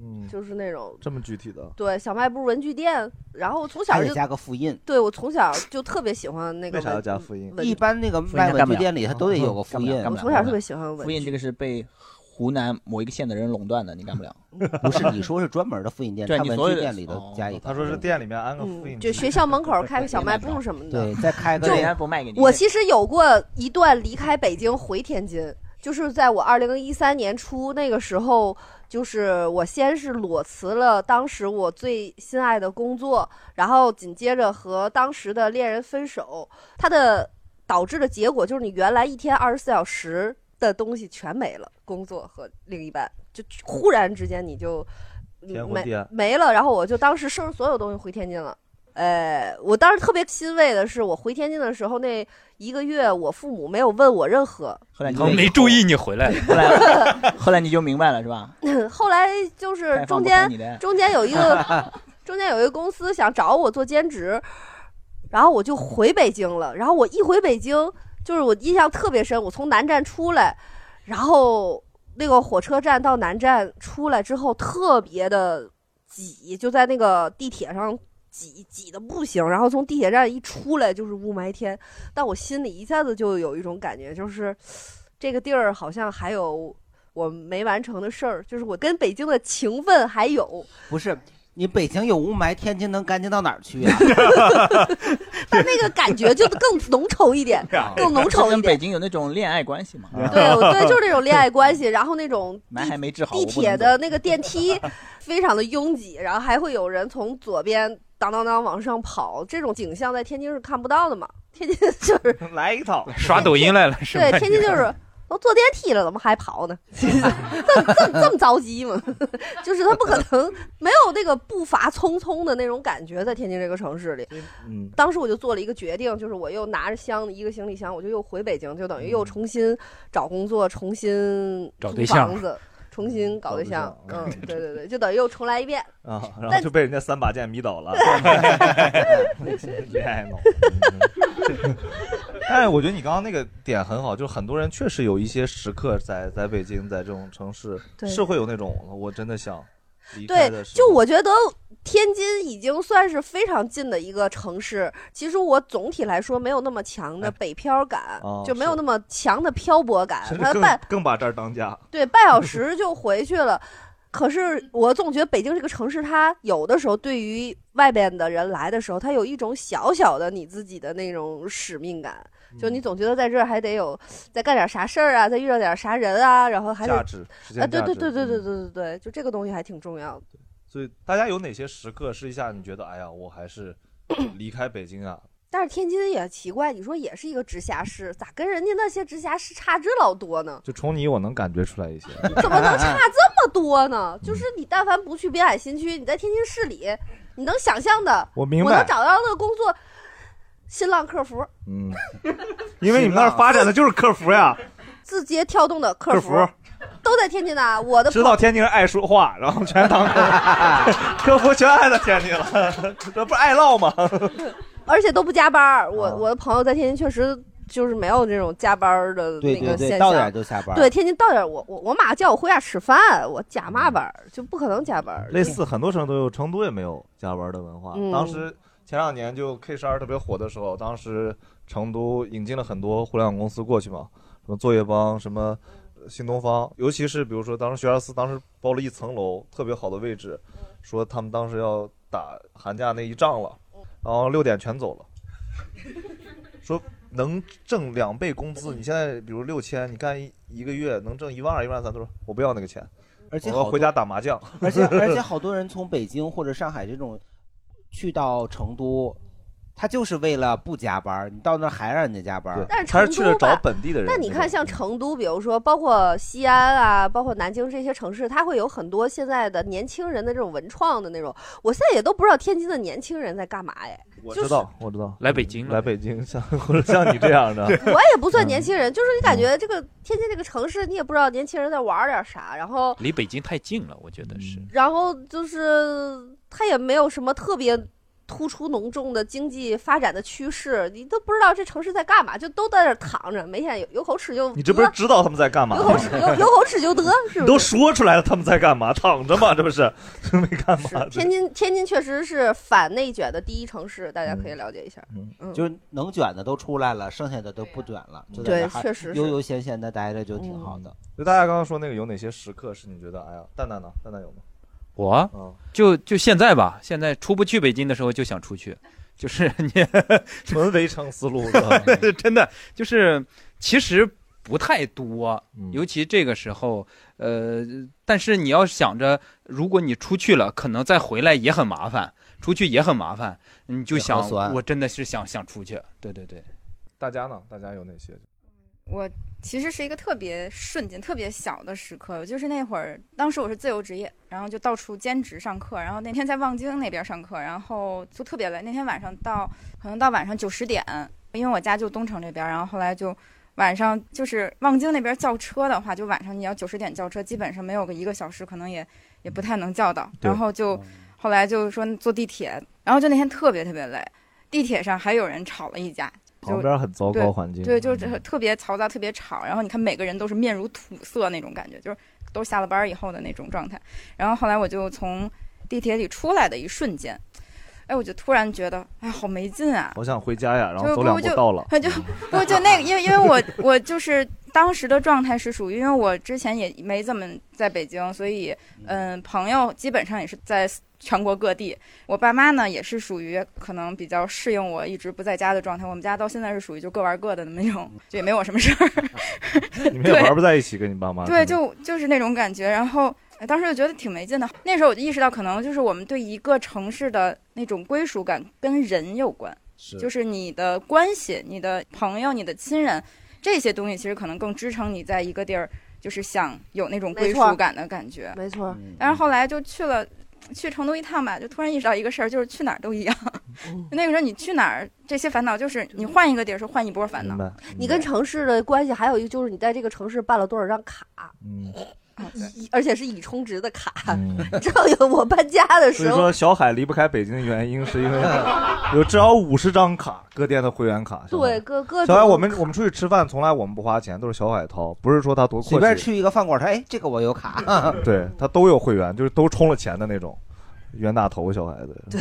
[SPEAKER 1] 嗯
[SPEAKER 3] 就是那种
[SPEAKER 1] 这么具体的，
[SPEAKER 3] 对小卖部文具店。然后我从小
[SPEAKER 2] 还
[SPEAKER 3] 就
[SPEAKER 2] 得加个复印。
[SPEAKER 3] 对我从小就特别喜欢那个
[SPEAKER 1] 为啥要
[SPEAKER 3] 文
[SPEAKER 1] 加复印？
[SPEAKER 2] 一般那个卖文具店里，它都得有个复印。
[SPEAKER 3] 我从小特别喜欢文具
[SPEAKER 5] 复印这个是被湖南某一个县的人垄断的，你干不了。
[SPEAKER 2] 不是你说是专门的复印店，
[SPEAKER 5] 对
[SPEAKER 2] 它
[SPEAKER 5] 你
[SPEAKER 2] 文
[SPEAKER 5] 所有
[SPEAKER 2] 具
[SPEAKER 5] 的
[SPEAKER 2] 店里头
[SPEAKER 5] 哦
[SPEAKER 2] 加一个。
[SPEAKER 1] 他说是店里面安个复印
[SPEAKER 3] 就
[SPEAKER 1] 机，
[SPEAKER 3] 学校门口开个小卖部什么的。
[SPEAKER 2] 对，再开个
[SPEAKER 3] 就
[SPEAKER 2] 那个
[SPEAKER 5] 不卖给
[SPEAKER 3] 我其实有过一段离开北京回天津，就是在我二零一三年初那个时候，就是我先是裸辞了当时我最心爱的工作，然后紧接着和当时的恋人分手，它的导致的结果就是你原来一天二十四小时的东西全没了，工作和另一半，就忽然之间你就
[SPEAKER 1] 天昏
[SPEAKER 3] 嗯没
[SPEAKER 1] 地暗
[SPEAKER 3] 没了，然后我就当时收拾所有东西回天津了。呃，我当时特别欣慰的是，我回天津的时候那一个月，我父母没有问我任何。
[SPEAKER 5] 后来你
[SPEAKER 13] 他们没注意你回来了，
[SPEAKER 5] 后来后来你就明白了是吧？
[SPEAKER 3] 后来就是
[SPEAKER 5] 开放
[SPEAKER 3] 中
[SPEAKER 5] 不同你的，
[SPEAKER 3] 间中间有一 个
[SPEAKER 13] 哎
[SPEAKER 3] 中间有一个公司想找我做兼职，然后我就回北京了。然后我一回北京，就是我印象特别深，我从南站出来，然后那个火车站到南站出来之后特别的挤，就在那个地铁上挤挤的不行。然后从地铁站一出来就是雾霾天，但我心里一下子就有一种感觉，就是这个地儿好像还有。我没完成的事儿，就是我跟北京的情分还有，
[SPEAKER 2] 不是你北京有雾霾，天津能干净到哪儿去啊？
[SPEAKER 3] 但那个感觉就更浓稠一点更浓稠一
[SPEAKER 5] 跟北
[SPEAKER 3] 点。
[SPEAKER 5] 京有那种恋爱关系嘛？
[SPEAKER 3] 对对，就是那种恋爱关系，然后那种
[SPEAKER 5] 门还没治好，
[SPEAKER 3] 地
[SPEAKER 5] 我不
[SPEAKER 3] 铁
[SPEAKER 5] 能走
[SPEAKER 3] 的那个电梯非常的拥挤，然后还会有人从左边当当当往上跑，这种景象在天津是看不到的嘛？天津就是
[SPEAKER 1] 来一套，
[SPEAKER 13] 刷抖音来了是吧？哎
[SPEAKER 3] 对，天津就是都坐电梯了，怎么还跑呢？ 这这这么着急吗？ 就是他不可能没有那个步伐匆匆的那种感觉，在天津这个城市里。
[SPEAKER 1] 嗯
[SPEAKER 3] 当时我就做了一个决定，就是我又拿着箱一个行李箱，我就又回北京，就等于又重新找工作，重新
[SPEAKER 1] 嗯找
[SPEAKER 3] 租
[SPEAKER 1] 对象
[SPEAKER 3] 房子，重新搞对象。
[SPEAKER 1] 搞 对
[SPEAKER 3] 嗯，对对对，就等于又重来一遍。
[SPEAKER 1] 啊，然后
[SPEAKER 3] 但
[SPEAKER 1] 就被人家三把剑迷倒了， 恋爱脑。但是我觉得你刚刚那个点很好，就是很多人确实有一些时刻在在北京，在这种城市
[SPEAKER 3] 对
[SPEAKER 1] 是会有那种我真的想离开
[SPEAKER 3] 对
[SPEAKER 1] 的，时候。
[SPEAKER 3] 就我觉得天津已已经算是非常近的一个城市。其实我总体来说没有那么强的北漂感，
[SPEAKER 1] 哎哦
[SPEAKER 3] 就没有那么强的漂泊 感。
[SPEAKER 1] 甚至
[SPEAKER 3] 它
[SPEAKER 1] 更
[SPEAKER 3] 半
[SPEAKER 1] 更把这儿当家。
[SPEAKER 3] 对，半 小时就回去了。可是我总觉得北京这个城市，它有的时候对于外边的人来的时候，它有一种小小的你自己的那种使命感，
[SPEAKER 1] 嗯
[SPEAKER 3] 就你总觉得在这儿还得有再干点啥事儿啊，再遇到点啥人啊，然后还得
[SPEAKER 1] 价值实践
[SPEAKER 3] 啊，对
[SPEAKER 1] 价
[SPEAKER 3] 对
[SPEAKER 1] 值嗯
[SPEAKER 3] 对对对对对对，就这个东西还挺重要的。
[SPEAKER 1] 所以大家有哪些时刻是一下你觉得，哎呀，我 还是离开北京啊？
[SPEAKER 3] 但是天津也奇怪，你说也是一个直辖市，咋跟人家那些直辖市差之老多呢？
[SPEAKER 1] 就从你我能感觉出来一些。
[SPEAKER 3] 怎么
[SPEAKER 1] 哎
[SPEAKER 3] 能差这么多呢？就是你但凡不去滨海新区，你在天津市里，你能想象的，
[SPEAKER 1] 我
[SPEAKER 3] 我
[SPEAKER 1] 明白
[SPEAKER 3] 能找到的工作，新浪客服、
[SPEAKER 1] 嗯，因为你们那儿发展的就是客服呀，
[SPEAKER 3] 字节跳动的客服
[SPEAKER 1] 客服
[SPEAKER 3] 都在天津呢。我的
[SPEAKER 1] 知道天津人爱说话，然后全当客服客服全爱到天津了，这不是爱唠吗？
[SPEAKER 3] 而且都不加班儿。我、我的朋友在天津确实就是没有这种加班儿的
[SPEAKER 2] 对
[SPEAKER 3] 那
[SPEAKER 2] 对
[SPEAKER 3] 个
[SPEAKER 2] 对，
[SPEAKER 3] 现
[SPEAKER 2] 到点儿
[SPEAKER 3] 象。
[SPEAKER 2] 就下班。
[SPEAKER 3] 对，天津到点儿我我我妈叫我回家吃饭，我加嘛班儿就不可能加班儿。
[SPEAKER 1] 类似很多城市都有，成都也没有加班的文化。
[SPEAKER 3] 嗯
[SPEAKER 1] 当时前两年就 K 十二特别火的时候，当时成都引进了很多互联网公司过去嘛，什么作业帮，什么呃新东方，尤其是比如说当时学而思当时包了一层楼，特别好的位置，说他们当时要打寒假那一仗了，然后六点全走了，说。能挣两倍工资，你现在比如六千，你干一一个月能挣一万二、一万三，他说 我不要那个钱，
[SPEAKER 2] 而且
[SPEAKER 1] 我要
[SPEAKER 2] 好多
[SPEAKER 1] 回家打麻将，
[SPEAKER 2] 而 且而且好多人从北京或者上海这种去到成都，他就是为了不加班儿，你到那儿还让人家加班儿，
[SPEAKER 3] 但是成都吧但
[SPEAKER 2] 那
[SPEAKER 3] 你看，像
[SPEAKER 1] 嗯
[SPEAKER 3] 成都，比如说包括西安啊，包括南京这些城市，它会有很多现在的年轻人的这种文创的那种。我现在也都不知道天津的年轻人在干嘛哎，
[SPEAKER 1] 我
[SPEAKER 3] 就
[SPEAKER 1] 知
[SPEAKER 3] 是
[SPEAKER 1] 道，我知道，
[SPEAKER 16] 来北京了
[SPEAKER 1] 来北京，像 或者像你这样的，
[SPEAKER 3] 我也不
[SPEAKER 1] 嗯
[SPEAKER 3] 算年轻人，就是你感觉这个天津这个城市，你也不知道年轻人在玩点啥，然后
[SPEAKER 16] 离北京太近了，我觉得
[SPEAKER 1] 嗯
[SPEAKER 16] 是。
[SPEAKER 3] 然后就是它也没有什么特别突出浓重的经济发展的趋势，你都不知道这城市在干嘛，就都在这儿躺着，每天有有口吃就
[SPEAKER 1] 你这不是知道他们在干嘛
[SPEAKER 3] 有口吃有有口吃就得，是
[SPEAKER 1] 你
[SPEAKER 3] 不
[SPEAKER 1] 都
[SPEAKER 3] 是？
[SPEAKER 1] 说出来了，他们在干嘛？躺着嘛，这不是没干嘛？
[SPEAKER 3] 天津，天津确实是反内卷的第一城市，大家可以了解一下。嗯
[SPEAKER 2] 就是能卷的都出来了，剩下的都不卷了，就在
[SPEAKER 3] 对
[SPEAKER 2] 那儿还
[SPEAKER 3] 确实是
[SPEAKER 2] 悠悠闲闲的待着就挺好的。
[SPEAKER 1] 嗯就大家刚刚 说那个有哪些时刻是你觉得，哎呀，蛋蛋呢？蛋蛋有吗？
[SPEAKER 13] 我啊
[SPEAKER 1] 嗯
[SPEAKER 13] 就就现在吧，现在出不去北京的时候就想出去，就是你
[SPEAKER 1] 纯围城思 路，
[SPEAKER 13] 真的就是其实不太多，尤其这个时候，呃，但是你要想着，如果你出去了，可能再回来也很麻烦，出去也很麻烦，你就
[SPEAKER 1] 也
[SPEAKER 13] 想
[SPEAKER 1] 很酸
[SPEAKER 13] 我真的是想想出去，对对对，
[SPEAKER 1] 大家呢？大家有哪些？
[SPEAKER 6] 我其实是一个特别瞬间、特别小的时刻，就是那会儿，当时我是自由职业，然后就到处兼职上课，然后那天在望京那边上课，然后就特别累。那天晚上到可能到晚上九十点，因为我家就东城这边，然后后来就晚上就是望京那边叫车的话，就晚上你要九十点叫车，基本上没有个一个小时，可能也也不太能叫到。
[SPEAKER 17] 对
[SPEAKER 6] 然后
[SPEAKER 1] 哦
[SPEAKER 6] 就后来就说坐地铁，然后就那天特别特别累，地铁上还有人吵了一架，就
[SPEAKER 1] 旁边很糟糕
[SPEAKER 6] 对
[SPEAKER 1] 环境嗯
[SPEAKER 6] 对，就是特别嘈杂，特别吵。然后你看每个人都是面如土色那种感觉，就是都下了班以后的那种状态。然后后来我就从地铁里出来的一瞬间，哎，我就突然觉得，哎，好没劲啊！
[SPEAKER 1] 我想回家呀，然后
[SPEAKER 6] 就
[SPEAKER 1] 走
[SPEAKER 6] 不
[SPEAKER 1] 两
[SPEAKER 6] 过
[SPEAKER 1] 步
[SPEAKER 6] 就
[SPEAKER 1] 到了。 嗯
[SPEAKER 6] 就不就那个，因为因为我我就是当时的状态是属于，因为我之前也没怎么在北京，所以嗯，朋友基本上也是在全国各地。我爸妈呢也是属于可能比较适应我一直不在家的状态。我们家到现在是属于就各玩各的那种，就也没我什么事儿。
[SPEAKER 1] 嗯 你们也
[SPEAKER 6] 对
[SPEAKER 1] 玩不在一起，跟你爸妈
[SPEAKER 6] 对，就就是那种感觉。然后哎当时就觉得挺没劲的。那时候我就意识到，可能就是我们对一个城市的那种归属感跟人有关，
[SPEAKER 17] 是
[SPEAKER 6] 就是你的关系、你的朋友、你的亲人这些东西，其实可能更支撑你在一个地儿，就是想有那种
[SPEAKER 3] 没
[SPEAKER 6] 归
[SPEAKER 3] 错
[SPEAKER 6] 属感的感觉。
[SPEAKER 3] 没错。
[SPEAKER 1] 嗯
[SPEAKER 6] 但是后来就去了。去成都一趟吧，就突然意识到一个事儿，就是去哪儿都一样。 那个时候你去哪儿，这些烦恼就是你换一个地儿是换一波烦恼。
[SPEAKER 3] 嗯
[SPEAKER 1] 嗯
[SPEAKER 3] 你跟城市的关系还有一个就是你在这个城市办了多少张卡，
[SPEAKER 1] 嗯
[SPEAKER 5] 啊
[SPEAKER 3] 以而且是已充值的卡。 你知道有我搬家的
[SPEAKER 1] 所
[SPEAKER 3] 时
[SPEAKER 1] 以说，
[SPEAKER 3] 候，
[SPEAKER 1] 小海离不开北京的原因是因为有至少五十张卡，各店的会员卡。小海
[SPEAKER 3] 对各各
[SPEAKER 1] 小
[SPEAKER 3] 种
[SPEAKER 1] 海，我们我们出去吃饭，从来我们不花钱，都是小海掏，不是说他多阔气。啊
[SPEAKER 2] 随便去一个饭馆，他哎，这个我有卡。
[SPEAKER 1] 对他都有会员，就是都充了钱的那种。冤大头小孩子。对，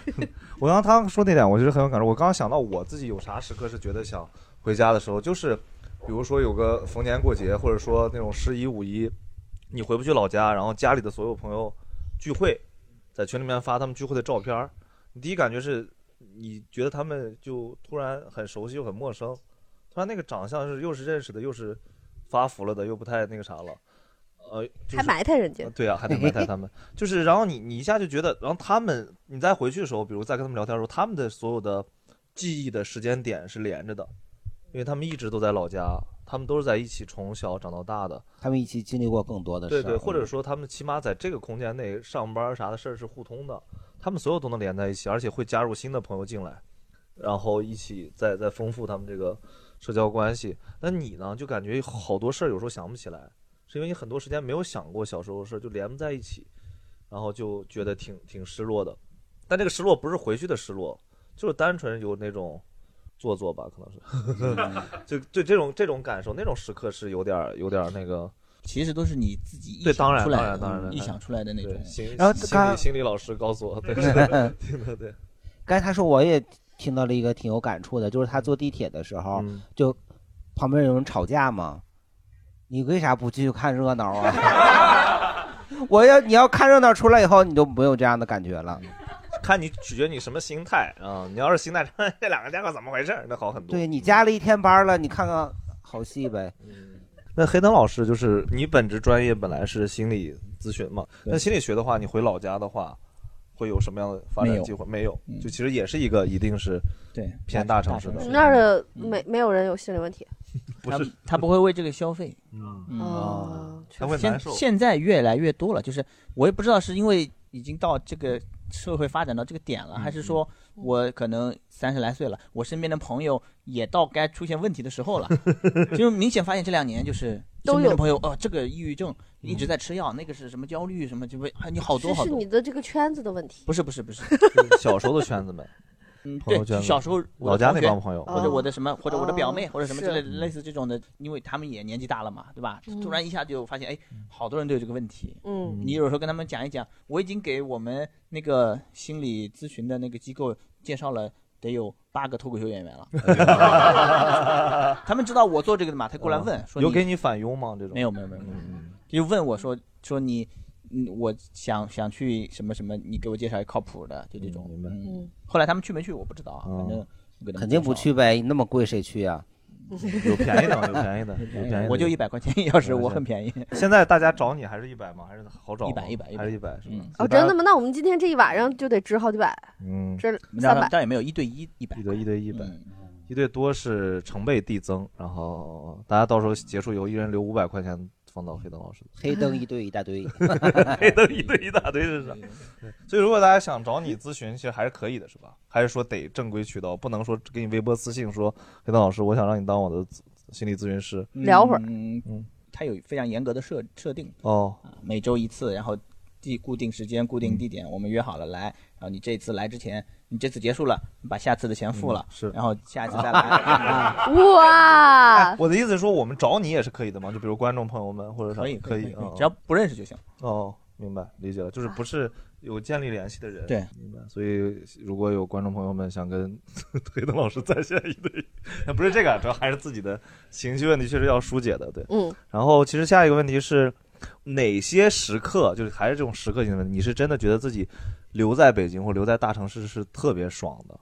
[SPEAKER 1] 我刚刚他说那点，我觉得很有感触。我刚刚想到我自己有啥时刻是觉得想回家的时候，就是比如说有个逢年过节，或者说那种十一五一，你回不去老家，然后家里的所有朋友聚会，在群里面发他们聚会的照片儿，你第一感觉是你觉得他们就突然很熟悉又很陌生，突然那个长相是又是认识的，又是发福了的，又不太那个啥了。呃，就是
[SPEAKER 3] 还埋汰人家。
[SPEAKER 1] 对啊，还得埋汰他们， 就是然后你你一下就觉得，然后他们你再回去的时候，比如再跟他们聊天的时候，他们的所有的记忆的时间点是连着的，因为他们一直都在老家，他们都是在一起从小长到大的，
[SPEAKER 2] 他们一起经历过更多的事儿，嗯
[SPEAKER 1] 对对，或者说他们起码在这个空间内上班啥的事儿是互通的，他们所有都能连在一起，而且会加入新的朋友进来，然后一起再再丰富他们这个社交关系。那你呢，就感觉好多事儿有时候想不起来，是因为你很多时间没有想过小时候的事儿，就连不在一起，然后就觉得挺挺失落的。但这个失落不是回去的失落，就是单纯有那种做作吧，可能是。就就这种这种感受，那种时刻是有点儿有点儿那个。
[SPEAKER 5] 其实都是你自己臆
[SPEAKER 1] 对，当
[SPEAKER 5] 想
[SPEAKER 1] 然
[SPEAKER 5] 出来
[SPEAKER 1] 当然
[SPEAKER 5] 的
[SPEAKER 1] 当
[SPEAKER 5] 嗯
[SPEAKER 1] 然
[SPEAKER 5] 臆想出来的那种
[SPEAKER 1] 对心
[SPEAKER 2] 然后
[SPEAKER 1] 心
[SPEAKER 2] 刚
[SPEAKER 1] 理心理老师告诉我， 对听的对，
[SPEAKER 2] 刚才他说我也听到了一个挺有感触的，就是他坐地铁的时候，
[SPEAKER 1] 嗯
[SPEAKER 2] 就旁边有人吵架嘛，你为啥不去看热闹啊？ 我要你要看热闹出来以后，你就没有这样的感觉了。
[SPEAKER 1] 看你取决你什么心态啊、你要是心态 这两个家伙怎么回事儿，那好很多。
[SPEAKER 2] 对你加了一天班了，你看看好戏呗。
[SPEAKER 1] 嗯那黑灯老师就是你本职专业本来是心理咨询嘛，
[SPEAKER 2] 对
[SPEAKER 1] 那心理学的话，你回老家的话，会有什么样的发
[SPEAKER 5] 没
[SPEAKER 1] 展
[SPEAKER 5] 有嗯
[SPEAKER 1] 机会？没有，就其实也是一个一定是
[SPEAKER 5] 对
[SPEAKER 1] 偏
[SPEAKER 5] 大
[SPEAKER 1] 大
[SPEAKER 5] 城
[SPEAKER 1] 城市
[SPEAKER 5] 大
[SPEAKER 1] 的
[SPEAKER 5] 城。
[SPEAKER 3] 那儿的没
[SPEAKER 1] 嗯
[SPEAKER 3] 没有人有心理问题，
[SPEAKER 1] 不
[SPEAKER 5] 他
[SPEAKER 1] 是
[SPEAKER 5] 他不会为这个消费，嗯
[SPEAKER 3] 哦
[SPEAKER 1] 他会
[SPEAKER 5] 现
[SPEAKER 1] 难受
[SPEAKER 5] 现在越来越多了，就是我也不知道是因为已经到这个社会发展到这个点
[SPEAKER 1] 嗯
[SPEAKER 5] 了，还是说我可能三十来岁了，我身边的朋友也到该出现问题的时 候了，就明显发现这两年就是
[SPEAKER 3] 都
[SPEAKER 5] 身边
[SPEAKER 3] 有
[SPEAKER 5] 的朋友哦，这个抑郁症
[SPEAKER 1] 嗯
[SPEAKER 5] 一直在吃药，那个是什么焦虑什么，就会啊你好多
[SPEAKER 3] 只
[SPEAKER 5] 好
[SPEAKER 3] 是
[SPEAKER 5] 多
[SPEAKER 3] 你，的这个圈子的问题。
[SPEAKER 5] 不是不是 不是，
[SPEAKER 1] 小时候的圈子们，朋
[SPEAKER 5] 对
[SPEAKER 1] 友圈，子
[SPEAKER 5] 小时候我
[SPEAKER 1] 老
[SPEAKER 5] 的
[SPEAKER 1] 家
[SPEAKER 5] 同
[SPEAKER 1] 那
[SPEAKER 5] 学
[SPEAKER 1] 帮朋友，
[SPEAKER 5] 或者我的什么，或者我的表妹，
[SPEAKER 3] 哦
[SPEAKER 5] 或者什么之类
[SPEAKER 3] 是
[SPEAKER 5] 类似这种的，因为他们也年纪大了嘛，对吧？
[SPEAKER 3] 嗯
[SPEAKER 5] 突然一下就发现，哎，好多人都有这个问题。
[SPEAKER 3] 嗯
[SPEAKER 5] 你有时候跟他们讲一讲，我已经给我们那个心理咨询的那个机构介绍了。得有八个脱口秀演员了， 他们知道我做这个的嘛，他过来问
[SPEAKER 1] 嗯
[SPEAKER 5] 哎说
[SPEAKER 1] 有给你反佣吗？这种嗯
[SPEAKER 5] 没有没有没有，没有就问我说说你，嗯我想想去什么什么，你给我介绍一个靠谱的，就这种。嗯，后来他们去没去我不知道啊，
[SPEAKER 1] 嗯
[SPEAKER 5] 反正我给他们
[SPEAKER 2] 肯定不
[SPEAKER 5] 介绍
[SPEAKER 2] 去呗，那么贵谁去啊？
[SPEAKER 1] 有便宜的吗有便宜的有便宜的我就
[SPEAKER 5] 100块钱一小时我很便宜
[SPEAKER 1] 现在大家找你还是一百吗？还是好找吗？
[SPEAKER 5] 一百一百一百嗯
[SPEAKER 1] 还是一百是吧？
[SPEAKER 3] 哦，真的吗？那我们今天这一晚上就得值好几百，
[SPEAKER 1] 嗯，
[SPEAKER 3] 这
[SPEAKER 5] 那
[SPEAKER 3] 三百。
[SPEAKER 5] 但也没有一对一一百，嗯
[SPEAKER 1] 一对一对一百，一对多是成倍递增，然后大家到时候结束以后，一人留五百块钱放到黑灯老师的。，
[SPEAKER 2] 黑灯一对一大堆
[SPEAKER 1] 黑灯一对一大堆是啥？对所以如果大家想找你咨询，其实还是可以的，是吧？ 还是说得正规渠道，不能说给你微博私信说黑灯老师，我想让你当我的咨心理咨询师，
[SPEAKER 3] 聊会儿
[SPEAKER 5] 嗯，
[SPEAKER 1] 嗯
[SPEAKER 5] 它有非常严格的设设定，啊
[SPEAKER 1] 哦，
[SPEAKER 5] 每周一次，然后地固定时间、固定地点，我们约好了来。然后你这次来之前，你这次结束了，你把下次的钱付了，
[SPEAKER 1] 嗯是，
[SPEAKER 5] 然后下一次再来。 啊
[SPEAKER 3] 哇，
[SPEAKER 1] 我的意思是说，我们找你也是可以的嘛？就比如观众朋友们或者啥
[SPEAKER 5] 可以
[SPEAKER 1] 可
[SPEAKER 5] 可以
[SPEAKER 1] 以
[SPEAKER 5] 可以
[SPEAKER 1] 啊，
[SPEAKER 5] 只要不认识就行。
[SPEAKER 1] 哦，明白理解了，就是不是有建立联系的人。
[SPEAKER 5] 对
[SPEAKER 1] 明白。所以如果有观众朋友们想跟 黑灯老师在线一对一，不 是这个，啊主要还是自己的情绪问题确实要疏解的，对。
[SPEAKER 3] 嗯。
[SPEAKER 1] 然后其实下一个问题是，哪些时刻就是还是这种时刻性的问题，你是真的觉得自己留在北京或留在大城市是特别爽的？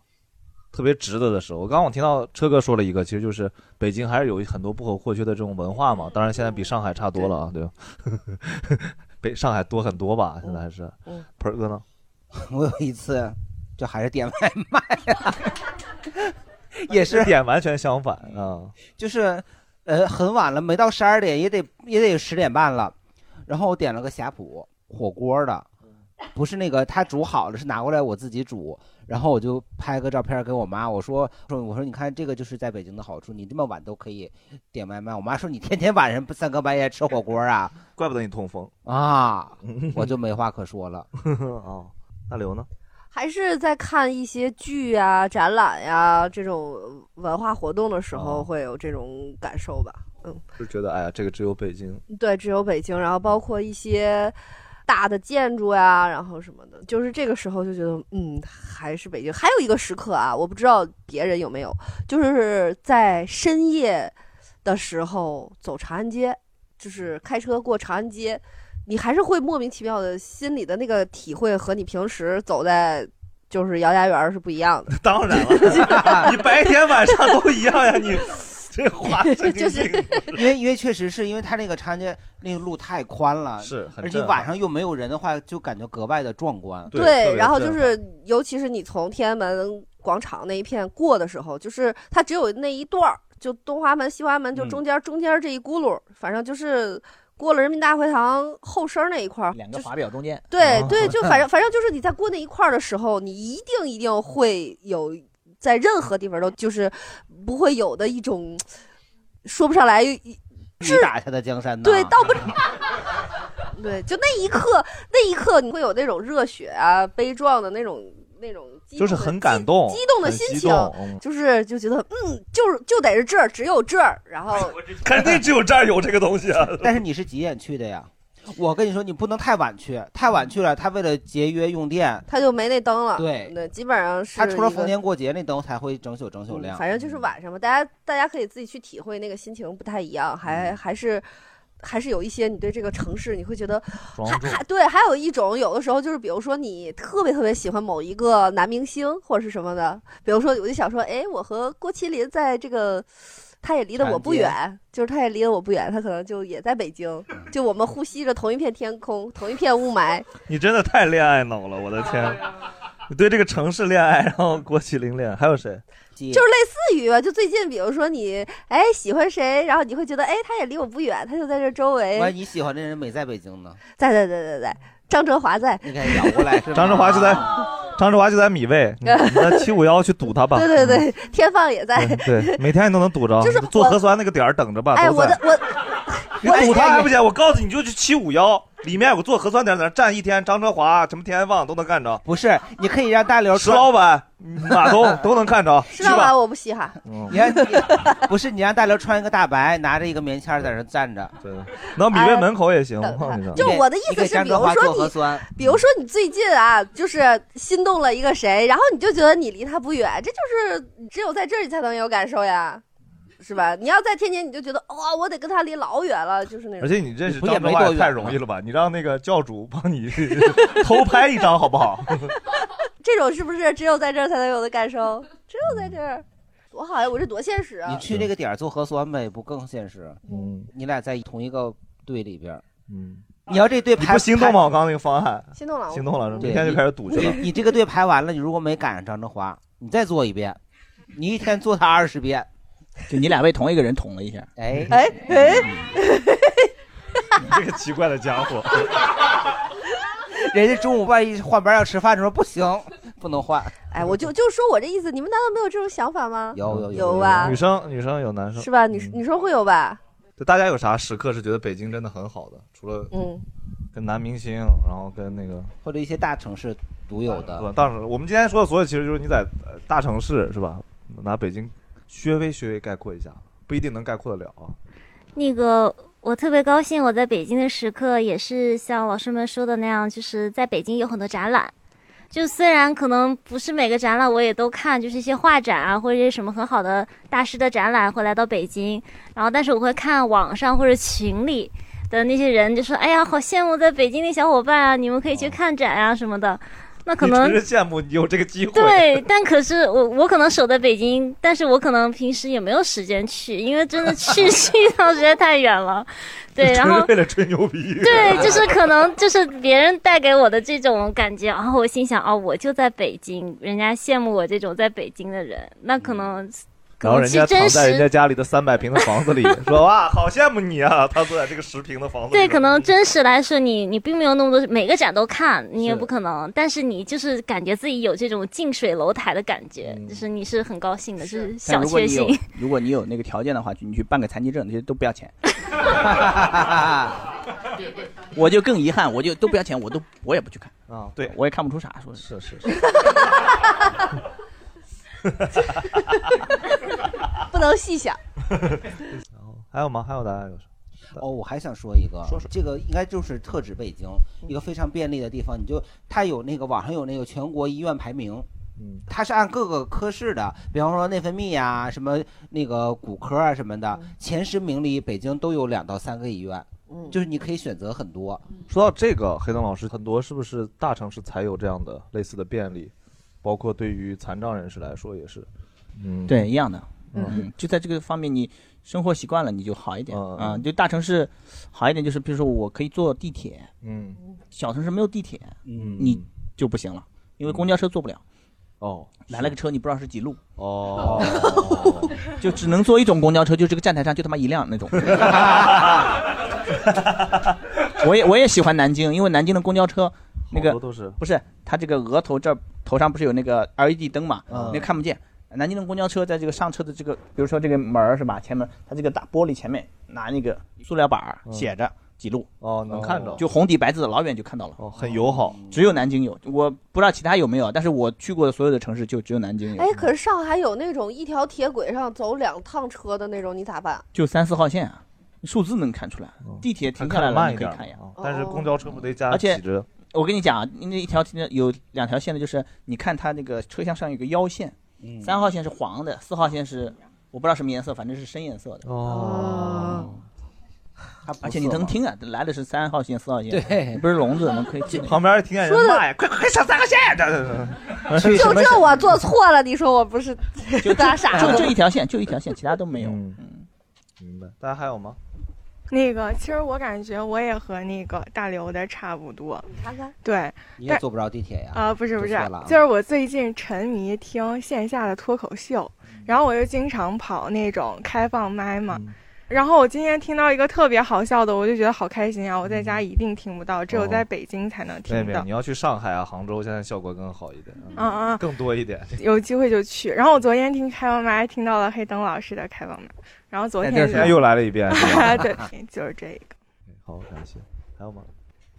[SPEAKER 1] 特别值得的时候。刚刚我听到车哥说了一个，其实就是北京还是有很多不可或缺的这种文化嘛。当然现在比上海差多了啊，对吧？ 北上海多很多吧，现在还是。
[SPEAKER 2] 嗯
[SPEAKER 1] 盆儿哥呢？
[SPEAKER 2] 我有一次就还是点外卖、也是
[SPEAKER 1] 点完全相反啊。
[SPEAKER 2] 就是呃很晚了，没到十二点也得也得十点半了。然后我点了个呷哺火锅的，不是那个他煮好了，是拿过来我自己煮。然后我就拍个照片给我妈，我说说我说你看这个就是在北京的好处，你这么晚都可以点外卖。我妈说你天天晚上不三更半夜吃火锅啊？
[SPEAKER 1] 怪不得你痛风
[SPEAKER 2] 啊！我就没话可说了。
[SPEAKER 1] 哦，那刘呢？
[SPEAKER 3] 还是在看一些剧啊、展览呀、这种文化活动的时候，会有这种感受吧？嗯，
[SPEAKER 1] 就觉得哎呀，这个只有北京。
[SPEAKER 3] 对，只有北京，然后包括一些。大的建筑呀，然后什么的，就是这个时候就觉得，嗯，还是北京。还有一个时刻啊，我不知道别人有没有，就是在深夜的时候走长安街，就是开车过长安街，你还是会莫名其妙的心里的那个体会和你平时走在就是姚家园儿是不一样的。
[SPEAKER 1] 当然了， 你白天晚上都一样呀，你 这话神经病
[SPEAKER 2] 因为因为确实是因为它那个长安街那个路太宽了，
[SPEAKER 1] 是很
[SPEAKER 2] 而且
[SPEAKER 1] 震撼
[SPEAKER 2] 晚上又没有人的话，就感觉格外的壮观。
[SPEAKER 3] 对，然后就是尤其是你从天安门广场那一片过的时候，就是它只有那一段儿，就东华门、西华门，就
[SPEAKER 5] 嗯
[SPEAKER 3] 中间、中间这一轱辘，反正就是过了人民大会堂后身儿那一块儿，
[SPEAKER 5] 两
[SPEAKER 3] 就
[SPEAKER 5] 个哦
[SPEAKER 3] 是
[SPEAKER 5] 法表中间。
[SPEAKER 3] 对 对，就反正反正就是你在过那一块儿的时候，你一定一定会有在任何地方都就是不会有的一种说不上来一
[SPEAKER 2] 你打下的江山呐，
[SPEAKER 1] 啊
[SPEAKER 3] 对，倒不是。对，就那一刻，那一刻你会有那种热血啊、悲壮的那种、那种激
[SPEAKER 1] 就是
[SPEAKER 3] 动的
[SPEAKER 1] 很感动，
[SPEAKER 3] 激动的
[SPEAKER 1] 很
[SPEAKER 3] 心
[SPEAKER 1] 激
[SPEAKER 3] 情
[SPEAKER 1] 动嗯
[SPEAKER 3] 就是就觉得，嗯，就是就得是这儿，只有这儿，然后
[SPEAKER 2] 哎
[SPEAKER 1] 肯定只有这儿有这个东西啊。
[SPEAKER 2] 但是你是几点去的呀？我跟你说，你不能太晚去，太晚去了，他为了节约用电，
[SPEAKER 3] 他就没那灯了。
[SPEAKER 2] 对
[SPEAKER 3] 基本上是
[SPEAKER 2] 他除了
[SPEAKER 3] 一个嗯
[SPEAKER 2] 逢年过节那灯才会整宿整宿亮。
[SPEAKER 3] 反正就是晚上嘛，大家大家可以自己去体会那个心情不太一样，
[SPEAKER 1] 嗯
[SPEAKER 3] 还还是还是有一些你对这个城市你会觉得还还对，还有一种有的时候就是比如说你特别特别喜欢某一个男明星或者是什么的，比如说我就想说，哎，我和郭麒麟在这个。他也离得我不远，就是他也离得我不远，他可能就也在北京，就我们呼吸着同一片天空，同一片雾霾，
[SPEAKER 1] 你真的太恋爱脑了，我的天！你对这个城市恋爱，然后郭麒麟恋爱，还有谁？
[SPEAKER 3] 就是类似于吧，就最近，比如说你哎喜欢谁，然后你会觉得哎他也离我不远，他就在这周围。
[SPEAKER 2] 万一你喜欢的人没在北京呢？
[SPEAKER 3] 在在在在在，张哲华在。
[SPEAKER 2] 你看摇过来是吗？
[SPEAKER 1] 张志华就在，张志华就在米未，你你在七五幺去堵他
[SPEAKER 3] 哦
[SPEAKER 1] 吧。
[SPEAKER 3] 对对对，天放也在。
[SPEAKER 1] 嗯对，每天你都能堵着，
[SPEAKER 3] 就是
[SPEAKER 1] 你做
[SPEAKER 3] 我
[SPEAKER 1] 核酸那个点儿等着吧。
[SPEAKER 3] 哎，
[SPEAKER 1] 都
[SPEAKER 3] 我
[SPEAKER 1] 在
[SPEAKER 3] 的我啊
[SPEAKER 1] 你堵他还不行，我告诉你，你就去七五幺，里面有个做核酸点儿，在那儿站一天，张哲华、什么田安放都能干着。
[SPEAKER 2] 不是，你可以让大刘
[SPEAKER 1] 石老板、马东都能干着。
[SPEAKER 3] 知道吧？我不稀罕。
[SPEAKER 2] 你 让你不是你让大刘穿一个大白，拿着一个棉签儿在那站着，哎
[SPEAKER 1] 对，那米未门口也行。我告诉你
[SPEAKER 3] 就我的意思是，比如说你，比如说你最近啊，就是心动了一个谁，然后你就觉得你离他不远，这就是只有在这里才能有感受呀，是吧？你要在天津，你就觉得哇、我得跟他离老远了，就是那种。
[SPEAKER 1] 而且你认识
[SPEAKER 2] 不也
[SPEAKER 1] 张哲
[SPEAKER 2] 没
[SPEAKER 1] 华
[SPEAKER 2] 多
[SPEAKER 1] 也太
[SPEAKER 2] 远
[SPEAKER 1] 容
[SPEAKER 2] 吗
[SPEAKER 1] 易了吧？你让那个教主帮你 偷拍一张好不 好？
[SPEAKER 3] 这种是不是只有在这儿才能有的感受？只有在这儿，多好呀！我这多现实
[SPEAKER 2] 你
[SPEAKER 3] 啊！
[SPEAKER 2] 去那个点儿做核酸呗，不更现实？
[SPEAKER 1] 嗯，
[SPEAKER 2] 你俩在同一个队里边，
[SPEAKER 1] 嗯，
[SPEAKER 2] 你要这队
[SPEAKER 1] 你
[SPEAKER 2] 排
[SPEAKER 1] 不心动吗？我刚刚那个方案，
[SPEAKER 3] 心动了
[SPEAKER 1] 心动了，是吧
[SPEAKER 2] 对
[SPEAKER 1] 明天就开始堵去了
[SPEAKER 2] 你。你这个队排完了，你如果没赶上张振华，你再做一遍，你一天做他二十遍，
[SPEAKER 5] 就你俩被同一个人捅了一下。
[SPEAKER 2] 哎
[SPEAKER 3] 哎哎，
[SPEAKER 1] 你 这个奇怪的家伙，
[SPEAKER 2] 人家中午万一换班要吃饭的时候不行，不能换。
[SPEAKER 3] 哎，我就就说我这意思，你们难道没有这种想法吗？
[SPEAKER 2] 有有
[SPEAKER 3] 有吧
[SPEAKER 1] 女？生嗯女生有男生
[SPEAKER 3] 是？吧？你你说会有吧？
[SPEAKER 1] 就大家有啥时刻是觉得北京真的很好的？除了
[SPEAKER 3] 嗯，
[SPEAKER 1] 跟男明星，然后跟那个
[SPEAKER 2] 或者一些大城市独有的。
[SPEAKER 1] 对，当然，我们今天说的所有，其实就是你在呃大城市是吧？拿北京稍微稍微概括一下，不一定能概括得了啊。
[SPEAKER 24] 那个，我特别高兴，我在北京的时刻也是像老师们说的那样，就是在北京有很多展览。就虽然可能不是每个展览我也都看，就是一些画展啊，或者是什么很好的大师的展览会来到北京，然后但是我会看网上或者群里的那些人就说，哎呀，好羡慕在北京的小伙伴啊，你们可以去看展啊什么的。那可能
[SPEAKER 1] 哦你只是羡慕你有这个机会。
[SPEAKER 24] 对，但可是我我可能守在北京，但是我可能平时也没有时间去，因为真的 去去一趟实在太远了。对，
[SPEAKER 1] 你
[SPEAKER 24] 然
[SPEAKER 1] 纯
[SPEAKER 24] 后
[SPEAKER 1] 为了吹牛逼。
[SPEAKER 24] 对，就是可能就是别人带给我的这种感觉，然后我心想哦，我就在北京，人家羡慕我这种在北京的人，那可能可
[SPEAKER 1] 嗯然后
[SPEAKER 24] 能
[SPEAKER 1] 人
[SPEAKER 24] 是
[SPEAKER 1] 家
[SPEAKER 24] 真
[SPEAKER 1] 躺在人家
[SPEAKER 24] 实。
[SPEAKER 1] 家里的三百平的房子里，说哇，好羡慕你啊！他坐在这个十平的房子里。
[SPEAKER 24] 对，可能真实来说你，你并没有那么多每个展都看，你也
[SPEAKER 1] 是
[SPEAKER 24] 不可能，但是你就是感觉自己有这种近水楼台的感觉，
[SPEAKER 1] 嗯
[SPEAKER 24] 就是你是很高兴的，就是
[SPEAKER 5] 但
[SPEAKER 24] 小
[SPEAKER 5] 如果
[SPEAKER 24] 确
[SPEAKER 5] 你有
[SPEAKER 24] 幸。
[SPEAKER 5] 如果你有那个条件的话，你去办个残疾证，这些都不要钱。 我就更遗憾，我就都不要钱，我都我也不去看
[SPEAKER 1] 啊，对
[SPEAKER 5] 我也看不出啥，说是
[SPEAKER 1] 是
[SPEAKER 5] 是，
[SPEAKER 3] 不能细想。
[SPEAKER 1] 还有吗？还有大家有啥？
[SPEAKER 2] 哦，我还想说一个，
[SPEAKER 1] 说说
[SPEAKER 2] 这个应该就是特指北京
[SPEAKER 17] 嗯
[SPEAKER 2] 一个非常便利的地方，你就它有那个网上有那个全国医院排名。
[SPEAKER 1] 嗯，
[SPEAKER 2] 它是按各个科室的，比方说内分泌呀、什么那个骨科啊什么的，
[SPEAKER 17] 嗯
[SPEAKER 2] 前十名里北京都有两到三个医院，
[SPEAKER 3] 嗯
[SPEAKER 2] 就是你可以选择很多。
[SPEAKER 1] 说到这个，黑灯老师，很多是不是大城市才有这样的类似的便利？包括对于残障人士来说也是。嗯，
[SPEAKER 5] 对，一样的。
[SPEAKER 1] 嗯
[SPEAKER 5] 嗯，就在这个方面，你生活习惯了，你就好一点
[SPEAKER 1] 嗯
[SPEAKER 5] 啊。就大城市好一点，就是比如说我可以坐地铁，
[SPEAKER 1] 嗯，
[SPEAKER 5] 小城市没有地铁，
[SPEAKER 1] 嗯
[SPEAKER 5] 你就不行了，因为公交车坐不了。
[SPEAKER 1] 哦，
[SPEAKER 5] 来了个车，你不知道是几路。
[SPEAKER 1] 哦，
[SPEAKER 5] 就只能坐一种公交车，就这个站台上就他妈一辆那种。 我也我也喜欢南京，因为南京的公交车那个
[SPEAKER 1] 多都是
[SPEAKER 5] 不是它这个额头这儿头上不是有那个 LED 灯嘛，
[SPEAKER 1] 嗯
[SPEAKER 5] 那看不见。南京的公交车在这个上车的这个，比如说这个门儿是吧？前门它这个大玻璃前面拿那个塑料板儿
[SPEAKER 1] 嗯
[SPEAKER 5] 写着几路，
[SPEAKER 1] 哦，能看着，
[SPEAKER 5] 就红底白字，老远就看到了，
[SPEAKER 1] 哦，很友好。
[SPEAKER 5] 只有南京有，我不知道其他有没有，但是我去过的所有的城市就只有南京有。
[SPEAKER 3] 哎，可是上海有那种一条铁轨上走两趟车的那种，你咋办？
[SPEAKER 5] 就三四号线啊，数字能看出来，地铁停下来
[SPEAKER 1] 嗯它看得慢
[SPEAKER 5] 了
[SPEAKER 1] 一
[SPEAKER 5] 你可以
[SPEAKER 1] 点
[SPEAKER 5] 看呀
[SPEAKER 3] 哦
[SPEAKER 1] 啊。但是公交车不得加
[SPEAKER 5] 而且
[SPEAKER 1] 几只？
[SPEAKER 5] 我跟你讲啊，那一条停有两条线的，就是你看它那个车厢上有个腰线，
[SPEAKER 1] 嗯
[SPEAKER 5] 三号线是黄的，四号线是我不知道什么颜色，反正是深颜色的。
[SPEAKER 1] 哦，
[SPEAKER 5] 而且你能听啊，来的是三号线、四号线，
[SPEAKER 1] 对
[SPEAKER 5] 不是聋子， 能可以听那个。
[SPEAKER 1] 旁边听见人骂呀，快快上三号线！啊对对对
[SPEAKER 5] 啊
[SPEAKER 1] 对
[SPEAKER 3] 就这我做错了，你说我不是大傻子？
[SPEAKER 5] 就这一条线，就一条线，其他都没有。
[SPEAKER 1] 嗯
[SPEAKER 5] 嗯
[SPEAKER 1] 明白。大家还有吗？
[SPEAKER 17] 那个，其实我感觉我也和那个大刘的差不多。
[SPEAKER 3] 看看，
[SPEAKER 17] 对，
[SPEAKER 2] 你也
[SPEAKER 17] 但
[SPEAKER 2] 坐不着地铁呀？
[SPEAKER 17] 啊，不是不是
[SPEAKER 2] 就错了啊，
[SPEAKER 17] 就是我最近沉迷听线下的脱口秀，
[SPEAKER 1] 嗯
[SPEAKER 17] 然后我就经常跑那种开放麦嘛。然后我今天听到一个特别好笑的，我就觉得好开心啊！我在
[SPEAKER 1] 嗯
[SPEAKER 17] 家一定听不到，
[SPEAKER 1] 哦
[SPEAKER 17] 只有在北京才能
[SPEAKER 1] 没有
[SPEAKER 17] 听
[SPEAKER 1] 没
[SPEAKER 17] 到
[SPEAKER 1] 有，你。要去上海啊、杭州，现在效果更好一点，
[SPEAKER 17] 嗯嗯
[SPEAKER 1] 更多一点。
[SPEAKER 17] 有机会就去。然后我昨天听开放麦，听到了黑灯老师的开放麦，然后昨
[SPEAKER 1] 在
[SPEAKER 17] 天
[SPEAKER 1] 哎这儿
[SPEAKER 17] 就
[SPEAKER 1] 现在又来了一遍是 吧
[SPEAKER 17] 对，就是这个。
[SPEAKER 1] 好，感谢。还有吗？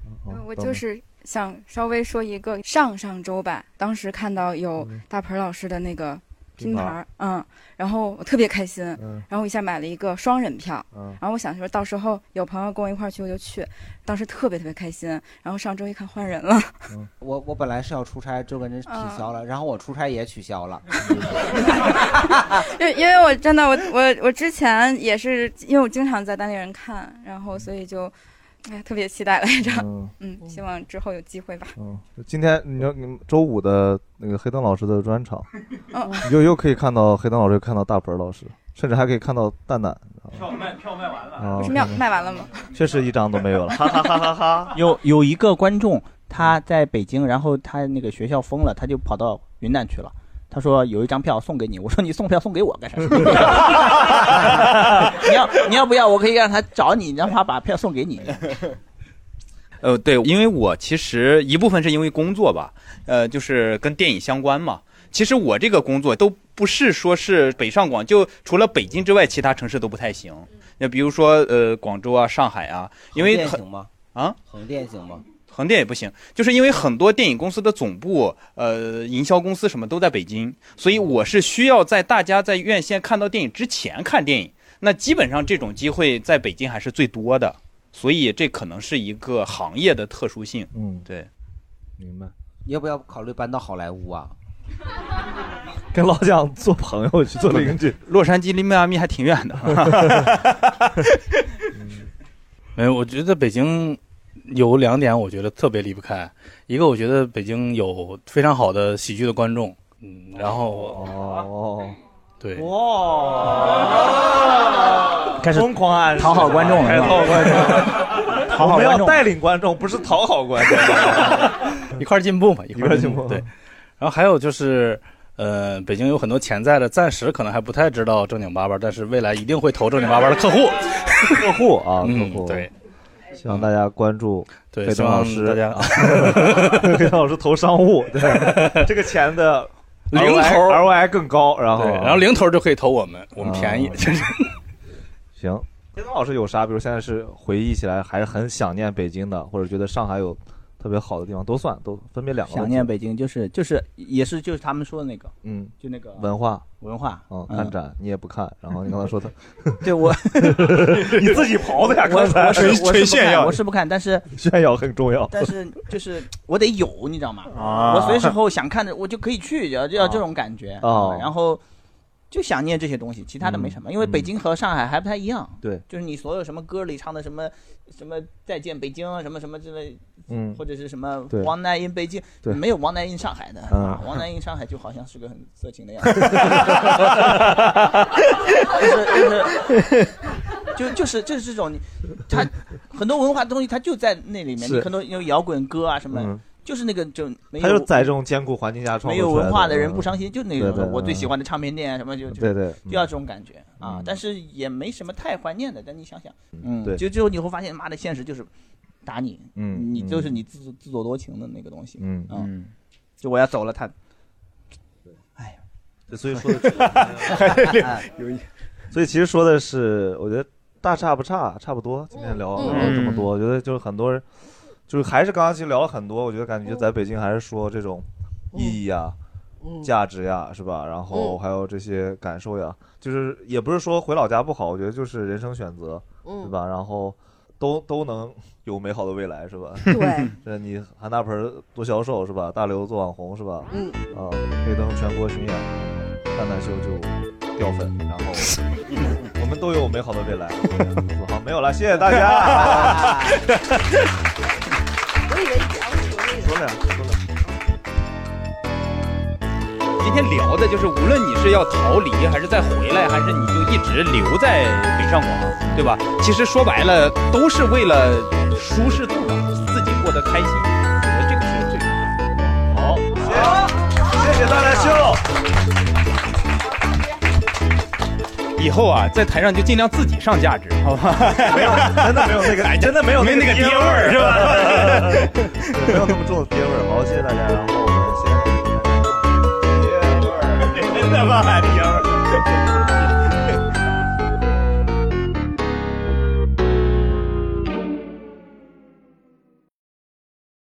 [SPEAKER 1] 哦
[SPEAKER 6] 嗯我就是想稍微说一个，上上周吧，当时看到有大盆老师的那个拼盘儿，嗯，然后我特别开心，
[SPEAKER 20] 嗯
[SPEAKER 6] 然后我一下买了一个双人票，
[SPEAKER 20] 嗯
[SPEAKER 6] 然后我想说到时候有朋友跟我一块儿去我就去，当时特别特别开心，然后上周一看换人了，
[SPEAKER 13] 嗯
[SPEAKER 2] 我我本来是要出差，就跟人取消了，然后我出差也取消了。
[SPEAKER 6] 因为因为我真的我我我之前也是因为我经常在单立人看，然后所以就哎特别期待来着，
[SPEAKER 1] 嗯
[SPEAKER 6] 嗯，希望之后有机会吧，
[SPEAKER 1] 嗯，今天你要你们周五的那个黑灯老师的专场，
[SPEAKER 6] 嗯
[SPEAKER 1] 你就又可以看到黑灯老师，又看到大盆老师，甚至还可以看到蛋蛋。
[SPEAKER 13] 票卖票卖完了
[SPEAKER 1] 啊，
[SPEAKER 6] 不是卖卖完 了吗？
[SPEAKER 1] 确实一张都没有了，哈哈哈哈哈。
[SPEAKER 5] 有有一个观众，他在北京，然后他那个学校封了，他就跑到云南去了。他说有一张票送给你，我说你送票送给我干啥？你要你要不要？我可以让他找你，让他把票送给你。
[SPEAKER 13] 呃，对，因为我其实一部分是因为工作吧，呃，就是跟电影相关嘛。其实我这个工作都不是说是北上广，就除了北京之外，其他城市都不太行。那比如说呃，广州啊、上海啊，因为
[SPEAKER 2] 横店
[SPEAKER 13] 很
[SPEAKER 2] 行吗？
[SPEAKER 13] 啊，
[SPEAKER 2] 横店行吗？
[SPEAKER 13] 横店也不行，就是因为很多电影公司的总部、呃，营销公司什么都在北京，所以我是需要在大家在院线看到电影之前看电影。那基本上这种机会在北京还是最多的，所以这可能是一个行业的特殊性。
[SPEAKER 1] 嗯，
[SPEAKER 13] 对，
[SPEAKER 1] 明白。
[SPEAKER 2] 要不要考虑搬到好莱坞啊？
[SPEAKER 1] 跟老蒋做朋友 去做邻居，
[SPEAKER 13] 洛杉矶离迈阿密还挺远的。
[SPEAKER 7] 没有，我觉得北京有两点，我觉得特别离不开。一个，我觉得北京有非常好的喜剧的观众，嗯，然后
[SPEAKER 1] 哦，
[SPEAKER 7] 对，
[SPEAKER 1] 开始疯狂暗示
[SPEAKER 7] 讨好观众了
[SPEAKER 1] 开始讨好观众，
[SPEAKER 7] 讨好观众
[SPEAKER 1] 我们要带领哎观众，不是讨好观众。
[SPEAKER 7] 一块儿进步嘛，一块儿
[SPEAKER 1] 一块儿进步
[SPEAKER 7] 对，然后还有就是，呃，北京有很多潜在的，暂时可能还不太知道正经八百，但是未来一定会投正经八百的客户，
[SPEAKER 1] 客户啊，
[SPEAKER 7] 嗯
[SPEAKER 1] 客户
[SPEAKER 7] 对，
[SPEAKER 1] 希望大家关注
[SPEAKER 7] 对
[SPEAKER 1] 黑灯老师，
[SPEAKER 7] 希望大
[SPEAKER 1] 黑灯老师投商务， 对这个钱的
[SPEAKER 7] 零头
[SPEAKER 1] ROI 更高，然后
[SPEAKER 7] 对，然后零头就可以投我们，我们便宜
[SPEAKER 1] 啊，
[SPEAKER 7] 就是
[SPEAKER 1] 行。黑灯老师有啥？比如现在是回忆起来还是很想念北京的，或者觉得上海有特别好的地方都算，都分别两个。
[SPEAKER 5] 想念北京就是就是也是就是他们说的那个，
[SPEAKER 1] 嗯，
[SPEAKER 5] 就那个
[SPEAKER 1] 文化
[SPEAKER 5] 文化
[SPEAKER 1] 嗯，
[SPEAKER 5] 嗯
[SPEAKER 1] 看展你也不看，然后你刚才说他，
[SPEAKER 5] 对我
[SPEAKER 1] 你自己刨的呀，
[SPEAKER 5] 我
[SPEAKER 1] 刚才
[SPEAKER 5] 我是我是不看我是不看，但是
[SPEAKER 1] 炫耀很重要，
[SPEAKER 5] 但是就是我得有，你知道吗？
[SPEAKER 1] 啊
[SPEAKER 5] 我随时候想看的，我就可以去，要要这种感觉。
[SPEAKER 1] 哦嗯
[SPEAKER 5] 然后就想念这些东西，其他的没什么，因为北京和上海还不太一样。
[SPEAKER 1] 对，
[SPEAKER 5] 就是你所有什么歌里唱的什么什么再见北京啊什么什么之类，
[SPEAKER 1] 嗯
[SPEAKER 5] 或者是什么
[SPEAKER 1] 对
[SPEAKER 5] 王南音北京，
[SPEAKER 1] 对
[SPEAKER 5] 没有王南音上海的，
[SPEAKER 1] 嗯
[SPEAKER 5] 啊王南音上海就好像是个很色情的样子， 就是就是就就是就是这种，你它很多文化东西它就在那里面，
[SPEAKER 1] 是
[SPEAKER 5] 你很多有摇滚歌啊什么的，
[SPEAKER 1] 嗯
[SPEAKER 5] 就是那个就没
[SPEAKER 1] 他就
[SPEAKER 5] 有
[SPEAKER 1] 在这种艰苦环境下创
[SPEAKER 5] 没有
[SPEAKER 1] 作出来
[SPEAKER 5] 文化
[SPEAKER 1] 的
[SPEAKER 5] 的人
[SPEAKER 1] 嗯
[SPEAKER 5] 不伤心，就那
[SPEAKER 1] 对
[SPEAKER 5] 种
[SPEAKER 1] 对
[SPEAKER 5] 我最喜
[SPEAKER 1] 嗯
[SPEAKER 5] 欢的唱片店啊什么就就
[SPEAKER 1] 对对
[SPEAKER 5] 就要这种感觉啊
[SPEAKER 1] 嗯，
[SPEAKER 5] 但是也没什么太怀念的。但你想想，
[SPEAKER 1] 嗯对
[SPEAKER 5] 就最后你会发现，妈的，现实就是打你，
[SPEAKER 1] 嗯
[SPEAKER 5] 你
[SPEAKER 1] 嗯
[SPEAKER 5] 就是你自作自作多情的那个东西，
[SPEAKER 1] 嗯
[SPEAKER 5] 嗯，就我要走了，他，哎
[SPEAKER 1] 对所以 说的 所以其实说的是，我觉得大差不差，差不多。今天聊
[SPEAKER 5] 嗯
[SPEAKER 1] 聊了这么多，我觉得就是很多人，就是还是刚刚其实聊了很多，我觉得感觉在北京还是说这种意义啊、
[SPEAKER 4] 嗯
[SPEAKER 1] 价值呀，是吧？然后
[SPEAKER 4] 嗯
[SPEAKER 1] 还有这些感受呀，就是也不是说回老家不好，我觉得就是人生选择，
[SPEAKER 4] 嗯
[SPEAKER 1] 对吧？然后。都都能有美好的未来是吧？
[SPEAKER 4] 对，
[SPEAKER 1] 这你韩大盆儿做销售是吧？大刘做网红是吧？
[SPEAKER 4] 嗯
[SPEAKER 1] 啊，黑灯全国巡演，蛋蛋秀就掉粉，然后我们都有美好的未来。好，没有了，谢谢大家。
[SPEAKER 3] 我以为你讲
[SPEAKER 1] 说了呀，说了。
[SPEAKER 13] 今天聊的就是，无论你是要逃离，还是再回来，还是你就一直留在北上广，对吧？其实说白了，都是为了舒适度嘛，自己过得开心，我觉得这个是最重要的。好，
[SPEAKER 1] 谢谢大家秀。
[SPEAKER 13] 以后啊，在台上就尽量自己上价值，好吧？没有，
[SPEAKER 1] 真 的没有那个，
[SPEAKER 13] 哎，
[SPEAKER 1] 真的没有
[SPEAKER 13] 没
[SPEAKER 1] 那个
[SPEAKER 13] 那个
[SPEAKER 1] 爹
[SPEAKER 13] 爹
[SPEAKER 1] 味
[SPEAKER 13] 味
[SPEAKER 1] 儿
[SPEAKER 13] 儿，是吧？
[SPEAKER 1] 没有那么重的爹味儿。好，谢谢大家，然后。 哎